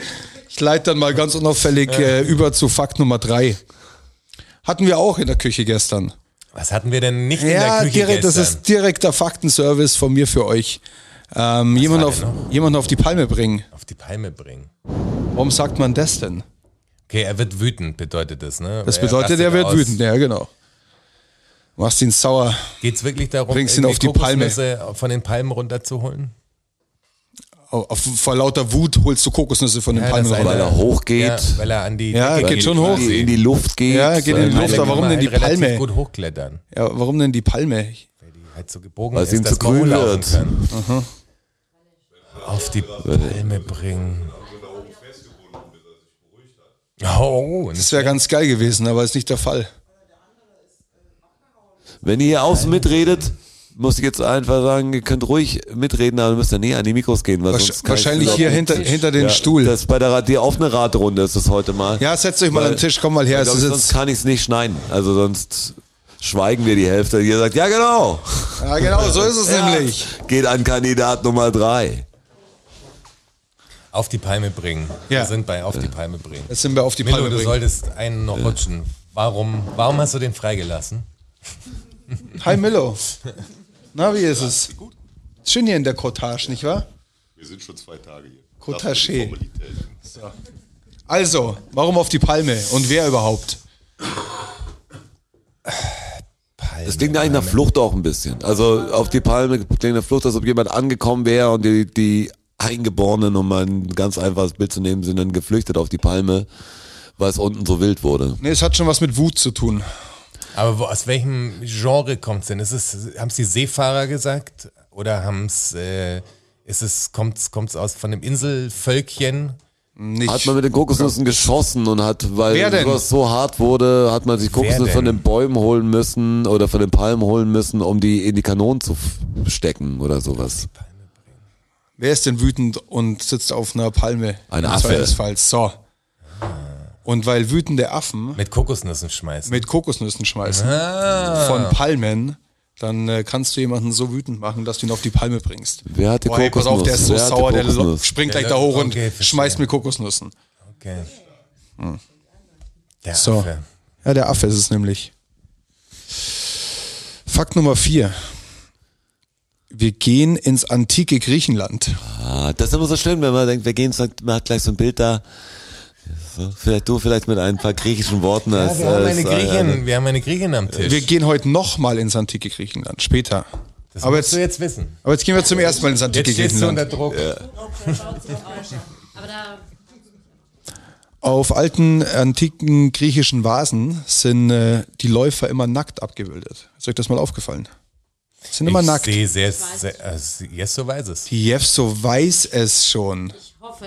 [SPEAKER 2] Ich leite dann mal ganz unauffällig äh, über zu Fakt Nummer drei. Hatten wir auch in der Küche gestern.
[SPEAKER 3] Was hatten wir denn nicht in der
[SPEAKER 2] Ja,
[SPEAKER 3] Küche
[SPEAKER 2] direkt, das
[SPEAKER 3] gestern?
[SPEAKER 2] ist direkter Faktenservice von mir für euch. Ähm, jemanden,
[SPEAKER 3] war
[SPEAKER 2] auf,
[SPEAKER 3] denn
[SPEAKER 2] jemanden auf die Palme bringen.
[SPEAKER 3] auf die Palme bringen.
[SPEAKER 2] Warum sagt man das denn?
[SPEAKER 3] Okay, er wird wütend, bedeutet das, ne?
[SPEAKER 2] Das bedeutet, er
[SPEAKER 3] rastet
[SPEAKER 2] wird
[SPEAKER 3] aus.
[SPEAKER 2] wütend, ja, genau. Machst ihn sauer.
[SPEAKER 3] Geht's wirklich darum,
[SPEAKER 2] Bringst ihn
[SPEAKER 3] irgendwie
[SPEAKER 2] auf die Palme.
[SPEAKER 3] Kokosnüsse von den Palmen runterzuholen?
[SPEAKER 2] Au- Auf, vor lauter Wut holst du Kokosnüsse von den
[SPEAKER 3] Ja,
[SPEAKER 2] Palmen
[SPEAKER 3] das
[SPEAKER 2] runter.
[SPEAKER 4] Weil er hochgeht,
[SPEAKER 3] Ja, weil er an die
[SPEAKER 2] Ja,
[SPEAKER 3] Decke
[SPEAKER 2] geht schon hoch.
[SPEAKER 4] in, die, in die Luft geht.
[SPEAKER 2] Ja, geht in die
[SPEAKER 4] weil-
[SPEAKER 2] Luft,
[SPEAKER 3] Weil
[SPEAKER 2] aber warum
[SPEAKER 3] kann man
[SPEAKER 2] denn die
[SPEAKER 3] halt relativ
[SPEAKER 2] Palme?
[SPEAKER 3] gut hochklettern,
[SPEAKER 2] Ja, warum denn die Palme?
[SPEAKER 3] weil die halt so gebogen
[SPEAKER 4] Weil
[SPEAKER 3] ist,
[SPEAKER 4] sie ihm
[SPEAKER 3] dass
[SPEAKER 4] zu
[SPEAKER 3] man
[SPEAKER 4] grün
[SPEAKER 3] hochlaufen
[SPEAKER 4] wird.
[SPEAKER 3] kann. Auf die Palme bringen. Oh, und
[SPEAKER 2] Das wäre ganz geil gewesen, aber ist nicht der Fall.
[SPEAKER 4] Wenn ihr hier außen mitredet, muss ich jetzt einfach sagen, ihr könnt ruhig mitreden, aber ihr müsst ja näher an die Mikros gehen. Weil
[SPEAKER 2] Wahrsch-
[SPEAKER 4] sonst kann ich
[SPEAKER 2] Wahrscheinlich
[SPEAKER 4] überhaupt
[SPEAKER 2] hier
[SPEAKER 4] nicht-
[SPEAKER 2] hinter, hinter den
[SPEAKER 4] ja,
[SPEAKER 2] Stuhl.
[SPEAKER 4] Das ist bei der Ra- die offene Radrunde ist das heute mal.
[SPEAKER 2] ja, setzt euch mal
[SPEAKER 4] Weil-
[SPEAKER 2] an den Tisch, komm mal her.
[SPEAKER 4] Weil,
[SPEAKER 2] Es
[SPEAKER 4] glaub
[SPEAKER 2] ist
[SPEAKER 4] ich, sonst
[SPEAKER 2] jetzt,
[SPEAKER 4] kann ich es nicht schneiden. Also sonst schweigen wir die Hälfte. Ihr sagt, ja genau.
[SPEAKER 2] ja, genau, so ist es nämlich.
[SPEAKER 4] Geht an Kandidat Nummer drei.
[SPEAKER 3] auf die Palme bringen.
[SPEAKER 2] Ja.
[SPEAKER 3] Wir sind bei auf die Palme bringen.
[SPEAKER 2] Jetzt sind wir auf die
[SPEAKER 3] Milo,
[SPEAKER 2] Palme
[SPEAKER 3] du
[SPEAKER 2] bringen.
[SPEAKER 3] solltest einen noch rutschen. Warum, warum hast du den freigelassen?
[SPEAKER 2] Hi Milo. Na, wie ist es? Schön hier in der Cottage, nicht wahr?
[SPEAKER 7] Wir sind schon zwei Tage hier.
[SPEAKER 2] Cottage.
[SPEAKER 7] Das sind die Formalitäten.
[SPEAKER 2] Also, warum auf die Palme und wer überhaupt?
[SPEAKER 4] Das klingt eigentlich nach Flucht auch ein bisschen. Also auf die Palme klingt nach Flucht, als ob jemand angekommen wäre und die, die Eingeborenen, um mal ein ganz einfaches Bild zu nehmen, sind dann geflüchtet auf die Palme, weil es unten so wild wurde.
[SPEAKER 2] Nee, es hat schon was mit Wut zu tun.
[SPEAKER 3] Aber wo, aus welchem Genre kommt's denn? Ist es, haben's die Seefahrer gesagt? Oder haben's, äh, ist es, kommt's, kommt's aus von dem Inselvölkchen?
[SPEAKER 2] Nicht.
[SPEAKER 4] Hat man mit den Kokosnüssen geschossen und hat, weil
[SPEAKER 2] Wer denn?
[SPEAKER 4] sowas so hart wurde, hat man sich Kokosnüsse
[SPEAKER 3] denn?
[SPEAKER 4] von den Bäumen holen müssen oder von den Palmen holen müssen, um die in die Kanonen zu f- stecken oder sowas.
[SPEAKER 2] Wer ist denn wütend und sitzt auf einer Palme?
[SPEAKER 4] Ein
[SPEAKER 2] Im
[SPEAKER 4] Affe.
[SPEAKER 2] Zweifelsfall. So. Und weil wütende Affen
[SPEAKER 3] Mit Kokosnüssen schmeißen. Ah,
[SPEAKER 2] mit Kokosnüssen schmeißen
[SPEAKER 4] Ah.
[SPEAKER 2] von Palmen, dann äh, kannst du jemanden so wütend machen, dass du ihn auf die Palme bringst.
[SPEAKER 4] Wer hat die
[SPEAKER 2] Boah, ey, pass
[SPEAKER 4] Kokosnuss?
[SPEAKER 2] auf, der ist so
[SPEAKER 4] Wer hat die
[SPEAKER 2] sauer, der lo-
[SPEAKER 4] Kokosnuss?
[SPEAKER 2] springt
[SPEAKER 3] Der
[SPEAKER 2] gleich da
[SPEAKER 3] läuft-
[SPEAKER 2] hoch und
[SPEAKER 3] okay, verstehe.
[SPEAKER 2] schmeißt mir Kokosnüssen.
[SPEAKER 3] Okay. Der
[SPEAKER 2] Hm. So. Ah,
[SPEAKER 3] Affe.
[SPEAKER 2] Ja, der Affe ist es nämlich. Fakt Nummer vier. Wir gehen ins antike Griechenland.
[SPEAKER 4] Ah, das ist immer so schön, wenn man denkt, wir gehen, sagt, man hat gleich so ein Bild da. So, vielleicht du, vielleicht mit ein paar griechischen Worten.
[SPEAKER 3] Ja,
[SPEAKER 4] als,
[SPEAKER 3] wir, haben
[SPEAKER 4] als-
[SPEAKER 3] eine
[SPEAKER 4] als-
[SPEAKER 3] Griechin, wir haben eine Griechin am Tisch.
[SPEAKER 2] Wir gehen heute nochmal ins antike Griechenland, später.
[SPEAKER 3] das
[SPEAKER 2] aber
[SPEAKER 3] musst
[SPEAKER 2] jetzt-
[SPEAKER 3] du jetzt wissen.
[SPEAKER 2] Aber jetzt gehen wir zum ersten Mal ins antike
[SPEAKER 3] Jetzt stehst du
[SPEAKER 2] Griechenland.
[SPEAKER 3] unter Druck.
[SPEAKER 8] Aber da
[SPEAKER 2] Auf alten, antiken griechischen Vasen sind äh, die Läufer immer nackt abgebildet. Ist euch das mal aufgefallen? Sind immer
[SPEAKER 3] Ich
[SPEAKER 2] nackt.
[SPEAKER 3] sehe sehr, sehr, also, yes, so weiß es.
[SPEAKER 2] Die Jevso weiß es schon.
[SPEAKER 8] ich hoffe,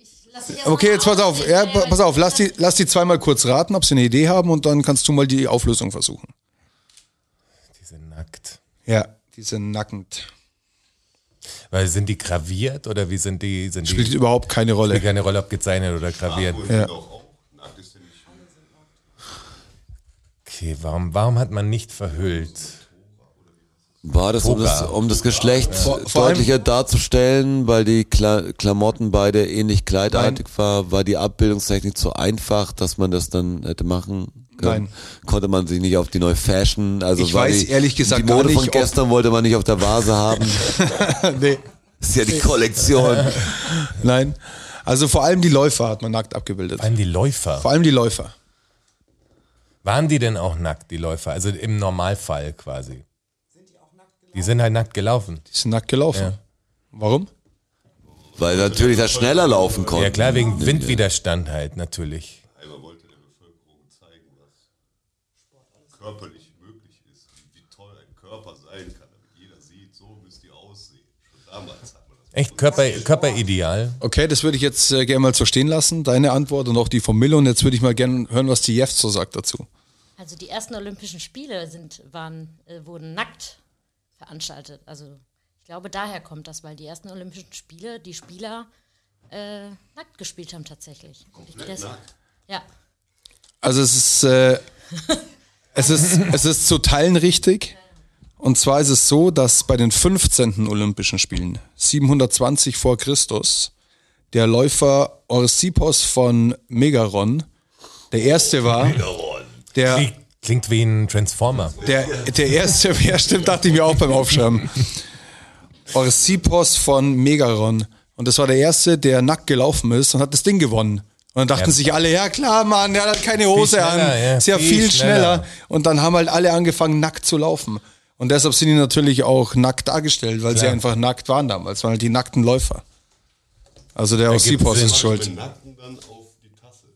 [SPEAKER 8] ich lasse dich erst
[SPEAKER 2] Okay,
[SPEAKER 8] mal
[SPEAKER 2] jetzt pass auf.
[SPEAKER 8] ausreden,
[SPEAKER 2] Ja,
[SPEAKER 8] weil-
[SPEAKER 2] pa- pass auf. Lass die, lass die zweimal kurz raten, ob sie eine Idee haben und dann kannst du mal die Auflösung versuchen.
[SPEAKER 3] Die sind nackt.
[SPEAKER 2] Ja, die sind nackend.
[SPEAKER 3] Weil sind die graviert oder wie sind die? Sind
[SPEAKER 2] Spielt
[SPEAKER 3] die,
[SPEAKER 2] überhaupt keine Rolle.
[SPEAKER 3] spielt keine Rolle, ob gezeichnet oder graviert.
[SPEAKER 7] Wohl
[SPEAKER 2] Ja.
[SPEAKER 7] sind doch auch. Nackt ist ja nicht.
[SPEAKER 3] Okay, warum, warum hat man nicht verhüllt?
[SPEAKER 4] War das, um
[SPEAKER 3] Toga.
[SPEAKER 4] das, um das Geschlecht
[SPEAKER 2] Vor- vor
[SPEAKER 4] deutlicher darzustellen, weil die Kla Klamotten beide ähnlich kleidartig war, war die Abbildungstechnik so einfach, dass man das dann hätte machen können?
[SPEAKER 2] Nein.
[SPEAKER 4] Konnte man sich nicht auf die neue Fashion, also
[SPEAKER 2] Ich
[SPEAKER 4] war
[SPEAKER 2] weiß
[SPEAKER 4] die,
[SPEAKER 2] ehrlich gesagt
[SPEAKER 4] die
[SPEAKER 2] gar
[SPEAKER 4] Mode
[SPEAKER 2] nicht,
[SPEAKER 4] von
[SPEAKER 2] ob-
[SPEAKER 4] gestern wollte man nicht auf der Vase haben.
[SPEAKER 2] nee,
[SPEAKER 4] Das ist ja die Kollektion.
[SPEAKER 2] nein. Also vor allem die Läufer hat man nackt abgebildet.
[SPEAKER 3] Vor allem die Läufer.
[SPEAKER 2] Vor allem die Läufer.
[SPEAKER 3] Waren die denn auch nackt, die Läufer? Also im Normalfall quasi. Die sind halt nackt gelaufen.
[SPEAKER 2] Die sind nackt gelaufen.
[SPEAKER 3] Ja.
[SPEAKER 2] Warum?
[SPEAKER 4] weil natürlich das schneller laufen konnte.
[SPEAKER 3] Ja klar, wegen Windwiderstand halt natürlich.
[SPEAKER 7] Halber wollte der Bevölkerung zeigen, was körperlich möglich ist. und Wie toll ein Körper sein kann, damit jeder sieht, so müsst ihr aussehen. Schon damals hat man das.
[SPEAKER 3] Echt Körper, Körperideal.
[SPEAKER 2] Okay, das würde ich jetzt äh, gerne mal so stehen lassen, deine Antwort und auch die von Milo. Und jetzt würde ich mal gerne hören, was die Jeff so sagt dazu.
[SPEAKER 8] Also die ersten Olympischen Spiele sind, waren, äh, wurden nackt veranstaltet. Also ich glaube, daher kommt das, weil die ersten Olympischen Spiele, die Spieler äh, nackt gespielt haben tatsächlich. Komplett nackt. Ja.
[SPEAKER 2] Also es ist, äh, es ist, es ist zu Teilen richtig. Und zwar ist es so, dass bei den 15. Olympischen Spielen 720 vor Christus der Läufer Orsippos von Megaron der erste war, der
[SPEAKER 3] Die Klingt wie ein Transformer.
[SPEAKER 2] Der, der erste, ja stimmt, dachte ich mir auch beim Aufschreiben. Orsippos von Megaron. Und das war der erste, der nackt gelaufen ist und hat das Ding gewonnen. Und dann dachten
[SPEAKER 3] Ja.
[SPEAKER 2] sich alle, ja klar, Mann, der hat keine Hose an.
[SPEAKER 3] schneller, ja,
[SPEAKER 2] ist ja viel,
[SPEAKER 3] viel
[SPEAKER 2] schneller.
[SPEAKER 3] schneller.
[SPEAKER 2] Und dann haben halt alle angefangen, nackt zu laufen. Und deshalb sind die natürlich auch nackt dargestellt, weil sie
[SPEAKER 3] Klar.
[SPEAKER 2] einfach nackt waren damals, waren halt die nackten Läufer. Also der
[SPEAKER 3] Ergibt
[SPEAKER 2] Orsippos
[SPEAKER 3] Sinn.
[SPEAKER 2] ist schuld.
[SPEAKER 7] Den Nacken dann auf die Tasse.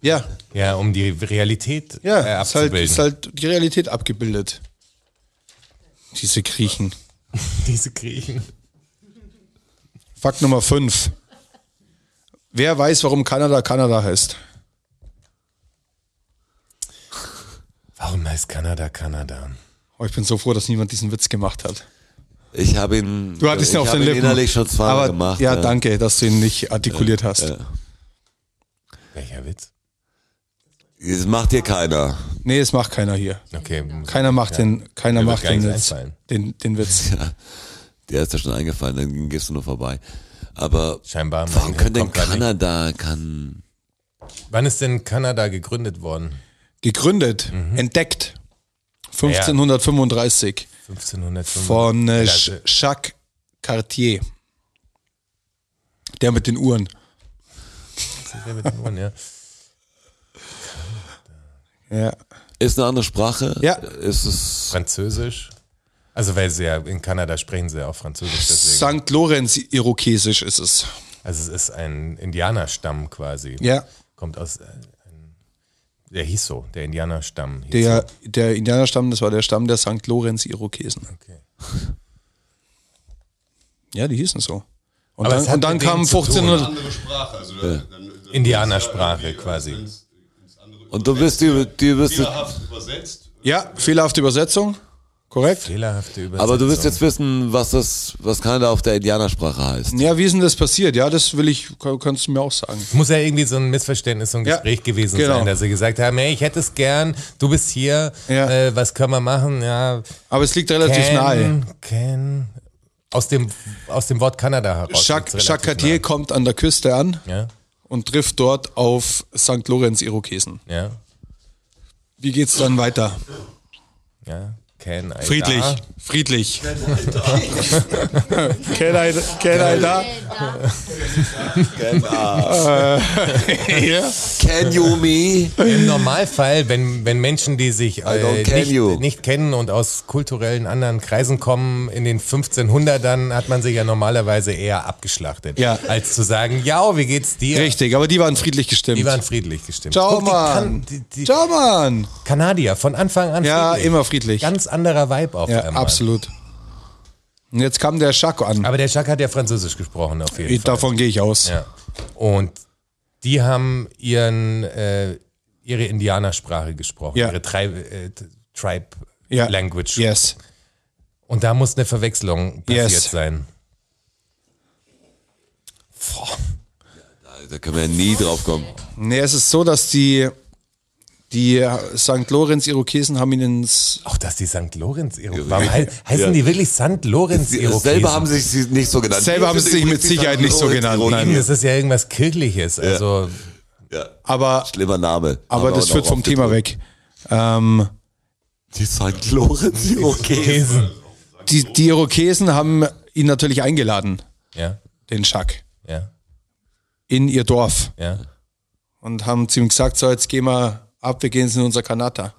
[SPEAKER 2] Ja,
[SPEAKER 3] Ja, um die Realität
[SPEAKER 2] ja,
[SPEAKER 3] äh,
[SPEAKER 2] ist, halt,
[SPEAKER 3] abzubilden.
[SPEAKER 2] ist halt die Realität abgebildet. Diese Griechen.
[SPEAKER 3] Diese Griechen.
[SPEAKER 2] Fakt Nummer 5. Wer weiß, warum Kanada Kanada heißt?
[SPEAKER 3] Warum heißt Kanada Kanada?
[SPEAKER 2] Oh, ich bin so froh, dass niemand diesen Witz gemacht hat.
[SPEAKER 4] Ich habe ihn,
[SPEAKER 2] Du hattest
[SPEAKER 4] ich
[SPEAKER 2] ihn auf
[SPEAKER 4] habe
[SPEAKER 2] den
[SPEAKER 4] ihn
[SPEAKER 2] Lippen.
[SPEAKER 4] innerlich schon zweimal
[SPEAKER 2] Aber,
[SPEAKER 4] gemacht.
[SPEAKER 2] Ja, danke, dass du ihn nicht artikuliert hast.
[SPEAKER 4] ja.
[SPEAKER 3] Welcher Witz?
[SPEAKER 4] Das macht dir keiner.
[SPEAKER 2] Nee, es macht keiner hier.
[SPEAKER 3] Okay.
[SPEAKER 2] Keiner macht den, keiner
[SPEAKER 3] Mir wird
[SPEAKER 2] macht
[SPEAKER 3] gar
[SPEAKER 2] den
[SPEAKER 3] nichts
[SPEAKER 2] Witz.
[SPEAKER 3] einfallen.
[SPEAKER 2] Den, den Witz.
[SPEAKER 4] Der ist ja schon eingefallen, dann gehst du nur vorbei. Aber
[SPEAKER 3] Scheinbar. mein
[SPEAKER 4] warum
[SPEAKER 3] Hirn
[SPEAKER 4] könnte denn
[SPEAKER 3] kommt grad nicht.
[SPEAKER 4] Kanada, kann,
[SPEAKER 3] Wann ist denn Kanada gegründet worden?
[SPEAKER 2] Gegründet,
[SPEAKER 3] Mhm.
[SPEAKER 2] entdeckt. 1535
[SPEAKER 3] 1505.
[SPEAKER 2] von äh,
[SPEAKER 3] Also,
[SPEAKER 2] Sch- Jacques Cartier. Der mit den Uhren.
[SPEAKER 3] der mit den Ohren, ja.
[SPEAKER 2] Ja.
[SPEAKER 4] Ist eine andere Sprache.
[SPEAKER 2] Ja.
[SPEAKER 4] Ist es
[SPEAKER 3] Französisch. Also weil sie ja in Kanada sprechen sie ja auch Französisch deswegen.
[SPEAKER 2] St. Lorenz-Irokesisch ist es.
[SPEAKER 3] Also es ist ein Indianerstamm quasi.
[SPEAKER 2] Ja.
[SPEAKER 3] Kommt aus äh, ein- der hieß so, der Indianerstamm. hieß
[SPEAKER 2] Der, der Indianerstamm, das war der Stamm der St. Lorenz-Irokesen.
[SPEAKER 3] so. Okay.
[SPEAKER 2] Ja, die hießen so. Und
[SPEAKER 3] Aber
[SPEAKER 2] dann,
[SPEAKER 3] es hat
[SPEAKER 2] und dann
[SPEAKER 3] mit denen
[SPEAKER 2] kamen
[SPEAKER 3] zu tun.
[SPEAKER 2] 1500.
[SPEAKER 7] Andere Sprache. Also da- dann, dann
[SPEAKER 3] Indianersprache
[SPEAKER 7] dann-
[SPEAKER 3] quasi.
[SPEAKER 7] ins- ins andere
[SPEAKER 4] und du bist die, die bist
[SPEAKER 7] fehlerhaft übersetzt.
[SPEAKER 2] Ja, fehlerhafte Übersetzung. Korrekt.
[SPEAKER 3] Fehlerhafte Übersetzung.
[SPEAKER 4] aber du wirst jetzt wissen, was das was Kanada auf der Indianersprache heißt.
[SPEAKER 2] Ja, wie ist denn das passiert? Ja, das will ich, kann- kannst du mir auch sagen.
[SPEAKER 3] Muss ja irgendwie so ein Missverständnis, so ein
[SPEAKER 2] Ja,
[SPEAKER 3] Gespräch gewesen
[SPEAKER 2] genau.
[SPEAKER 3] sein, dass sie gesagt haben, hey, ich hätte es gern, du bist hier,
[SPEAKER 2] Ja.
[SPEAKER 3] äh, was können wir machen? Ja,
[SPEAKER 2] Aber es liegt relativ nahe.
[SPEAKER 3] Ken, Ken. Aus dem, aus dem Wort Kanada heraus.
[SPEAKER 2] Jacques,
[SPEAKER 3] Relativ
[SPEAKER 2] Jacques Cartier kommt an der Küste an
[SPEAKER 3] nah.
[SPEAKER 2] und trifft dort auf St. Lorenz-Irokesen.
[SPEAKER 3] Ja, ja,
[SPEAKER 2] Wie geht's dann weiter?
[SPEAKER 3] ja. Ken, Alter.
[SPEAKER 2] Friedlich, friedlich. Can I, can I da?
[SPEAKER 8] Äh,
[SPEAKER 2] Ja.
[SPEAKER 4] Can you me?
[SPEAKER 3] Im Normalfall, wenn, wenn Menschen, die sich
[SPEAKER 4] don't
[SPEAKER 3] äh,
[SPEAKER 4] can you.
[SPEAKER 3] nicht, nicht kennen und aus kulturellen anderen Kreisen kommen, in den 1500ern hat man sich ja normalerweise eher abgeschlachtet,
[SPEAKER 2] Ja.
[SPEAKER 3] als zu sagen, ja, wie geht's dir?
[SPEAKER 2] Richtig, aber die waren friedlich gestimmt.
[SPEAKER 3] Die waren friedlich gestimmt.
[SPEAKER 2] Ciao,
[SPEAKER 3] Guck, die,
[SPEAKER 2] Mann.
[SPEAKER 3] kan die, die
[SPEAKER 2] Ciao, Mann.
[SPEAKER 3] Kanadier von Anfang an
[SPEAKER 2] Ja,
[SPEAKER 3] friedlich.
[SPEAKER 2] immer friedlich.
[SPEAKER 3] Ganz anderer Vibe auf
[SPEAKER 2] ja,
[SPEAKER 3] einmal.
[SPEAKER 2] absolut. Und jetzt kam der Schako an.
[SPEAKER 3] Aber der Jacques hat ja Französisch gesprochen auf jeden Fall.
[SPEAKER 2] Davon gehe ich aus.
[SPEAKER 3] Ja. Und die haben ihren, äh, ihre Indianersprache gesprochen,
[SPEAKER 2] Ja.
[SPEAKER 3] ihre Tri äh, T- Tribe
[SPEAKER 2] Ja.
[SPEAKER 3] Language.
[SPEAKER 2] Yes.
[SPEAKER 3] Und da muss eine Verwechslung passiert
[SPEAKER 2] Yes.
[SPEAKER 3] sein.
[SPEAKER 4] Da können wir ja nie drauf kommen.
[SPEAKER 2] Nee, es ist so, dass die, die St. Lorenz-Irokesen haben ihn ins.
[SPEAKER 3] Auch dass die St. Lorenz Irokesen. Warum hei- heißen die wirklich St. Lorenz
[SPEAKER 4] Sie,
[SPEAKER 3] Irokesen?
[SPEAKER 4] selber haben sich sie nicht so genannt.
[SPEAKER 2] Selber haben sie sich mit Sicherheit nicht so genannt. Nein.
[SPEAKER 3] das ist ja irgendwas kirchliches. Also
[SPEAKER 2] Aber,
[SPEAKER 4] Schlimmer Name.
[SPEAKER 2] aber das führt vom Thema weg. Ähm,
[SPEAKER 4] Die St. Lorenz, okay.
[SPEAKER 3] Irokesen.
[SPEAKER 2] die, die Irokesen haben ihn natürlich eingeladen,
[SPEAKER 3] Ja,
[SPEAKER 2] den Schack,
[SPEAKER 3] ja,
[SPEAKER 2] in ihr Dorf.
[SPEAKER 3] ja.
[SPEAKER 2] und haben zu ihm gesagt, so jetzt gehen wir ab, wir gehen jetzt in unser Kanata.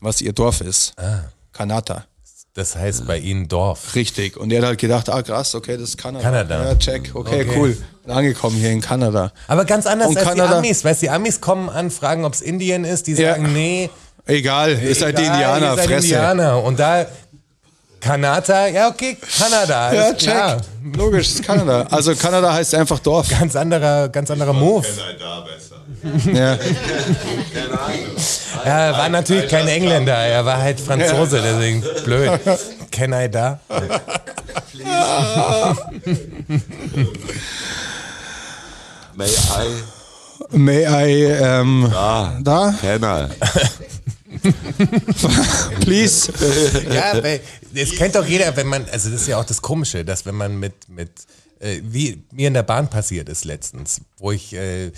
[SPEAKER 2] Was ihr Dorf ist.
[SPEAKER 3] Ah.
[SPEAKER 2] Kanata.
[SPEAKER 3] Das heißt bei ihnen Dorf.
[SPEAKER 2] Richtig. Und er hat halt gedacht, ah krass, okay, das ist Kanada.
[SPEAKER 3] Kanada.
[SPEAKER 2] Ja, check. Okay,
[SPEAKER 3] Okay.
[SPEAKER 2] cool. Bin angekommen hier in Kanada.
[SPEAKER 3] Aber ganz anders
[SPEAKER 2] Und
[SPEAKER 3] als die
[SPEAKER 2] Kanada.
[SPEAKER 3] Amis. Weißt du, die Amis kommen an, fragen, ob es Indien ist. Die
[SPEAKER 2] Ja.
[SPEAKER 3] sagen, nee.
[SPEAKER 2] Egal, ihr seid die
[SPEAKER 3] egal,
[SPEAKER 2] Indianer,
[SPEAKER 3] ihr seid
[SPEAKER 2] Fresse.
[SPEAKER 3] Indianer. Und da Kanada, ja okay, Kanada.
[SPEAKER 2] Ja,
[SPEAKER 3] Ja,
[SPEAKER 2] check.
[SPEAKER 3] klar.
[SPEAKER 2] Logisch, ist Kanada. Also Kanada heißt einfach Dorf.
[SPEAKER 3] Ganz anderer, ganz anderer Move.
[SPEAKER 7] Sei da besser.
[SPEAKER 2] Ja.
[SPEAKER 3] Ja, er war natürlich kein Engländer, er war halt Franzose, deswegen blöd. Can I da?
[SPEAKER 4] May I?
[SPEAKER 2] May I, ähm,
[SPEAKER 4] Ah,
[SPEAKER 2] da?
[SPEAKER 4] Kenner.
[SPEAKER 2] Please?
[SPEAKER 3] Ja, weil das kennt doch jeder, wenn man, also das ist ja auch das Komische, dass wenn man mit, mit äh, wie mir in der Bahn passiert ist letztens, wo ich äh,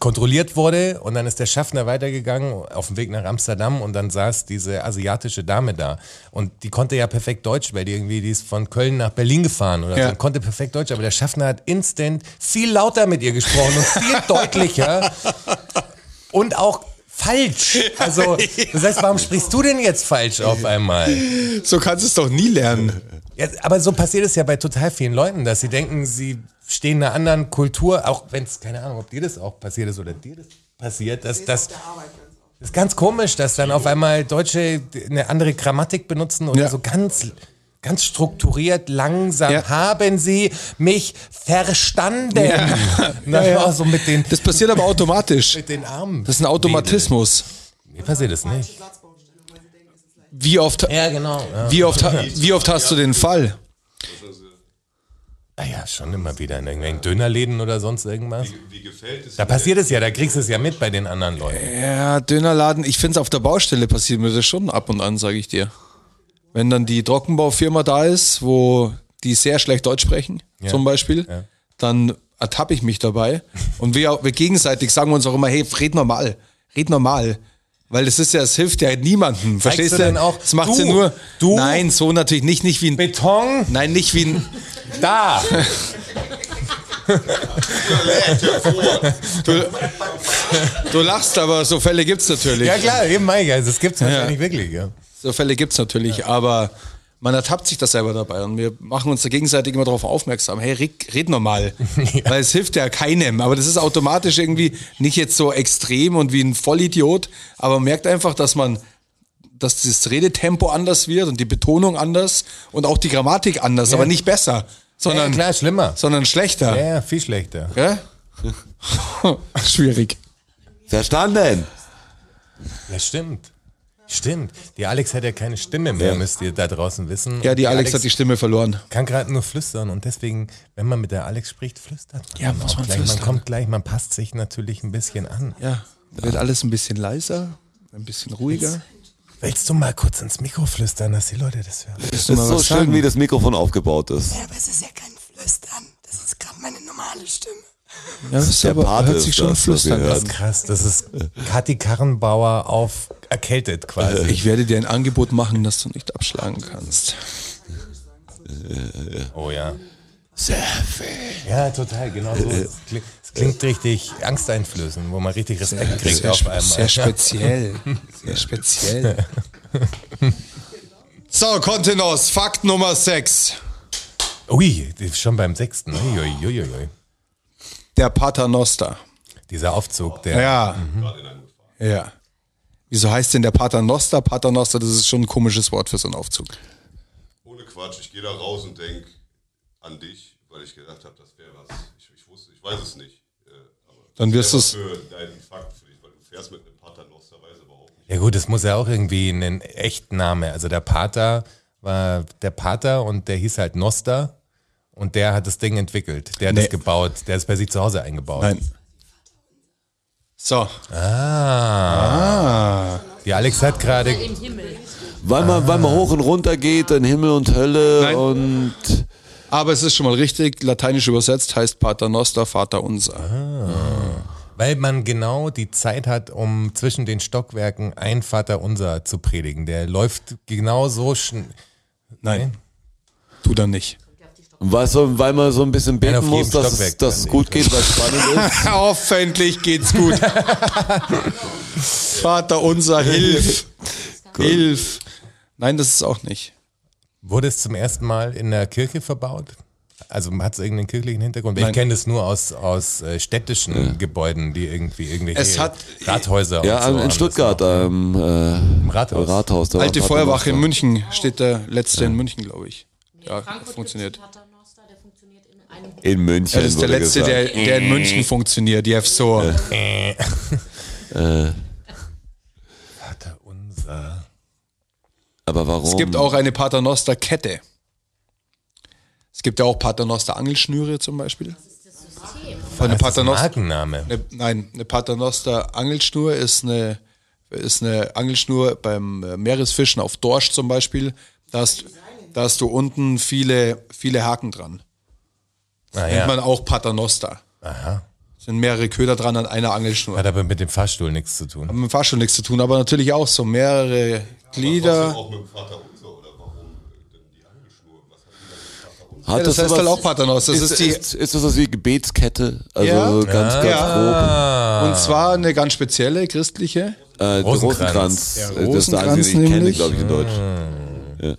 [SPEAKER 3] kontrolliert wurde und dann ist der Schaffner weitergegangen auf dem Weg nach Amsterdam und dann saß diese asiatische Dame da und die konnte ja perfekt Deutsch, weil die irgendwie, die ist von Köln nach Berlin gefahren oder
[SPEAKER 2] Ja.
[SPEAKER 3] so und konnte perfekt Deutsch, aber der Schaffner hat instant viel lauter mit ihr gesprochen und viel deutlicher und auch falsch. Also, das heißt, warum sprichst du denn jetzt falsch auf einmal?
[SPEAKER 2] So kannst du es doch nie lernen.
[SPEAKER 3] Ja, aber so passiert es ja bei total vielen Leuten, dass sie denken, sie stehen einer anderen Kultur, auch wenn es, keine Ahnung, ob dir das auch passiert ist oder dir das passiert, dass das. Das ist ganz komisch, dass dann auf einmal Deutsche eine andere Grammatik benutzen oder
[SPEAKER 2] Ja.
[SPEAKER 3] so ganz, ganz strukturiert, langsam.
[SPEAKER 2] Ja.
[SPEAKER 3] Haben Sie mich verstanden?
[SPEAKER 2] Ja.
[SPEAKER 3] Und dann
[SPEAKER 2] Ja, ja.
[SPEAKER 3] auch so mit den,
[SPEAKER 2] Das passiert aber automatisch.
[SPEAKER 3] mit den Armen.
[SPEAKER 2] Das ist ein Automatismus.
[SPEAKER 3] Mir passiert das nicht.
[SPEAKER 2] Wie oft,
[SPEAKER 3] Ja, genau. Ja.
[SPEAKER 2] wie oft, wie oft hast du den Fall?
[SPEAKER 3] Naja, schon immer wieder in irgendwelchen Dönerläden oder sonst irgendwas.
[SPEAKER 7] Wie gefällt es
[SPEAKER 3] Da passiert es ja, da kriegst du es ja mit bei den anderen Leuten.
[SPEAKER 2] Ja, Dönerladen, ich find's auf der Baustelle passiert mir das schon ab und an, sage ich dir. Wenn dann die Trockenbaufirma da ist, wo die sehr schlecht Deutsch sprechen, zum Beispiel,
[SPEAKER 3] Ja.
[SPEAKER 2] dann ertappe ich mich dabei. Und wir, wir gegenseitig sagen wir uns auch immer, hey, red normal, red normal. Weil das ist ja, es hilft ja niemandem. Verstehst
[SPEAKER 3] du
[SPEAKER 2] du?
[SPEAKER 3] denn auch,
[SPEAKER 2] das macht's ja
[SPEAKER 3] du,
[SPEAKER 2] nur.
[SPEAKER 3] du-
[SPEAKER 2] Nein, so natürlich nicht, nicht wie ein.
[SPEAKER 3] Beton,
[SPEAKER 2] Nein, nicht wie ein.
[SPEAKER 3] da.
[SPEAKER 2] Du, du lachst, aber so Fälle gibt's natürlich.
[SPEAKER 3] Ja klar, eben mein Geist, das gibt's wahrscheinlich wirklich, ja.
[SPEAKER 2] So Fälle gibt's natürlich, aber man ertappt sich das selber dabei und wir machen uns da gegenseitig immer darauf aufmerksam. Hey, red, red normal. Weil es hilft ja keinem. Aber das ist automatisch irgendwie nicht jetzt so extrem und wie ein Vollidiot, aber man merkt einfach, dass man, dass das Redetempo anders wird und die Betonung anders und auch die Grammatik anders, aber nicht besser,
[SPEAKER 3] ja
[SPEAKER 2] sondern,
[SPEAKER 3] klar, schlimmer.
[SPEAKER 2] sondern
[SPEAKER 3] Ja,
[SPEAKER 2] schlechter.
[SPEAKER 3] ja, viel schlechter.
[SPEAKER 2] Gell? Schwierig.
[SPEAKER 4] Verstanden.
[SPEAKER 3] Ja, stimmt. Stimmt. Die Alex hat ja keine Stimme mehr, müsst ihr da draußen wissen.
[SPEAKER 2] Ja, die Alex hat die Stimme verloren.
[SPEAKER 3] kann gerade nur flüstern und deswegen, wenn man mit der Alex spricht, flüstert man.
[SPEAKER 2] Ja, muss
[SPEAKER 3] auch
[SPEAKER 2] man
[SPEAKER 3] gleich. Man
[SPEAKER 2] flüstern.
[SPEAKER 3] kommt gleich, man passt sich natürlich ein bisschen an.
[SPEAKER 2] Ja. Wird alles ein bisschen leiser, ein bisschen ruhiger.
[SPEAKER 3] Willst du mal kurz ins Mikro flüstern, dass die Leute das hören?
[SPEAKER 2] Willst du
[SPEAKER 4] Das
[SPEAKER 2] mal
[SPEAKER 4] ist so
[SPEAKER 2] was
[SPEAKER 4] schön,
[SPEAKER 2] sagen?
[SPEAKER 4] wie das Mikrofon aufgebaut ist.
[SPEAKER 9] Aber es ist ja kein Flüstern. Das ist gerade meine normale Stimme.
[SPEAKER 2] Ja, das ist
[SPEAKER 4] Der
[SPEAKER 2] aber,
[SPEAKER 4] Pate
[SPEAKER 2] hört sich
[SPEAKER 4] ist
[SPEAKER 2] schon
[SPEAKER 4] das, was
[SPEAKER 2] flüstern
[SPEAKER 4] wir
[SPEAKER 2] an.
[SPEAKER 3] Das ist krass. Das ist äh, Kathi Karrenbauer auf erkältet quasi.
[SPEAKER 2] Ich werde dir ein Angebot machen, das du nicht abschlagen kannst. Äh.
[SPEAKER 3] Oh ja. Ja, total, genau
[SPEAKER 2] Äh.
[SPEAKER 3] so. Es klingt, es klingt richtig angsteinflößend, wo man richtig Respekt kriegt
[SPEAKER 2] Sehr,
[SPEAKER 3] auf einmal.
[SPEAKER 2] spe- sehr speziell. Sehr speziell. So, Kontinuos, Fakt Nummer 6.
[SPEAKER 3] Ui, die ist schon beim sechsten. Ui, ui, ui, ui.
[SPEAKER 2] Der Paternoster.
[SPEAKER 3] Dieser Aufzug, der.
[SPEAKER 2] Ja. Ja. Wieso heißt denn der Paternoster? Paternoster, das ist schon ein komisches Wort für so einen Aufzug.
[SPEAKER 7] Ohne Quatsch, ich gehe da raus und denk an dich, weil ich gedacht habe, das wäre was. Ich, ich wusste, ich weiß es nicht. Äh, aber
[SPEAKER 2] Dann wirst
[SPEAKER 7] das
[SPEAKER 2] du's.
[SPEAKER 7] wär was für deinen Fakt für dich, weil du fährst mit einem Paternoster, weiß aber auch nicht.
[SPEAKER 3] Ja gut, das muss ja auch irgendwie ein Echtname. Also der Pater war der Pater und der hieß halt Noster. Und der hat das Ding entwickelt, der hat
[SPEAKER 2] Nee.
[SPEAKER 3] das gebaut, der hat es bei sich zu Hause eingebaut.
[SPEAKER 2] Nein. So,
[SPEAKER 3] Die Alex hat gerade
[SPEAKER 8] Im Himmel.
[SPEAKER 4] Weil man, weil man hoch und runter geht in Himmel und Hölle
[SPEAKER 2] Nein.
[SPEAKER 4] und
[SPEAKER 2] aber es ist schon mal richtig, lateinisch übersetzt heißt Pater Noster, Vater unser.
[SPEAKER 3] Weil man genau die Zeit hat, um zwischen den Stockwerken ein Vater unser zu predigen. Der läuft genau so schn-
[SPEAKER 2] Nein. Tu dann nicht.
[SPEAKER 4] weil, so, weil man so ein bisschen
[SPEAKER 3] Einer auf
[SPEAKER 4] beten muss,
[SPEAKER 3] jedem
[SPEAKER 4] dass, es-
[SPEAKER 3] Stockwerk
[SPEAKER 4] dass es
[SPEAKER 3] dann
[SPEAKER 4] gut geht, weil es spannend ist.
[SPEAKER 2] Hoffentlich geht's gut. Vater unser, hilf. Hilf. Nein, das ist auch nicht.
[SPEAKER 3] Wurde es zum ersten Mal in der Kirche verbaut? Also hat es irgendeinen kirchlichen Hintergrund?
[SPEAKER 2] Nein.
[SPEAKER 3] Ich kenne das nur aus, aus äh, städtischen Gebäuden, die irgendwie irgendwelche
[SPEAKER 2] Es hat- also
[SPEAKER 3] Rathäuser
[SPEAKER 4] Ja,
[SPEAKER 3] und so
[SPEAKER 4] in
[SPEAKER 3] haben
[SPEAKER 4] Stuttgart
[SPEAKER 3] das noch.
[SPEAKER 4] ähm, äh,
[SPEAKER 3] Im Rathaus.
[SPEAKER 4] Rathaus. da war
[SPEAKER 2] Alte
[SPEAKER 4] Vater
[SPEAKER 2] Feuerwache in
[SPEAKER 4] Noster.
[SPEAKER 2] München steht der letzte in München, glaube ich. Ja,
[SPEAKER 8] Frankfurt
[SPEAKER 2] funktioniert.
[SPEAKER 8] gibt's einen Pater Noster, der funktioniert in einem
[SPEAKER 4] In München.
[SPEAKER 2] Ja, das ist der
[SPEAKER 4] wurde
[SPEAKER 2] letzte, der,
[SPEAKER 4] gesagt.
[SPEAKER 2] der in München funktioniert. Jeff so.
[SPEAKER 3] Äh.
[SPEAKER 2] Äh.
[SPEAKER 3] Vater unser.
[SPEAKER 4] Aber warum?
[SPEAKER 2] Es gibt auch eine Paternoster-Kette. Es gibt ja auch Paternoster-Angelschnüre zum Beispiel.
[SPEAKER 8] System.
[SPEAKER 2] Von der
[SPEAKER 3] Das ist ein
[SPEAKER 2] Paternoster.
[SPEAKER 3] Markenname.
[SPEAKER 2] Eine, nein, eine Paternoster-Angelschnur ist eine, ist eine Angelschnur beim äh, Meeresfischen auf Dorsch zum Beispiel. Da hast, da hast du unten viele, viele Haken dran.
[SPEAKER 3] Ah,
[SPEAKER 2] Nennt man
[SPEAKER 3] ja.
[SPEAKER 2] auch Paternoster.
[SPEAKER 3] Aha.
[SPEAKER 2] Sind mehrere Köder dran an einer Angelschnur.
[SPEAKER 3] Hat aber mit dem Fahrstuhl nichts zu tun.
[SPEAKER 2] Mit dem Fahrstuhl nichts zu tun, aber natürlich auch so mehrere
[SPEAKER 7] Trotzdem
[SPEAKER 2] Glieder.
[SPEAKER 7] auch mit dem Vater unser oder warum denn die Angelschnur? Was hat die denn mit Vater unser?
[SPEAKER 4] Hat
[SPEAKER 2] Ja, das heißt
[SPEAKER 4] sowas-
[SPEAKER 2] halt auch Paternoster. Das
[SPEAKER 4] ist,
[SPEAKER 2] ist die,
[SPEAKER 4] ist, ist das was wie Gebetskette? Also
[SPEAKER 2] Ja. Ah.
[SPEAKER 4] so ganz, ganz
[SPEAKER 3] Ah.
[SPEAKER 2] und zwar eine ganz spezielle christliche.
[SPEAKER 4] grob. Äh,
[SPEAKER 3] Rosenkranz.
[SPEAKER 4] Rosenkranz. Äh,
[SPEAKER 2] Der
[SPEAKER 4] Das ist der
[SPEAKER 2] Rosenkranz
[SPEAKER 4] einzige, den ich kenne,
[SPEAKER 2] nämlich. Ah.
[SPEAKER 4] glaube ich, in Deutsch.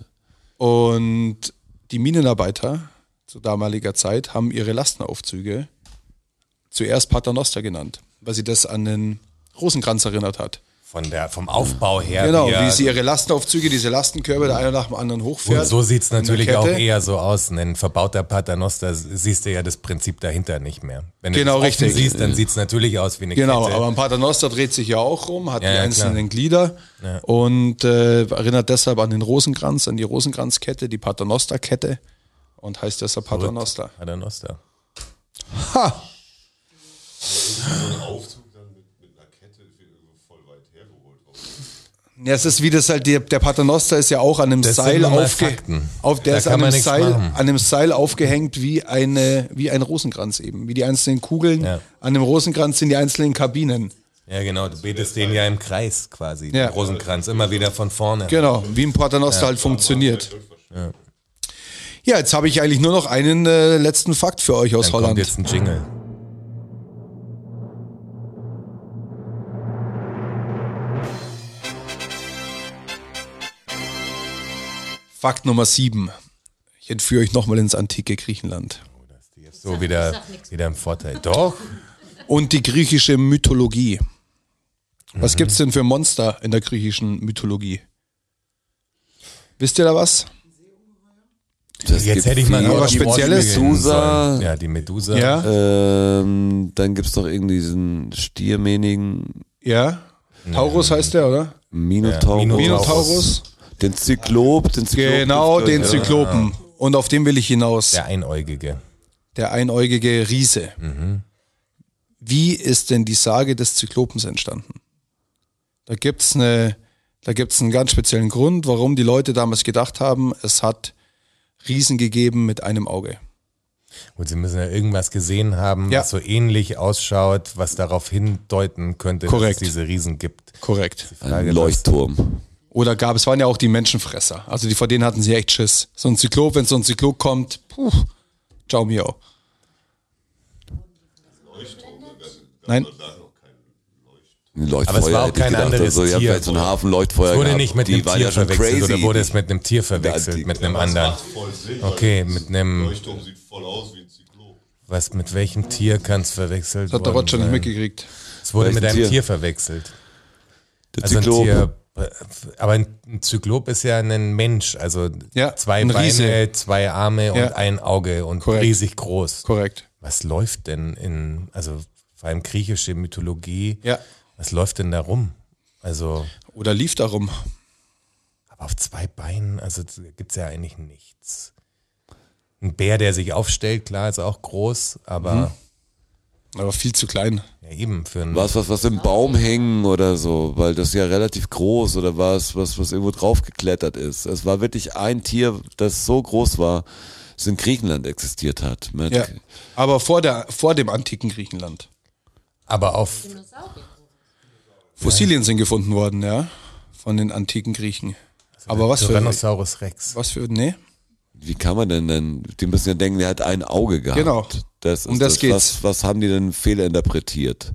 [SPEAKER 2] Und die Minenarbeiter zu damaliger Zeit haben ihre Lastenaufzüge zuerst Paternoster genannt, weil sie das an den Rosenkranz erinnert hat.
[SPEAKER 3] Von der, vom Aufbau her.
[SPEAKER 2] genau,
[SPEAKER 3] er-
[SPEAKER 2] wie sie ihre Lastenaufzüge, diese Lastenkörbe, der eine nach dem anderen hochfährt.
[SPEAKER 3] also Und so
[SPEAKER 2] in
[SPEAKER 3] sieht's
[SPEAKER 2] der
[SPEAKER 3] natürlich auch
[SPEAKER 2] Kette.
[SPEAKER 3] eher so aus. Ein verbauter Paternoster siehst du ja das Prinzip dahinter nicht mehr. Wenn du
[SPEAKER 2] Genau,
[SPEAKER 3] das offen
[SPEAKER 2] richtig.
[SPEAKER 3] siehst, dann sieht's natürlich aus wie eine
[SPEAKER 2] Genau,
[SPEAKER 3] Kette.
[SPEAKER 2] aber ein Paternoster dreht sich ja auch rum, hat
[SPEAKER 3] Ja,
[SPEAKER 2] die
[SPEAKER 3] ja,
[SPEAKER 2] einzelnen Glieder und äh, erinnert deshalb an den Rosenkranz, an die Rosenkranzkette, die Paternosterkette und heißt deshalb Paternoster.
[SPEAKER 3] Paternoster.
[SPEAKER 2] Ha!
[SPEAKER 7] Ein Aufzug dann mit, mit einer Kette ist hier irgendwo voll weit hergeholt. Warum
[SPEAKER 2] Ja, es ist wie das halt, die, der Paternoster ist ja auch an einem
[SPEAKER 3] Das sind
[SPEAKER 2] Seil
[SPEAKER 3] nun mal
[SPEAKER 2] aufge
[SPEAKER 3] Fakten.
[SPEAKER 2] auf, der
[SPEAKER 3] Da
[SPEAKER 2] ist
[SPEAKER 3] kann
[SPEAKER 2] an
[SPEAKER 3] man
[SPEAKER 2] einem,
[SPEAKER 3] nichts
[SPEAKER 2] Seil,
[SPEAKER 3] machen.
[SPEAKER 2] an einem Seil aufgehängt wie, eine, wie ein Rosenkranz eben, wie die einzelnen Kugeln.
[SPEAKER 3] Ja.
[SPEAKER 2] An dem Rosenkranz sind die einzelnen Kabinen.
[SPEAKER 3] Ja, genau. Du betest den ja im Kreis quasi.
[SPEAKER 2] Ja.
[SPEAKER 3] Den Rosenkranz. Immer wieder von vorne.
[SPEAKER 2] Genau, wie ein Paternoster halt funktioniert. Ja, jetzt habe ich eigentlich nur noch einen äh, letzten Fakt für euch aus
[SPEAKER 3] Dann kommt
[SPEAKER 2] Holland.
[SPEAKER 3] jetzt ein Jingle.
[SPEAKER 2] Fakt Nummer 7. Ich entführe euch nochmal ins antike Griechenland.
[SPEAKER 3] So wieder, wieder im Vorteil. Doch.
[SPEAKER 2] Und die griechische Mythologie. Was
[SPEAKER 3] Mhm.
[SPEAKER 2] gibt's denn für Monster in der griechischen Mythologie? Wisst ihr da was?
[SPEAKER 4] Das
[SPEAKER 3] Jetzt
[SPEAKER 4] gibt
[SPEAKER 3] hätte ich mal
[SPEAKER 4] viel.
[SPEAKER 2] noch was
[SPEAKER 3] die Worte
[SPEAKER 2] Spezielles.
[SPEAKER 3] gehen
[SPEAKER 4] Medusa.
[SPEAKER 3] sollen. Ja, die Medusa.
[SPEAKER 2] Ja?
[SPEAKER 4] Ähm, dann gibt es doch irgendwie diesen stiermähnigen
[SPEAKER 2] Ja? Taurus heißt der, oder?
[SPEAKER 4] Minotaurus.
[SPEAKER 2] Minotaurus.
[SPEAKER 4] Den Zyklop. Den Zyklop
[SPEAKER 2] Genau,
[SPEAKER 4] gibt's äh,
[SPEAKER 2] den
[SPEAKER 4] da,
[SPEAKER 2] Zyklopen. Und auf den will ich hinaus.
[SPEAKER 3] Der Einäugige.
[SPEAKER 2] Der einäugige Riese. Wie ist denn die Sage des Zyklopens entstanden? Da gibt's eine, da gibt's einen ganz speziellen Grund, warum die Leute damals gedacht haben, es hat Riesen gegeben mit einem Auge.
[SPEAKER 3] Und sie müssen ja irgendwas gesehen haben,
[SPEAKER 2] Ja.
[SPEAKER 3] was so ähnlich ausschaut, was darauf hindeuten könnte,
[SPEAKER 2] Korrekt.
[SPEAKER 3] dass es diese Riesen gibt.
[SPEAKER 2] Korrekt.
[SPEAKER 4] Ein genau.
[SPEAKER 3] genau.
[SPEAKER 4] Leuchtturm.
[SPEAKER 2] Oder gab es waren ja auch die Menschenfresser. Also die vor denen hatten sie echt Schiss. So ein Zyklop, wenn so ein Zyklop kommt, puh, ciao mio. Nein,
[SPEAKER 4] Ein Leuchtfeuer.
[SPEAKER 3] Aber es war auch
[SPEAKER 4] hätte ich
[SPEAKER 3] kein
[SPEAKER 4] gedacht.
[SPEAKER 3] anderes
[SPEAKER 4] also, ihr habt
[SPEAKER 3] Tier.
[SPEAKER 4] jetzt so ein Hafenleuchtfeuer
[SPEAKER 3] Wurde
[SPEAKER 4] gehabt.
[SPEAKER 3] nicht mit
[SPEAKER 4] Die
[SPEAKER 3] einem
[SPEAKER 4] waren
[SPEAKER 3] Tier
[SPEAKER 4] ja schon
[SPEAKER 3] verwechselt
[SPEAKER 4] crazy.
[SPEAKER 3] oder wurde es mit einem Tier
[SPEAKER 4] Die-
[SPEAKER 3] verwechselt, mit einem
[SPEAKER 7] Das
[SPEAKER 3] anderen?
[SPEAKER 7] macht voll Sinn.
[SPEAKER 3] Okay,
[SPEAKER 7] weil
[SPEAKER 3] mit einem,
[SPEAKER 7] Leuchtturm sieht voll aus wie ein Zyklop.
[SPEAKER 3] was, mit welchem Tier kann es verwechselt
[SPEAKER 2] das hat der Roger nicht
[SPEAKER 3] sein?
[SPEAKER 2] mitgekriegt.
[SPEAKER 3] Es wurde mit
[SPEAKER 4] Welches
[SPEAKER 3] einem
[SPEAKER 4] Tier?
[SPEAKER 3] Tier, verwechselt.
[SPEAKER 4] Der
[SPEAKER 3] Also ein
[SPEAKER 4] Zyklop.
[SPEAKER 3] Tier, äh, aber ein ein Zyklop ist ja ein Mensch, also
[SPEAKER 2] Ja,
[SPEAKER 3] zwei
[SPEAKER 2] ein
[SPEAKER 3] Beine,
[SPEAKER 2] Riese.
[SPEAKER 3] zwei Arme und
[SPEAKER 2] Ja.
[SPEAKER 3] ein Auge und
[SPEAKER 2] Korrekt.
[SPEAKER 3] riesig groß.
[SPEAKER 2] Korrekt.
[SPEAKER 3] Was läuft denn in, also vor allem griechische Mythologie,
[SPEAKER 2] Ja.
[SPEAKER 3] was läuft denn da rum? Also,
[SPEAKER 2] Oder lief darum.
[SPEAKER 3] aber auf zwei Beinen, also gibt es ja eigentlich nichts. Ein Bär, der sich aufstellt, klar, ist auch groß, aber
[SPEAKER 2] Mhm. Aber viel zu klein.
[SPEAKER 3] ja, eben für einen.
[SPEAKER 4] War es was, was im Baum hängen oder so, weil das ja relativ groß oder war es was, was irgendwo draufgeklettert ist? Es war wirklich ein Tier, das so groß war, das in Griechenland existiert hat. Mit
[SPEAKER 2] Ja. Aber vor, der, vor dem antiken Griechenland.
[SPEAKER 3] Aber auf,
[SPEAKER 2] Fossilien sind gefunden worden, ja. Von den antiken Griechen. Aber was für,
[SPEAKER 3] Tyrannosaurus Rex.
[SPEAKER 2] was für, nee.
[SPEAKER 4] Wie kann man denn denn? Die müssen ja denken, der hat ein Auge gehabt.
[SPEAKER 2] Genau.
[SPEAKER 4] Das ist
[SPEAKER 2] Um das geht's.
[SPEAKER 4] Was, was haben die denn fehlinterpretiert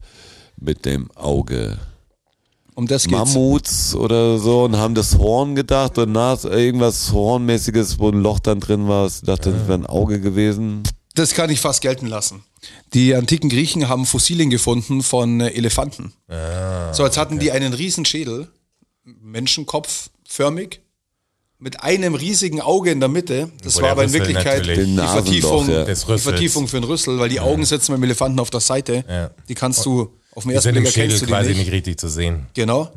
[SPEAKER 4] mit dem Auge?
[SPEAKER 2] Um das geht's.
[SPEAKER 4] Mammuts oder so und haben das Horn gedacht und nach irgendwas Hornmäßiges, wo ein Loch dann drin war. Ich dachte, das wäre ein Auge gewesen.
[SPEAKER 2] Das kann ich fast gelten lassen. Die antiken Griechen haben Fossilien gefunden von äh, Elefanten.
[SPEAKER 3] Ah,
[SPEAKER 2] so, jetzt hatten die einen riesen Schädel, menschenkopfförmig, mit einem riesigen Auge in der Mitte. Das war
[SPEAKER 3] Wo der
[SPEAKER 2] aber in
[SPEAKER 3] Rüssel
[SPEAKER 2] Wirklichkeit
[SPEAKER 3] natürlich-
[SPEAKER 4] Den
[SPEAKER 2] die
[SPEAKER 4] Nasenloch,
[SPEAKER 2] Vertiefung,
[SPEAKER 4] ja.
[SPEAKER 2] die
[SPEAKER 3] Des Rüssels.
[SPEAKER 2] Vertiefung für den Rüssel, weil die Augen sitzen beim Elefanten auf der Seite.
[SPEAKER 3] Ja.
[SPEAKER 2] Die kannst du auf den
[SPEAKER 3] Die
[SPEAKER 2] ersten
[SPEAKER 3] sind
[SPEAKER 2] Blick
[SPEAKER 3] im
[SPEAKER 2] erkennst
[SPEAKER 3] Schädel
[SPEAKER 2] du die
[SPEAKER 3] quasi
[SPEAKER 2] nicht.
[SPEAKER 3] nicht. Mhm. richtig zu sehen.
[SPEAKER 2] Genau.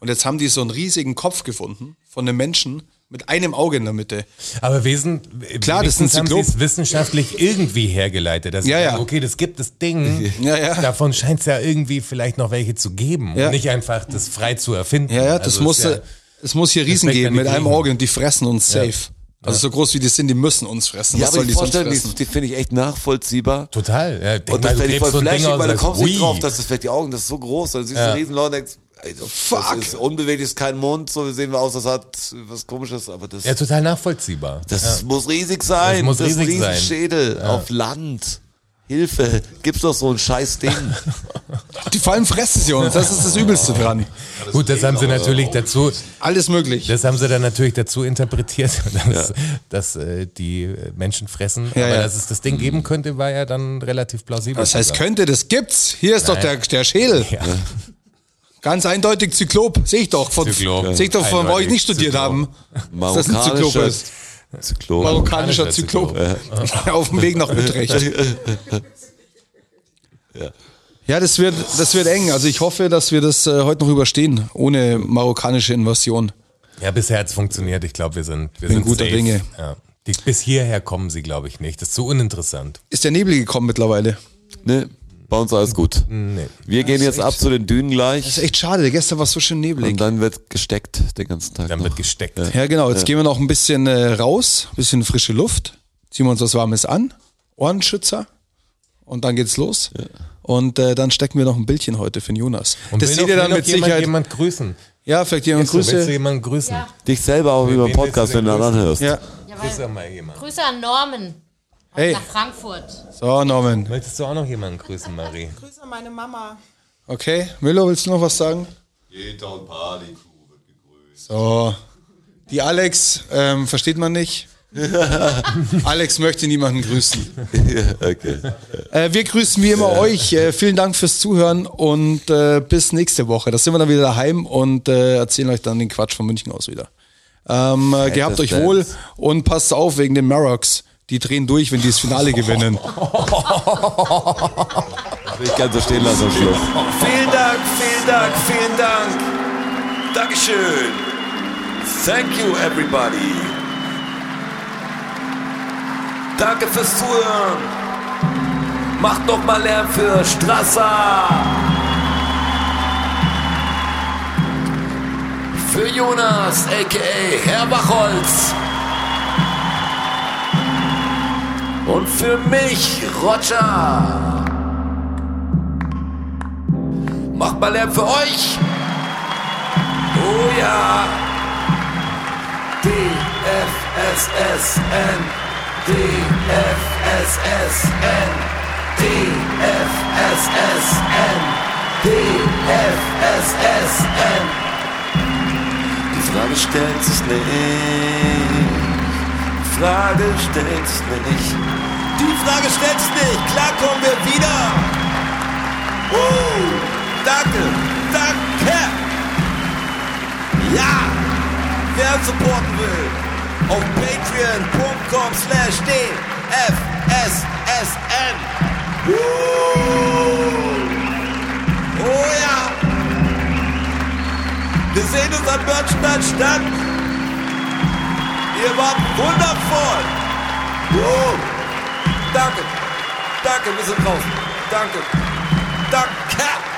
[SPEAKER 2] Und jetzt haben die so einen riesigen Kopf gefunden von einem Menschen mit einem Auge in der Mitte.
[SPEAKER 3] Aber wesen,
[SPEAKER 2] Klar, das ist ein
[SPEAKER 3] wenigstens haben sie
[SPEAKER 2] Zyklop.
[SPEAKER 3] es wissenschaftlich irgendwie hergeleitet. Dass sie
[SPEAKER 2] Ja, ja.
[SPEAKER 3] sagen, Okay, das gibt das Ding.
[SPEAKER 2] Ja, ja.
[SPEAKER 3] Davon scheint es ja irgendwie vielleicht noch welche zu geben.
[SPEAKER 2] Ja.
[SPEAKER 3] Und nicht einfach das frei zu erfinden.
[SPEAKER 2] Ja, ja, das
[SPEAKER 3] Also
[SPEAKER 2] muss,
[SPEAKER 3] ist ja-
[SPEAKER 2] es muss hier Riesen
[SPEAKER 3] Respekt
[SPEAKER 2] geben
[SPEAKER 3] an die
[SPEAKER 2] mit einem
[SPEAKER 3] Griechen.
[SPEAKER 2] Auge und die fressen uns safe. Also so groß wie die sind, die müssen uns fressen.
[SPEAKER 4] Ja,
[SPEAKER 2] Was
[SPEAKER 4] aber
[SPEAKER 2] sollen
[SPEAKER 4] die
[SPEAKER 2] die sonst
[SPEAKER 4] Vorstellung, die,
[SPEAKER 2] fressen?
[SPEAKER 4] die finde ich echt nachvollziehbar.
[SPEAKER 3] Total. Ja, denk mal,
[SPEAKER 4] Und das
[SPEAKER 3] du
[SPEAKER 4] fände
[SPEAKER 3] gräbst
[SPEAKER 4] ich voll
[SPEAKER 3] so ein Ding
[SPEAKER 4] flashig,
[SPEAKER 3] aus und
[SPEAKER 4] weil du
[SPEAKER 3] sagst,
[SPEAKER 4] kommst nicht
[SPEAKER 3] ui.
[SPEAKER 4] drauf, dass das vielleicht die Augen, das ist so groß. Dann siehst du
[SPEAKER 3] Ja.
[SPEAKER 4] einen riesen Loch und denkst, ey, das ist unbeweglich, ist kein Mund, so sehen wir aus, das hat was komisches, aber das,
[SPEAKER 3] Ja, total nachvollziehbar.
[SPEAKER 4] das muss riesig sein.
[SPEAKER 3] Das muss
[SPEAKER 4] ist ein
[SPEAKER 3] riesig sein.
[SPEAKER 4] Riesenschädel auf Land. Hilfe, gibt's doch so ein scheiß Ding.
[SPEAKER 2] Die vor allem fressen sie uns, das ist das Übelste dran.
[SPEAKER 3] Gut, das haben sie natürlich dazu,
[SPEAKER 2] Alles möglich.
[SPEAKER 3] das haben sie dann natürlich dazu interpretiert, dass, dass äh, die Menschen fressen.
[SPEAKER 2] Ja,
[SPEAKER 3] Aber
[SPEAKER 2] ja. Mhm.
[SPEAKER 3] dass es das Ding geben könnte, war ja dann relativ plausibel.
[SPEAKER 2] das heißt, könnte, das gibt's. Hier ist doch der, der Schädel.
[SPEAKER 3] Ja.
[SPEAKER 2] Ganz eindeutig Zyklop. Sehe ich doch. Von,
[SPEAKER 3] Zyklop.
[SPEAKER 2] Sehe ich doch, von wo ich
[SPEAKER 3] Eindeutig
[SPEAKER 2] nicht studiert
[SPEAKER 3] Zyklop.
[SPEAKER 2] haben, dass das ein Zyklop
[SPEAKER 4] Marokkanischer
[SPEAKER 2] ist.
[SPEAKER 4] Zyklop.
[SPEAKER 2] Marokkanischer
[SPEAKER 3] Marokkanischer
[SPEAKER 2] Zyklop. Auf dem Weg nach Utrecht. Ja, das wird, das wird eng. Also ich hoffe, dass wir das äh, heute noch überstehen, ohne marokkanische Invasion.
[SPEAKER 3] Ja, bisher hat's funktioniert. Ich glaube, wir sind, wir
[SPEAKER 2] Bin
[SPEAKER 3] sind
[SPEAKER 2] guter
[SPEAKER 3] safe.
[SPEAKER 2] Dinge.
[SPEAKER 3] Ja. Die, bis hierher kommen sie, glaube ich, nicht. Das ist zu uninteressant.
[SPEAKER 2] Ist der Nebel gekommen mittlerweile?
[SPEAKER 4] Ne, bei uns alles gut. Wir gehen jetzt ab zu den Dünen
[SPEAKER 2] Das
[SPEAKER 4] gleich
[SPEAKER 2] ist echt schade, gestern war es so schön neblig.
[SPEAKER 4] und dann wird gesteckt den ganzen Tag.
[SPEAKER 3] Dann
[SPEAKER 4] noch.
[SPEAKER 3] wird gesteckt.
[SPEAKER 2] Ja, genau. Jetzt gehen wir noch ein bisschen äh, raus, ein bisschen frische Luft, ziehen wir uns was Warmes an, Ohrenschützer und dann geht's los. Und äh, dann stecken wir noch ein Bildchen heute für den Jonas.
[SPEAKER 3] Und
[SPEAKER 2] das
[SPEAKER 3] will
[SPEAKER 2] seht
[SPEAKER 3] noch-
[SPEAKER 2] ihr
[SPEAKER 3] will
[SPEAKER 2] dann
[SPEAKER 3] noch
[SPEAKER 2] mit
[SPEAKER 3] jemand,
[SPEAKER 2] Sicherheit.
[SPEAKER 3] jemand grüßen.
[SPEAKER 2] Ja, vielleicht jemand
[SPEAKER 3] Grüße. Willst du
[SPEAKER 2] Grüße.
[SPEAKER 3] jemanden grüßen?
[SPEAKER 8] Ja.
[SPEAKER 4] Dich selber auch über
[SPEAKER 3] wen
[SPEAKER 4] den
[SPEAKER 3] willst
[SPEAKER 4] Podcast,
[SPEAKER 3] du
[SPEAKER 4] wenn
[SPEAKER 3] denn
[SPEAKER 4] du ihn
[SPEAKER 3] grüßen?
[SPEAKER 4] anhörst.
[SPEAKER 2] Ja.
[SPEAKER 8] Ja,
[SPEAKER 3] Grüße
[SPEAKER 8] weil,
[SPEAKER 3] mal jemanden.
[SPEAKER 8] Grüße an Norman
[SPEAKER 2] Hey,
[SPEAKER 8] nach Frankfurt.
[SPEAKER 2] so Norman.
[SPEAKER 3] Möchtest du auch noch jemanden grüßen, Marie?
[SPEAKER 9] Grüße an meine Mama.
[SPEAKER 2] Okay, Müller, willst du noch was sagen?
[SPEAKER 7] Jeder und Party-Crew wird gegrüßt.
[SPEAKER 2] So. Die Alex ähm, versteht man nicht. Alex möchte niemanden grüßen.
[SPEAKER 4] Okay.
[SPEAKER 2] Äh, wir grüßen wie immer euch. Äh, vielen Dank fürs Zuhören und äh, bis nächste Woche. Da sind wir dann wieder daheim und äh, erzählen euch dann den Quatsch von München aus wieder. Ähm, äh, gehabt euch
[SPEAKER 4] Dance.
[SPEAKER 2] wohl und passt auf wegen den Maroks. Die drehen durch, wenn die das Finale gewinnen.
[SPEAKER 4] Will ich gerne so stehen lassen am Schluss.
[SPEAKER 10] Vielen Dank, vielen Dank, vielen Dank. Dankeschön. Thank you, everybody. Danke fürs Zuhören. Macht noch mal Lärm für Strasser. Für Jonas, a.k.a. Herr Bachholz. Und für mich, Roger. Macht mal Lärm für euch. Oh ja. DFSSN. DFSSN. DFSSN. DFSSN.
[SPEAKER 4] Die Frage stellt sich nicht.
[SPEAKER 10] Die Frage stellt sich nicht. Die Frage stellt sich nicht. Klar kommen wir wieder. Uh, danke, danke. Ja, wer supporten will, auf patreon.com slash dfssn. Uh, oh ja. Wir sehen uns an Börnstein statt. Ihr wart wundervoll.
[SPEAKER 2] Wow. Danke. Danke, wir sind draußen. Danke. Danke.